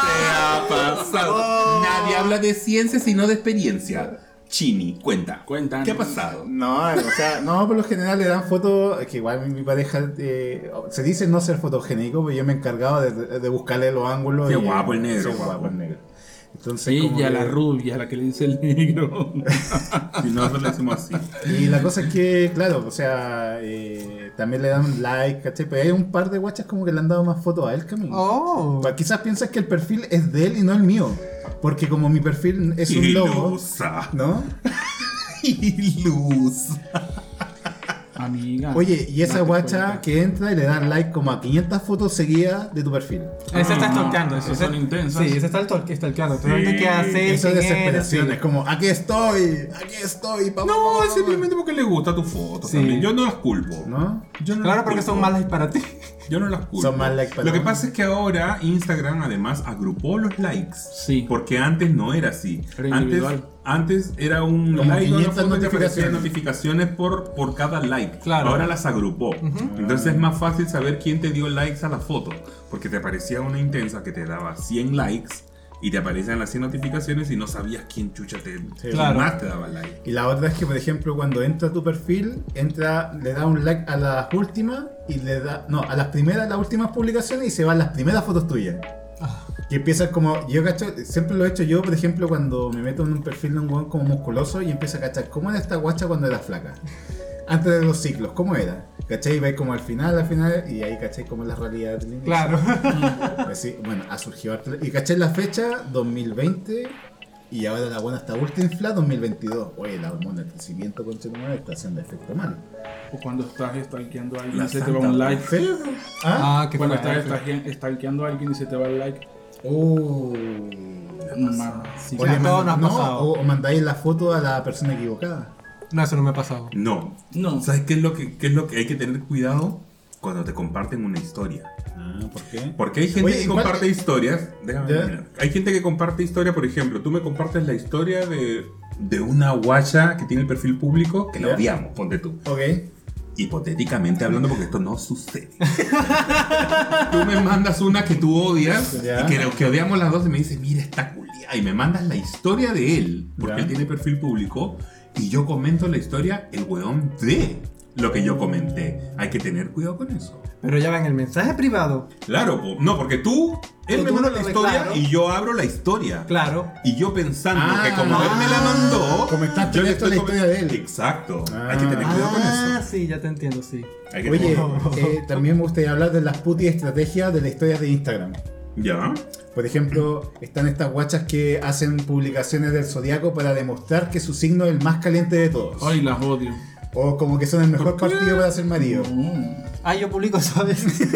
Te ha pasado. Nadie habla de ciencia sino de experiencia. Chini, cuenta. Cuéntanos. ¿Qué ha pasado? No, o sea, no, por lo general le dan fotos, es que igual mi, mi pareja eh, se dice no ser fotogénico, pero yo me encargaba de, de buscarle los ángulos. Qué y- guapo el negro, sí, guapo. guapo el negro. Entonces, como Ella, que- la rubia, la que le dice el negro. Si no, nosotros le hacemos así. Y la cosa es que, claro, o sea, eh, también le dan like, ¿cachai? Pero hay un par de guachas como que le han dado más fotos a él, Camilo. Oh. Pa- Quizás piensas que el perfil es de él y no el mío. Porque como mi perfil es un logo, Ilusa. ¿no? Ilusa. Amiga. Oye, y esa date guacha cuenta. que entra y le dan like como a 500 fotos seguidas de tu perfil. Ese está No, stalkeando. esas ese- son intensas. Sí, ese está stalke- stalkeando. Tú no te quedas hacer, Eso es quién eres, desesperación, sí. es como, aquí estoy, aquí estoy, papá. No, es simplemente porque le gusta tu foto Sí. también. Yo no las culpo. ¿No? Yo no Claro, las porque culpo. son malas para ti. Yo no las culpo. Son más like para Lo que mí. pasa es que ahora Instagram además agrupó los likes. Sí. Porque antes no era así. Era antes, individual. antes era un Como like, una 500 foto y te notificaciones. aparecían notificaciones por, por cada like. Claro. Ahora las agrupó. Entonces es más fácil saber quién te dio likes a la foto. Porque te aparecía una intensa que te daba 100 likes y te aparecían las 100 notificaciones y no sabías quién chucha te, quién Claro. más te daba like. Y la otra es que, por ejemplo, cuando entra a tu perfil, entra, le da un like a las últimas y le da. No, a las primeras, las últimas publicaciones y se van las primeras fotos tuyas. Que empiezas como. Yo cacho, siempre lo he hecho yo, por ejemplo, cuando me meto en un perfil de un weón como musculoso y empiezo a cachar cómo era esta guacha cuando era flaca. Antes de los ciclos, ¿cómo era? ¿Cachai? Y vais como al final, al final, y ahí cachai cómo es la realidad. del inicio. Claro. Pues sí, bueno, ha surgido harto- Y caché la fecha 2020 y ahora la buena está ultra infla 2022. Oye, la hormona del crecimiento con está haciendo efecto mal. O cuando estás stalkeando a alguien La y se te va santa un like. ¿Sí? ¿Ah? Ah, qué Cuando fuerte. estás stalke- stalkeando a alguien y se te va el like. Uh. Mamá, sí. O le a todos mand- nos ha no, pasado. o, o mandáis la foto a la persona equivocada. No, eso no me ha pasado. No. No. ¿Sabes qué es lo que, qué es lo que hay que tener cuidado? Cuando te comparten una historia. Ah, ¿por qué? Porque hay gente Oye, que ¿y cuál- comparte historias. Déjame ¿Ya? terminar. Hay gente que comparte historia, por ejemplo, tú me compartes la historia de, de una guacha que tiene el perfil público que la ¿Ya? odiamos, ponte tú. Ok. Hipotéticamente hablando, porque esto no sucede. tú me mandas una que tú odias ¿Ya? y que, que odiamos las dos y me dices, mira esta culia. Y me mandas la historia de él, porque ¿Ya? él tiene perfil público, y yo comento la historia, el weón de lo que yo comenté. Hay que tener cuidado con eso. Pero ya ven, el mensaje privado. Claro, po. no, porque tú, él Pero me tú manda no la lo ves, historia claro. y yo abro la historia. Claro. Y yo pensando Ah, que como él me la mandó, comentaste yo directo la comen- historia de él. Exacto. Ah. Hay que tener cuidado con Ah, eso. sí, ya te entiendo, sí. Hay que Oye, tener- eh, también me gustaría hablar de las puti estrategias de las historias de Instagram. ya. Por ejemplo, están estas guachas que hacen publicaciones del zodiaco para demostrar que su signo es el más caliente de todos. Ay, las odio. O como que son el mejor partido para ser marido. Ah, yo publico, ¿sabes?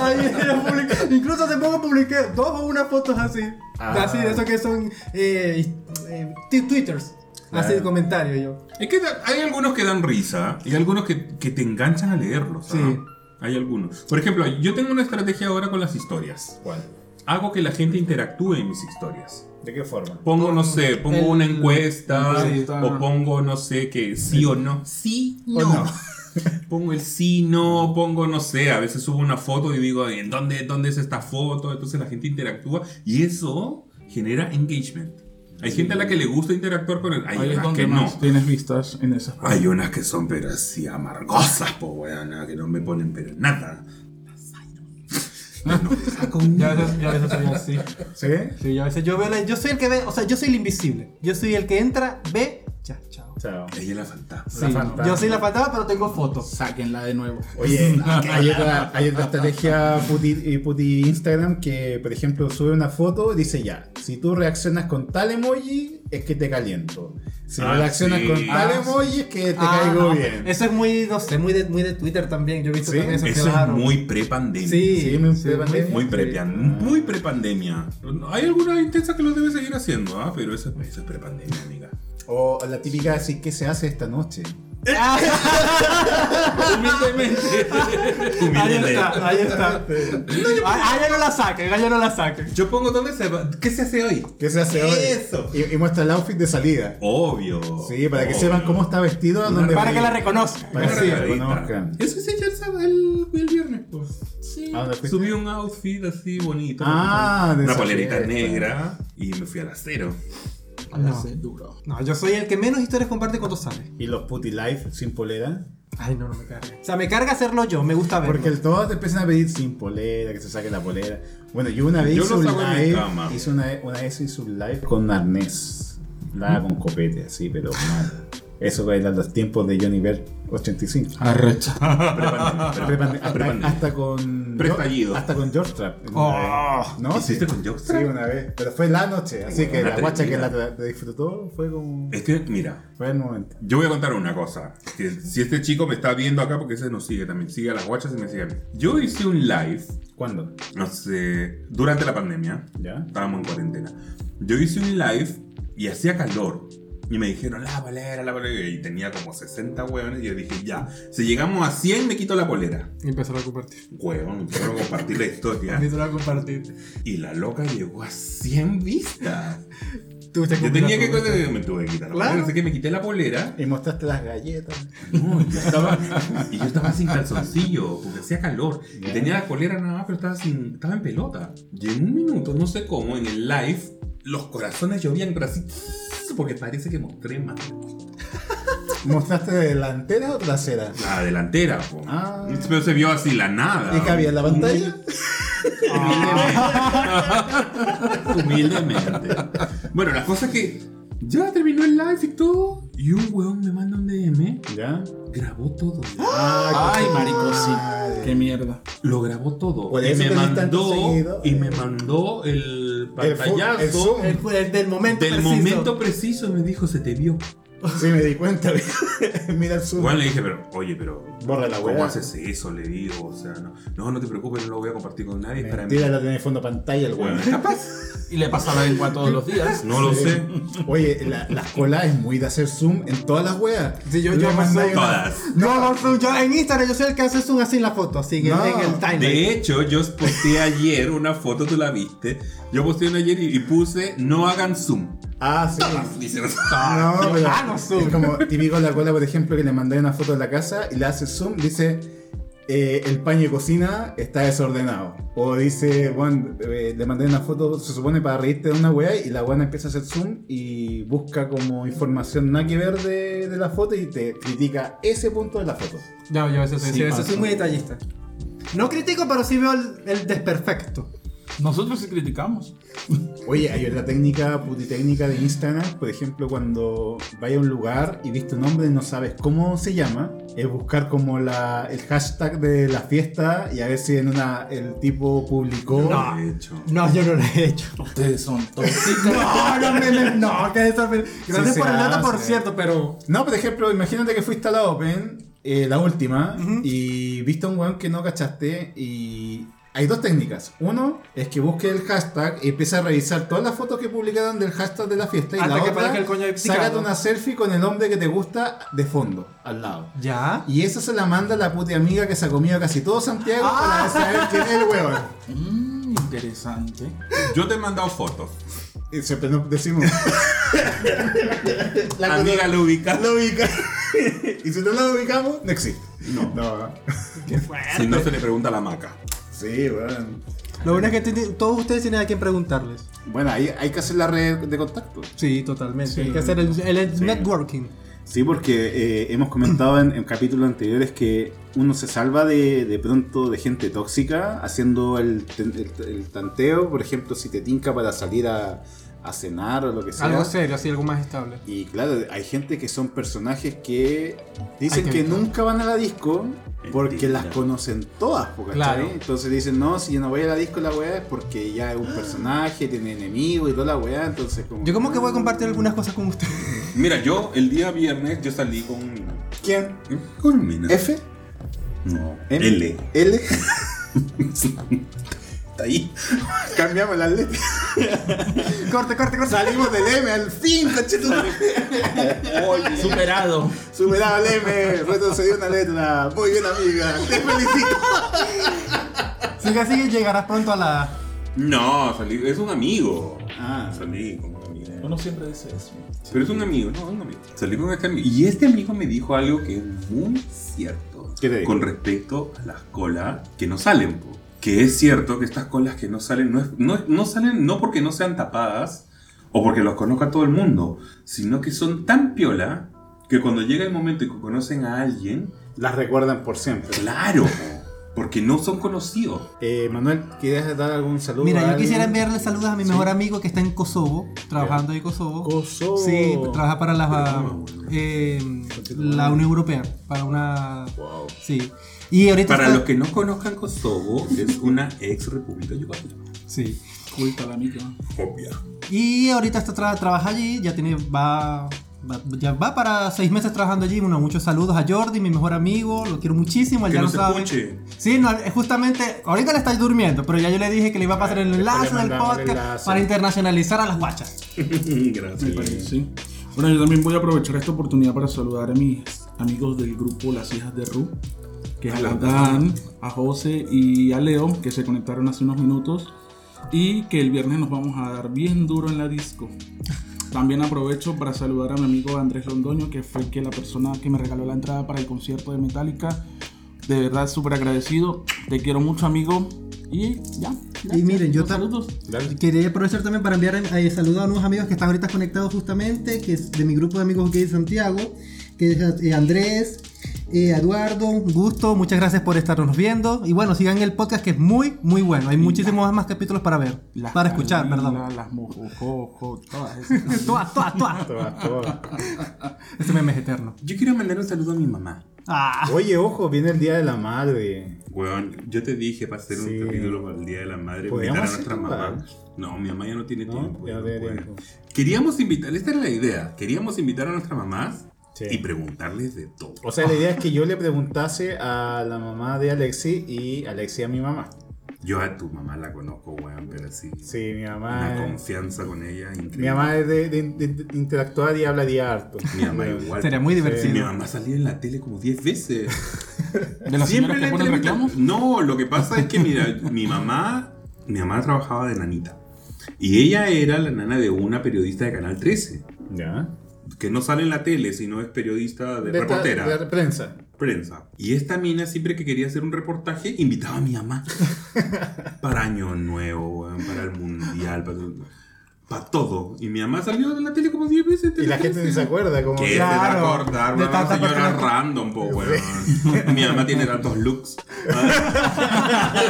Ay, yo publico. Incluso hace poco publiqué dos o unas fotos así. Ah. Así, de esos que son eh, eh, t- twitters. Así de Ah. Claro. comentario yo. Es que da- hay algunos que dan risa y algunos que, que te enganchan a leerlos. ¿ah? Sí. Hay algunos. Por ejemplo, yo tengo una estrategia ahora con las historias. ¿Cuál? Hago que la gente interactúe en mis historias. ¿De qué forma? Pongo, no sé, pongo El- una encuesta Sí. o pongo, no sé, que sí o no. Sí, ¿O no? Pongo el sí, no, pongo, no sé, a veces subo una foto y digo, ¿en dónde, dónde es esta foto? Entonces la gente interactúa y eso genera engagement. Hay gente a la que le gusta interactuar con él. Hay Ahí es otras donde que no. más tienes vistas en esas Hay unas que son pero así amargosas, po weona, que no me ponen pero nada. Yo a veces, yo a veces soy así. ¿Sí? Sí, yo a veces yo veo la- Yo soy el que ve, o sea, yo soy el invisible. Yo soy el que entra, ve, ya, chao. Chao. Ella es la fantasma. Sí, yo soy la fantasma, pero tengo fotos. Sáquenla de nuevo. Oye, hay otra, hay otra estrategia puti, eh, puti Instagram que, por ejemplo, sube una foto y dice ya, si tú reaccionas con tal emoji, es que te caliento. Si Ah, reaccionas sí. con tal Ah, emoji, es que te Ah, caigo no, bien. Eso es muy, no sé, muy de, muy de Twitter también. Yo he visto Sí, también eso. Eso es claro. muy prepandemia. Sí, Sí, me- sí, de muy- pandemia. Muy prepia, muy prepandemia. Hay algunas intensas que lo debe seguir haciendo, ah, pero eso, eso es prepandemia, amiga. O la típica de decir, ¿qué se hace esta noche? Ah. Ahí Humildemente. está, ahí está. Ah, ya no la saquen, ya no la saquen. Yo pongo dónde se va. ¿Qué se hace hoy? ¿Qué se hace Eso. hoy? Y, y muestra el outfit de salida. Obvio. Sí, para que obvio. sepan cómo está vestido. dónde va Para a que la ir, reconozcan. Para que Sí, la ahorita. reconozcan. Eso es el, sábado, el, el viernes, pues. Sí. ¿A dónde fuiste? Subí un outfit así bonito. Ah, de una esa polerita fiesta. negra y me fui al acero. No. Es duro. No, yo soy el que menos historias comparte cuando sale. Y los puti life sin polera. Ay, no, no me carga. O sea, me carga hacerlo yo, me gusta verlo. Porque el- todos te empiezan a pedir sin polera, que se saque la polera. Bueno, yo una vez Yo hice los un hago en mi live. cama. hice una, vez- una vez hice un live con arnés. Nada con copete, así, pero mal. Eso para los tiempos de Johnny Bear 85. Arrecha. Prepandemia, Prepande- prepandemia, hasta, Ah, prepandemia. hasta con. Preestallido. Hasta con George Trap. Oh, ¿No? Sí, ¿Hiciste con sí, Jockstra? una vez. Pero fue la noche. Así que Una la guacha que tremenda. la, la disfrutó fue como. Es que, mira, Fue el momento. yo voy a contar una cosa. Que si este chico me está viendo acá, porque ese nos sigue también, sigue a las guachas y me sigue a mí. Yo hice un live, ¿Cuándo? no sé, durante la pandemia. ¿Ya? Estábamos en cuarentena. Yo hice un live y hacía calor. Y me dijeron, la polera, la polera. Y tenía como 60 hueones. Y yo dije, ya, si llegamos a 100, me quito la polera. Y empezaron a compartir. Hueón, empezaron a compartir la historia. Empezaron a compartir. Y la loca llegó a 100 vistas. Tú te Yo tenía que. Me tuve que quitar la Claro. polera. Así que me quité la polera. Y mostraste las galletas. No, yo estaba, y yo estaba sin calzoncillo, porque hacía calor. Y tenía la polera nada más, pero estaba, sin, estaba en pelota. Y en un minuto, no sé cómo, en el live, los corazones llovían, pero así, porque parece que mostré más. ¿Mostraste de delantera o trasera? La delantera, po. Ah. Pero se vio así la nada. ¿Y qué había en la pantalla? Humildemente. Bueno, la cosa es que ya terminó el live y todo. Y un weón me manda un DM, ¿Ya? grabó todo. Ah, Ay, marico, sí. Qué mierda. Lo grabó todo. Por y eso me tenés tantos mandó seguidores. y me mandó el eh. El fu- pantallazo el zoom. El, el del momento del preciso. momento preciso me dijo se te vio. Sí, me di cuenta. Mira el zoom. Bueno, le dije, pero oye, pero Borra la ¿cómo este weá. haces eso? Le digo, o sea, no, no, no te preocupes, no lo voy a compartir con nadie, es para mí. Mentira, la tenés fondo pantalla el weón. Bueno, capaz, Y le pasa la lengua todos los días. no lo sé. Oye, la- las colas es muy de hacer zoom en todas las weas. Sí, yo- Le yo mandáis pasé- una- Todas. No, no, no, yo en Instagram yo soy el que hace zoom así en la foto, así en el- No, en el timeline. De hecho, yo posteé ayer una foto, tú la viste. Yo posteé una ayer y, y puse no hagan zoom. Ah, sí. Y se- No, pero Ah, no, zoom. es como típico la cola, por ejemplo, que le mandáis una foto de la casa y le haces zoom, dice eh, el paño de cocina está desordenado. O dice, bueno, eh, le mandé una foto, se supone para reírte de una weá y la weá empieza a hacer zoom y busca como información nada que ver de, de la foto y te critica ese punto de la foto. Ya, yo a veces soy, Sí, sí, a veces pasa. soy muy detallista. No critico, pero sí veo el, el desperfecto. Nosotros sí criticamos. Oye, hay otra técnica, puti técnica de Instagram, por ejemplo, cuando vaya a un lugar y viste un hombre y no sabes cómo se llama, es buscar como la, el hashtag de la fiesta y a ver si en una el tipo publicó. No. De hecho. No, yo no lo he hecho. Ustedes son tóxicos. No, no, me- me- no, que eso me- Gracias se por el dato, hace. por cierto, pero. No, por ejemplo, imagínate que fuiste a la Open, eh, la última, y viste a un weón que no cachaste y... Hay dos técnicas. Uno es que busque el hashtag y empieza a revisar todas las fotos que publicaron del hashtag de la fiesta. Y Hasta la que otra, parezca el coño ahí picado. sácate una selfie con el hombre que te gusta de fondo, al lado. Ya. Y esa se la manda la puta amiga que se ha comido casi todo Santiago Ah. para saber quién es el huevón. Mm, interesante. Yo te he mandado fotos. Y siempre nos decimos. La Amiga, lo ubicas. lo ubica. y si no la ubicamos, no existe. No. no. Si no se le pregunta a la maca. Sí, weón. Lo bueno es que tiene- todos ustedes tienen a quien preguntarles. Bueno, ahí hay que hacer la red de contacto. Sí, totalmente. Hay que hacer el, el networking. Sí, porque eh, hemos comentado en, en capítulos anteriores que uno se salva de, de pronto de gente tóxica haciendo el, ten- el- el tanteo, por ejemplo, si te tinca para salir a, a cenar o lo que sea. Algo serio, así, algo más estable. Y claro, hay gente que son personajes que dicen Hay que que evitar. nunca van a la disco porque Mentira. las conocen todas, po, ¿cachai? Claro. Entonces dicen, no, si yo no voy a la disco la weá es porque ya es un personaje, tiene enemigos y toda la weá, entonces como... Yo como que voy a compartir algunas cosas con ustedes. Mira, yo el día viernes yo salí con. ¿Quién? Con mina. ¿F? No. M? L. ¿L? Está ahí. Cambiamos las letras. corte, corte, corte. Salimos del M al fin, cachetón. Superado. Superaba el M, retrocedió una letra. Muy bien, amiga. Te felicito. Sigue así, llegarás pronto a la... No, salí. Es un amigo. Ah. Salí con una amiga. Uno siempre dice eso. Pero es un amigo, no, es un amigo. Salí con este amigo. Y este amigo me dijo algo que es muy cierto. ¿Qué te dijo? Con respecto a las colas que no salen. po. Que es cierto que estas colas que no salen, no, es- no, no salen no porque no sean tapadas o porque los conozca todo el mundo, sino que son tan piola que cuando llega el momento y que conocen a alguien, Las recuerdan por siempre. claro, po, porque no son conocidos. Eh, Manuel, ¿quieres dar algún saludo? Mira, a yo quisiera alguien? enviarle saludos a mi mejor amigo que está en Kosovo, trabajando en Kosovo. Kosovo. Sí, trabaja para la, Pero, eh, la Unión Europea, para una... Sí. Y ahorita... Para está- los que no conozcan Kosovo, es una ex república yugoslava. Sí. Culpa la mica. Obvia. Pues Y ahorita está tra- trabaja allí, ya tiene, va, va- ya va para seis meses trabajando allí. Bueno, muchos saludos a Jordi, mi mejor amigo, lo quiero muchísimo, él Que ya no lo se sabe. escuche. Sí, no, eh, justamente, ahorita le estáis durmiendo, pero ya yo le dije que le iba a Ah, pasar el después le enlace del mandamos podcast el enlace. para internacionalizar a las guachas. Me Gracias. parece, sí. Bueno, yo también voy a aprovechar esta oportunidad para saludar a mis amigos del grupo Las Hijas de Ru, que es a Dan, a José y a Leo, que se conectaron hace unos minutos y que el viernes nos vamos a dar bien duro en la disco. También aprovecho para saludar a mi amigo Andrés Londoño, que fue que la persona que me regaló la entrada para el concierto de Metallica. De verdad, súper agradecido. Te quiero mucho, amigo. Y ya. ya. Y miren, yo Los tam- saludos. Quería aprovechar también para enviar eh, saludos a unos amigos que están ahorita conectados justamente, que es de mi grupo de amigos gay de Santiago, que es eh, Andrés, eh, Eduardo, un gusto, muchas gracias por estarnos viendo. Y bueno, sigan el podcast que es muy, muy bueno. Hay muchísimos más capítulos para ver, Las para escuchar, Carlinas, perdón. Las mojojojo, todas esas. Toa, toa, toa. Todas, todas. Ese meme es eterno. Yo quiero mandar un saludo a mi mamá. Ah. Oye, ojo, viene el Día de la Madre. Weón, yo te dije para hacer Sí. un capítulo para el Día de la Madre, Podríamos invitar a hacerlo, nuestra mamá. ¿verdad? No, mi mamá ya no tiene No, tiempo. ya ya no tiene puede. tiempo. Queríamos invitar, esta era la idea, queríamos invitar a nuestras mamás Sí. y preguntarles de todo. O sea, la idea es que yo le preguntase a la mamá de Alexi y Alexi a mi mamá. Yo a tu mamá la conozco, weón, pero sí. Sí, mi Una mamá. confianza con ella increíble. Mi mamá es de, de- de- de interactuar y hablaría harto. Mi mamá igual. Sería muy Sí, mi divertido. mamá salía en la tele como 10 veces. De las señoras que le ponen entrevistan- reclamos. No, lo que pasa es que mira, mi mamá, mi mamá trabajaba de nanita. Y ella era la nana de una periodista de Canal 13, ¿Ya? que no sale en la tele, sino es periodista de, De esta- reportera, de la prensa. prensa. Y esta mina siempre que quería hacer un reportaje invitaba a mi mamá para Año Nuevo, weón, para el Mundial, para, para todo. Y mi mamá salió de la tele como 10 veces. Y la gente ni se acuerda. Como, Ya, Que se Claro, va a acordar, de weón, una tanta señora persona que- random, po, weón. Mi mamá tiene tantos looks.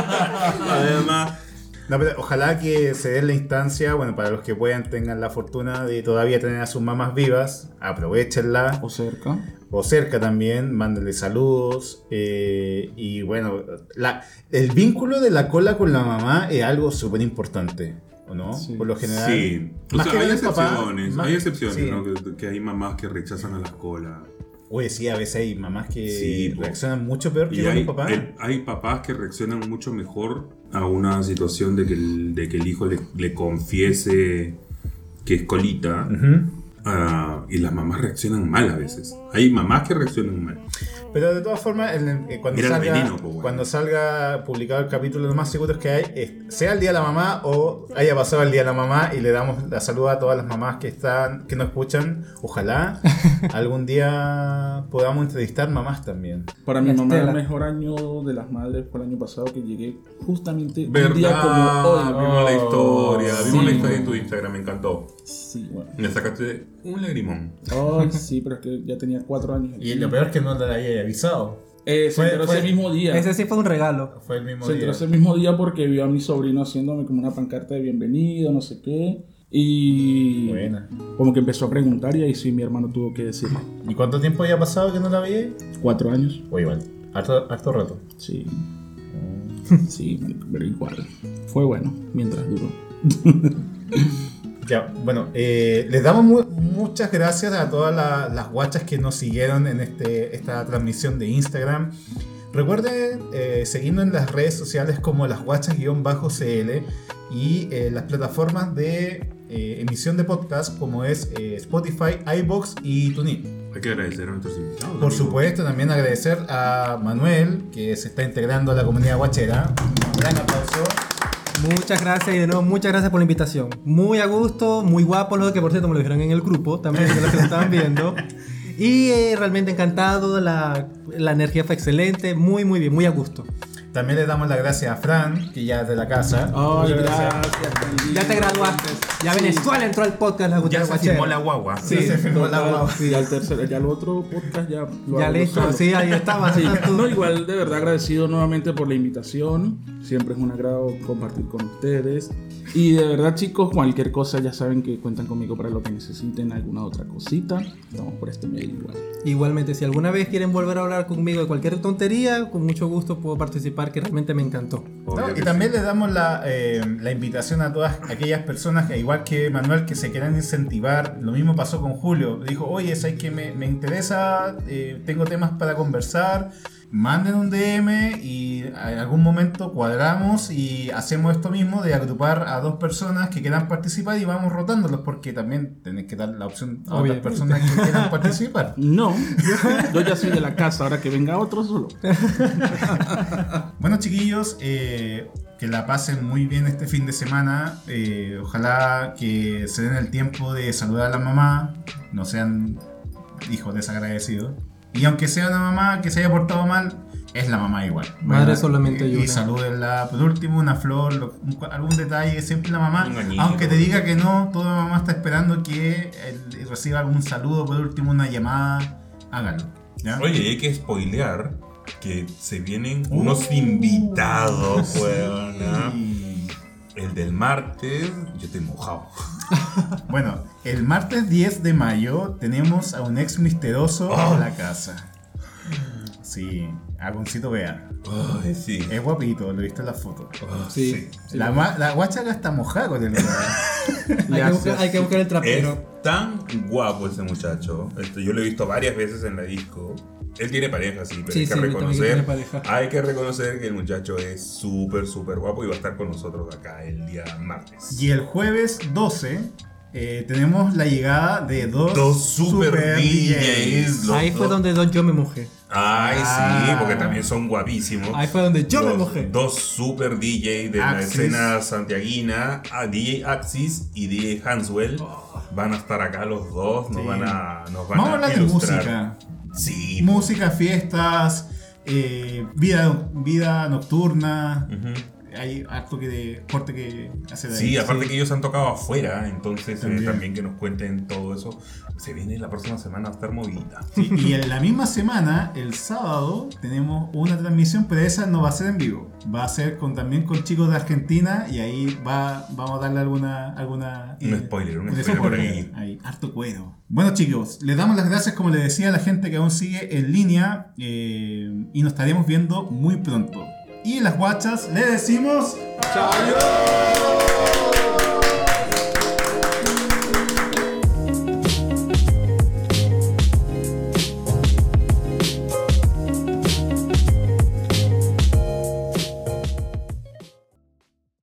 Además, No, pero ojalá que se dé la instancia, bueno, para los que puedan tengan la fortuna de todavía tener a sus mamás vivas, aprovechenla. O cerca. o cerca también, mándenle saludos. eh, y bueno, la, el vínculo de la cola con la mamá es algo súper importante, ¿o no? Sí. Por lo general. sí. O Más sea, que hay ver el papá, excepciones, más- hay excepciones, sí. ¿no? Que, que hay mamás que rechazan a las colas. Oye, sí, a veces hay mamás que Sí, po. reaccionan mucho peor que Y con hay, los papás. el- hay papás que reaccionan mucho mejor a una situación de que el, de que el hijo le, le confiese que es colita. Ujú. ah, y las mamás reaccionan mal a veces. Hay mamás que reaccionan mal. Pero de todas formas, en el- eh, cuando, Mira el salga, veneno, pues, weón. cuando salga publicado el capítulo, lo más seguro es que hay, es- sea el Día de la Mamá o haya pasado el Día de la Mamá y le damos la salud a todas las mamás que están que nos escuchan. Ojalá algún día podamos entrevistar mamás también. Para mi mamá, Estela. el mejor año de las madres fue el año pasado que llegué justamente un día como ¿Verdad? hoy. Vimos la historia, Sí. vimos la historia en tu Instagram, me encantó. Sí, bueno. Me sacaste un lagrimón. Ay, sí, pero es que ya tenía cuatro años. aquí. peor es que no te había avisado. Eh, se fue- enteró fue- ese mismo día. Ese sí fue un regalo. Fue el mismo Se enteró ese mismo día porque vio a mi sobrino haciéndome como una pancarta de bienvenido, no sé qué. Y Buena. como que empezó a preguntar y ahí sí mi hermano tuvo que decirle. ¿Y cuánto tiempo había pasado que no la veía? Cuatro años. O igual, harto, harto rato. Sí. Sí, marico, pero igual. Fue bueno mientras duró. Ya, bueno, eh, les damos mu- muchas gracias a todas la- las guachas que nos siguieron en este, esta transmisión de Instagram. Recuerden eh, seguirnos en las redes sociales como las guachas-cl y eh, las plataformas de eh, emisión de podcast como es eh, Spotify, iBox y TuneIn. Hay que agradecer a nuestros invitados. Por amigo. supuesto, también agradecer a Manuel que se está integrando a la comunidad guachera. Un gran aplauso. Muchas gracias y de nuevo muchas gracias por la invitación. Muy a gusto, muy guapo lo que por cierto me lo dijeron en el grupo, también de los que lo estaban viendo. Y eh, realmente encantado, la, la energía fue excelente, muy muy bien, muy a gusto. También le damos las gracias a Fran, que ya es de la casa. Ah, Muchas Ya te graduaste, ya Venezuela entró al podcast La Guachera Ya se Guachera. firmó la guagua. Sí, se firmó la guagua. Sí, ya el tercero, ya el otro podcast ya lo ya hago listo, solo. sí, ahí estaba. Sí. estás tú. No, igual de verdad agradecido nuevamente por la invitación. Siempre es un agrado compartir con ustedes. Y de verdad, chicos, cualquier cosa ya saben que cuentan conmigo para lo que necesiten, alguna otra cosita. Estamos por este medio igual. Igualmente, si alguna vez quieren volver a hablar conmigo de cualquier tontería, con mucho gusto puedo participar, que realmente me encantó. Obvio No, que y también les damos la, eh, la invitación a todas aquellas personas, que, igual que Manuel, que se quieran incentivar. Lo mismo pasó con Julio. Dijo, oye, ¿sabes que me, me interesa? eh, tengo temas para conversar. Manden un DM y en algún momento cuadramos y hacemos esto mismo de agrupar a dos personas que quieran participar y vamos rotándolos porque también tenés que dar la opción a otras Obviamente. personas que quieran participar. No, yo ya soy de la casa, ahora que venga otro solo. Bueno, chiquillos, eh, que la pasen muy bien este fin de semana. Eh, ojalá que se den el tiempo de saludar a la mamá. No sean hijos desagradecidos. Y aunque sea una mamá que se haya portado mal, es la mamá igual. Madre solamente Y, hay y una. salúdenla. Por último, una flor, lo- un- algún detalle. Siempre la mamá, Un anillo. aunque te diga que no, toda mamá está esperando que eh, reciba algún saludo. Por último, una llamada. Háganlo. ¿ya? Oye, y hay que spoilear que se vienen unos invitados, weona. Y- El del martes, yo te he mojado. Bueno, el martes 10 de mayo tenemos a un ex misterioso Ah. en la casa. Sí, Agoncito Vea. Ay, sí. Es guapito, lo viste en la foto. Ah, Sí. La, ma- la guacha acá está mojada con el ¿eh? lugar. Hay que, buscar, hay que buscar el Es trapero. tan guapo ese muchacho. Esto yo lo he visto varias veces en la disco. Él tiene pareja, sí, pero Sí, hay que sí, también tiene reconocer. pareja. Hay que reconocer que el muchacho es súper, súper guapo y va a estar con nosotros acá el día martes. Y el jueves 12 eh, tenemos la llegada de dos, Dos super, DJs. los Ahí fue dos. donde yo- yo me mojé. Ay, Ah. sí, porque también son guapísimos. Ahí fue donde yo dos, me mojé. Dos super DJ Axis. de la escena santiaguina, a DJ Axis y DJ Hanswell. Van a estar acá los dos, nos Sí. van a nos van Vamos a a hablar de ilustrar. música. Sí. Música, fiestas, eh, vida, vida nocturna. Ujú. Hay harto que de corte que hacer ahí. Sí, aparte que ellos han tocado afuera, entonces eh, también. También. que nos cuenten todo eso. Se viene la próxima semana a estar movida. Sí, y en la misma semana, el sábado, tenemos una transmisión, pero esa no va a ser en vivo. Va a ser con, también con chicos de Argentina y ahí va, vamos a darle alguna... alguna eh, Un spoiler, un spoiler por ahí. Ahí, harto cuero. Bueno chicos, les damos las gracias como les decía a la gente que aún sigue en línea eh, y nos estaremos viendo muy pronto. Y en las guachas le decimos... ¡Chao!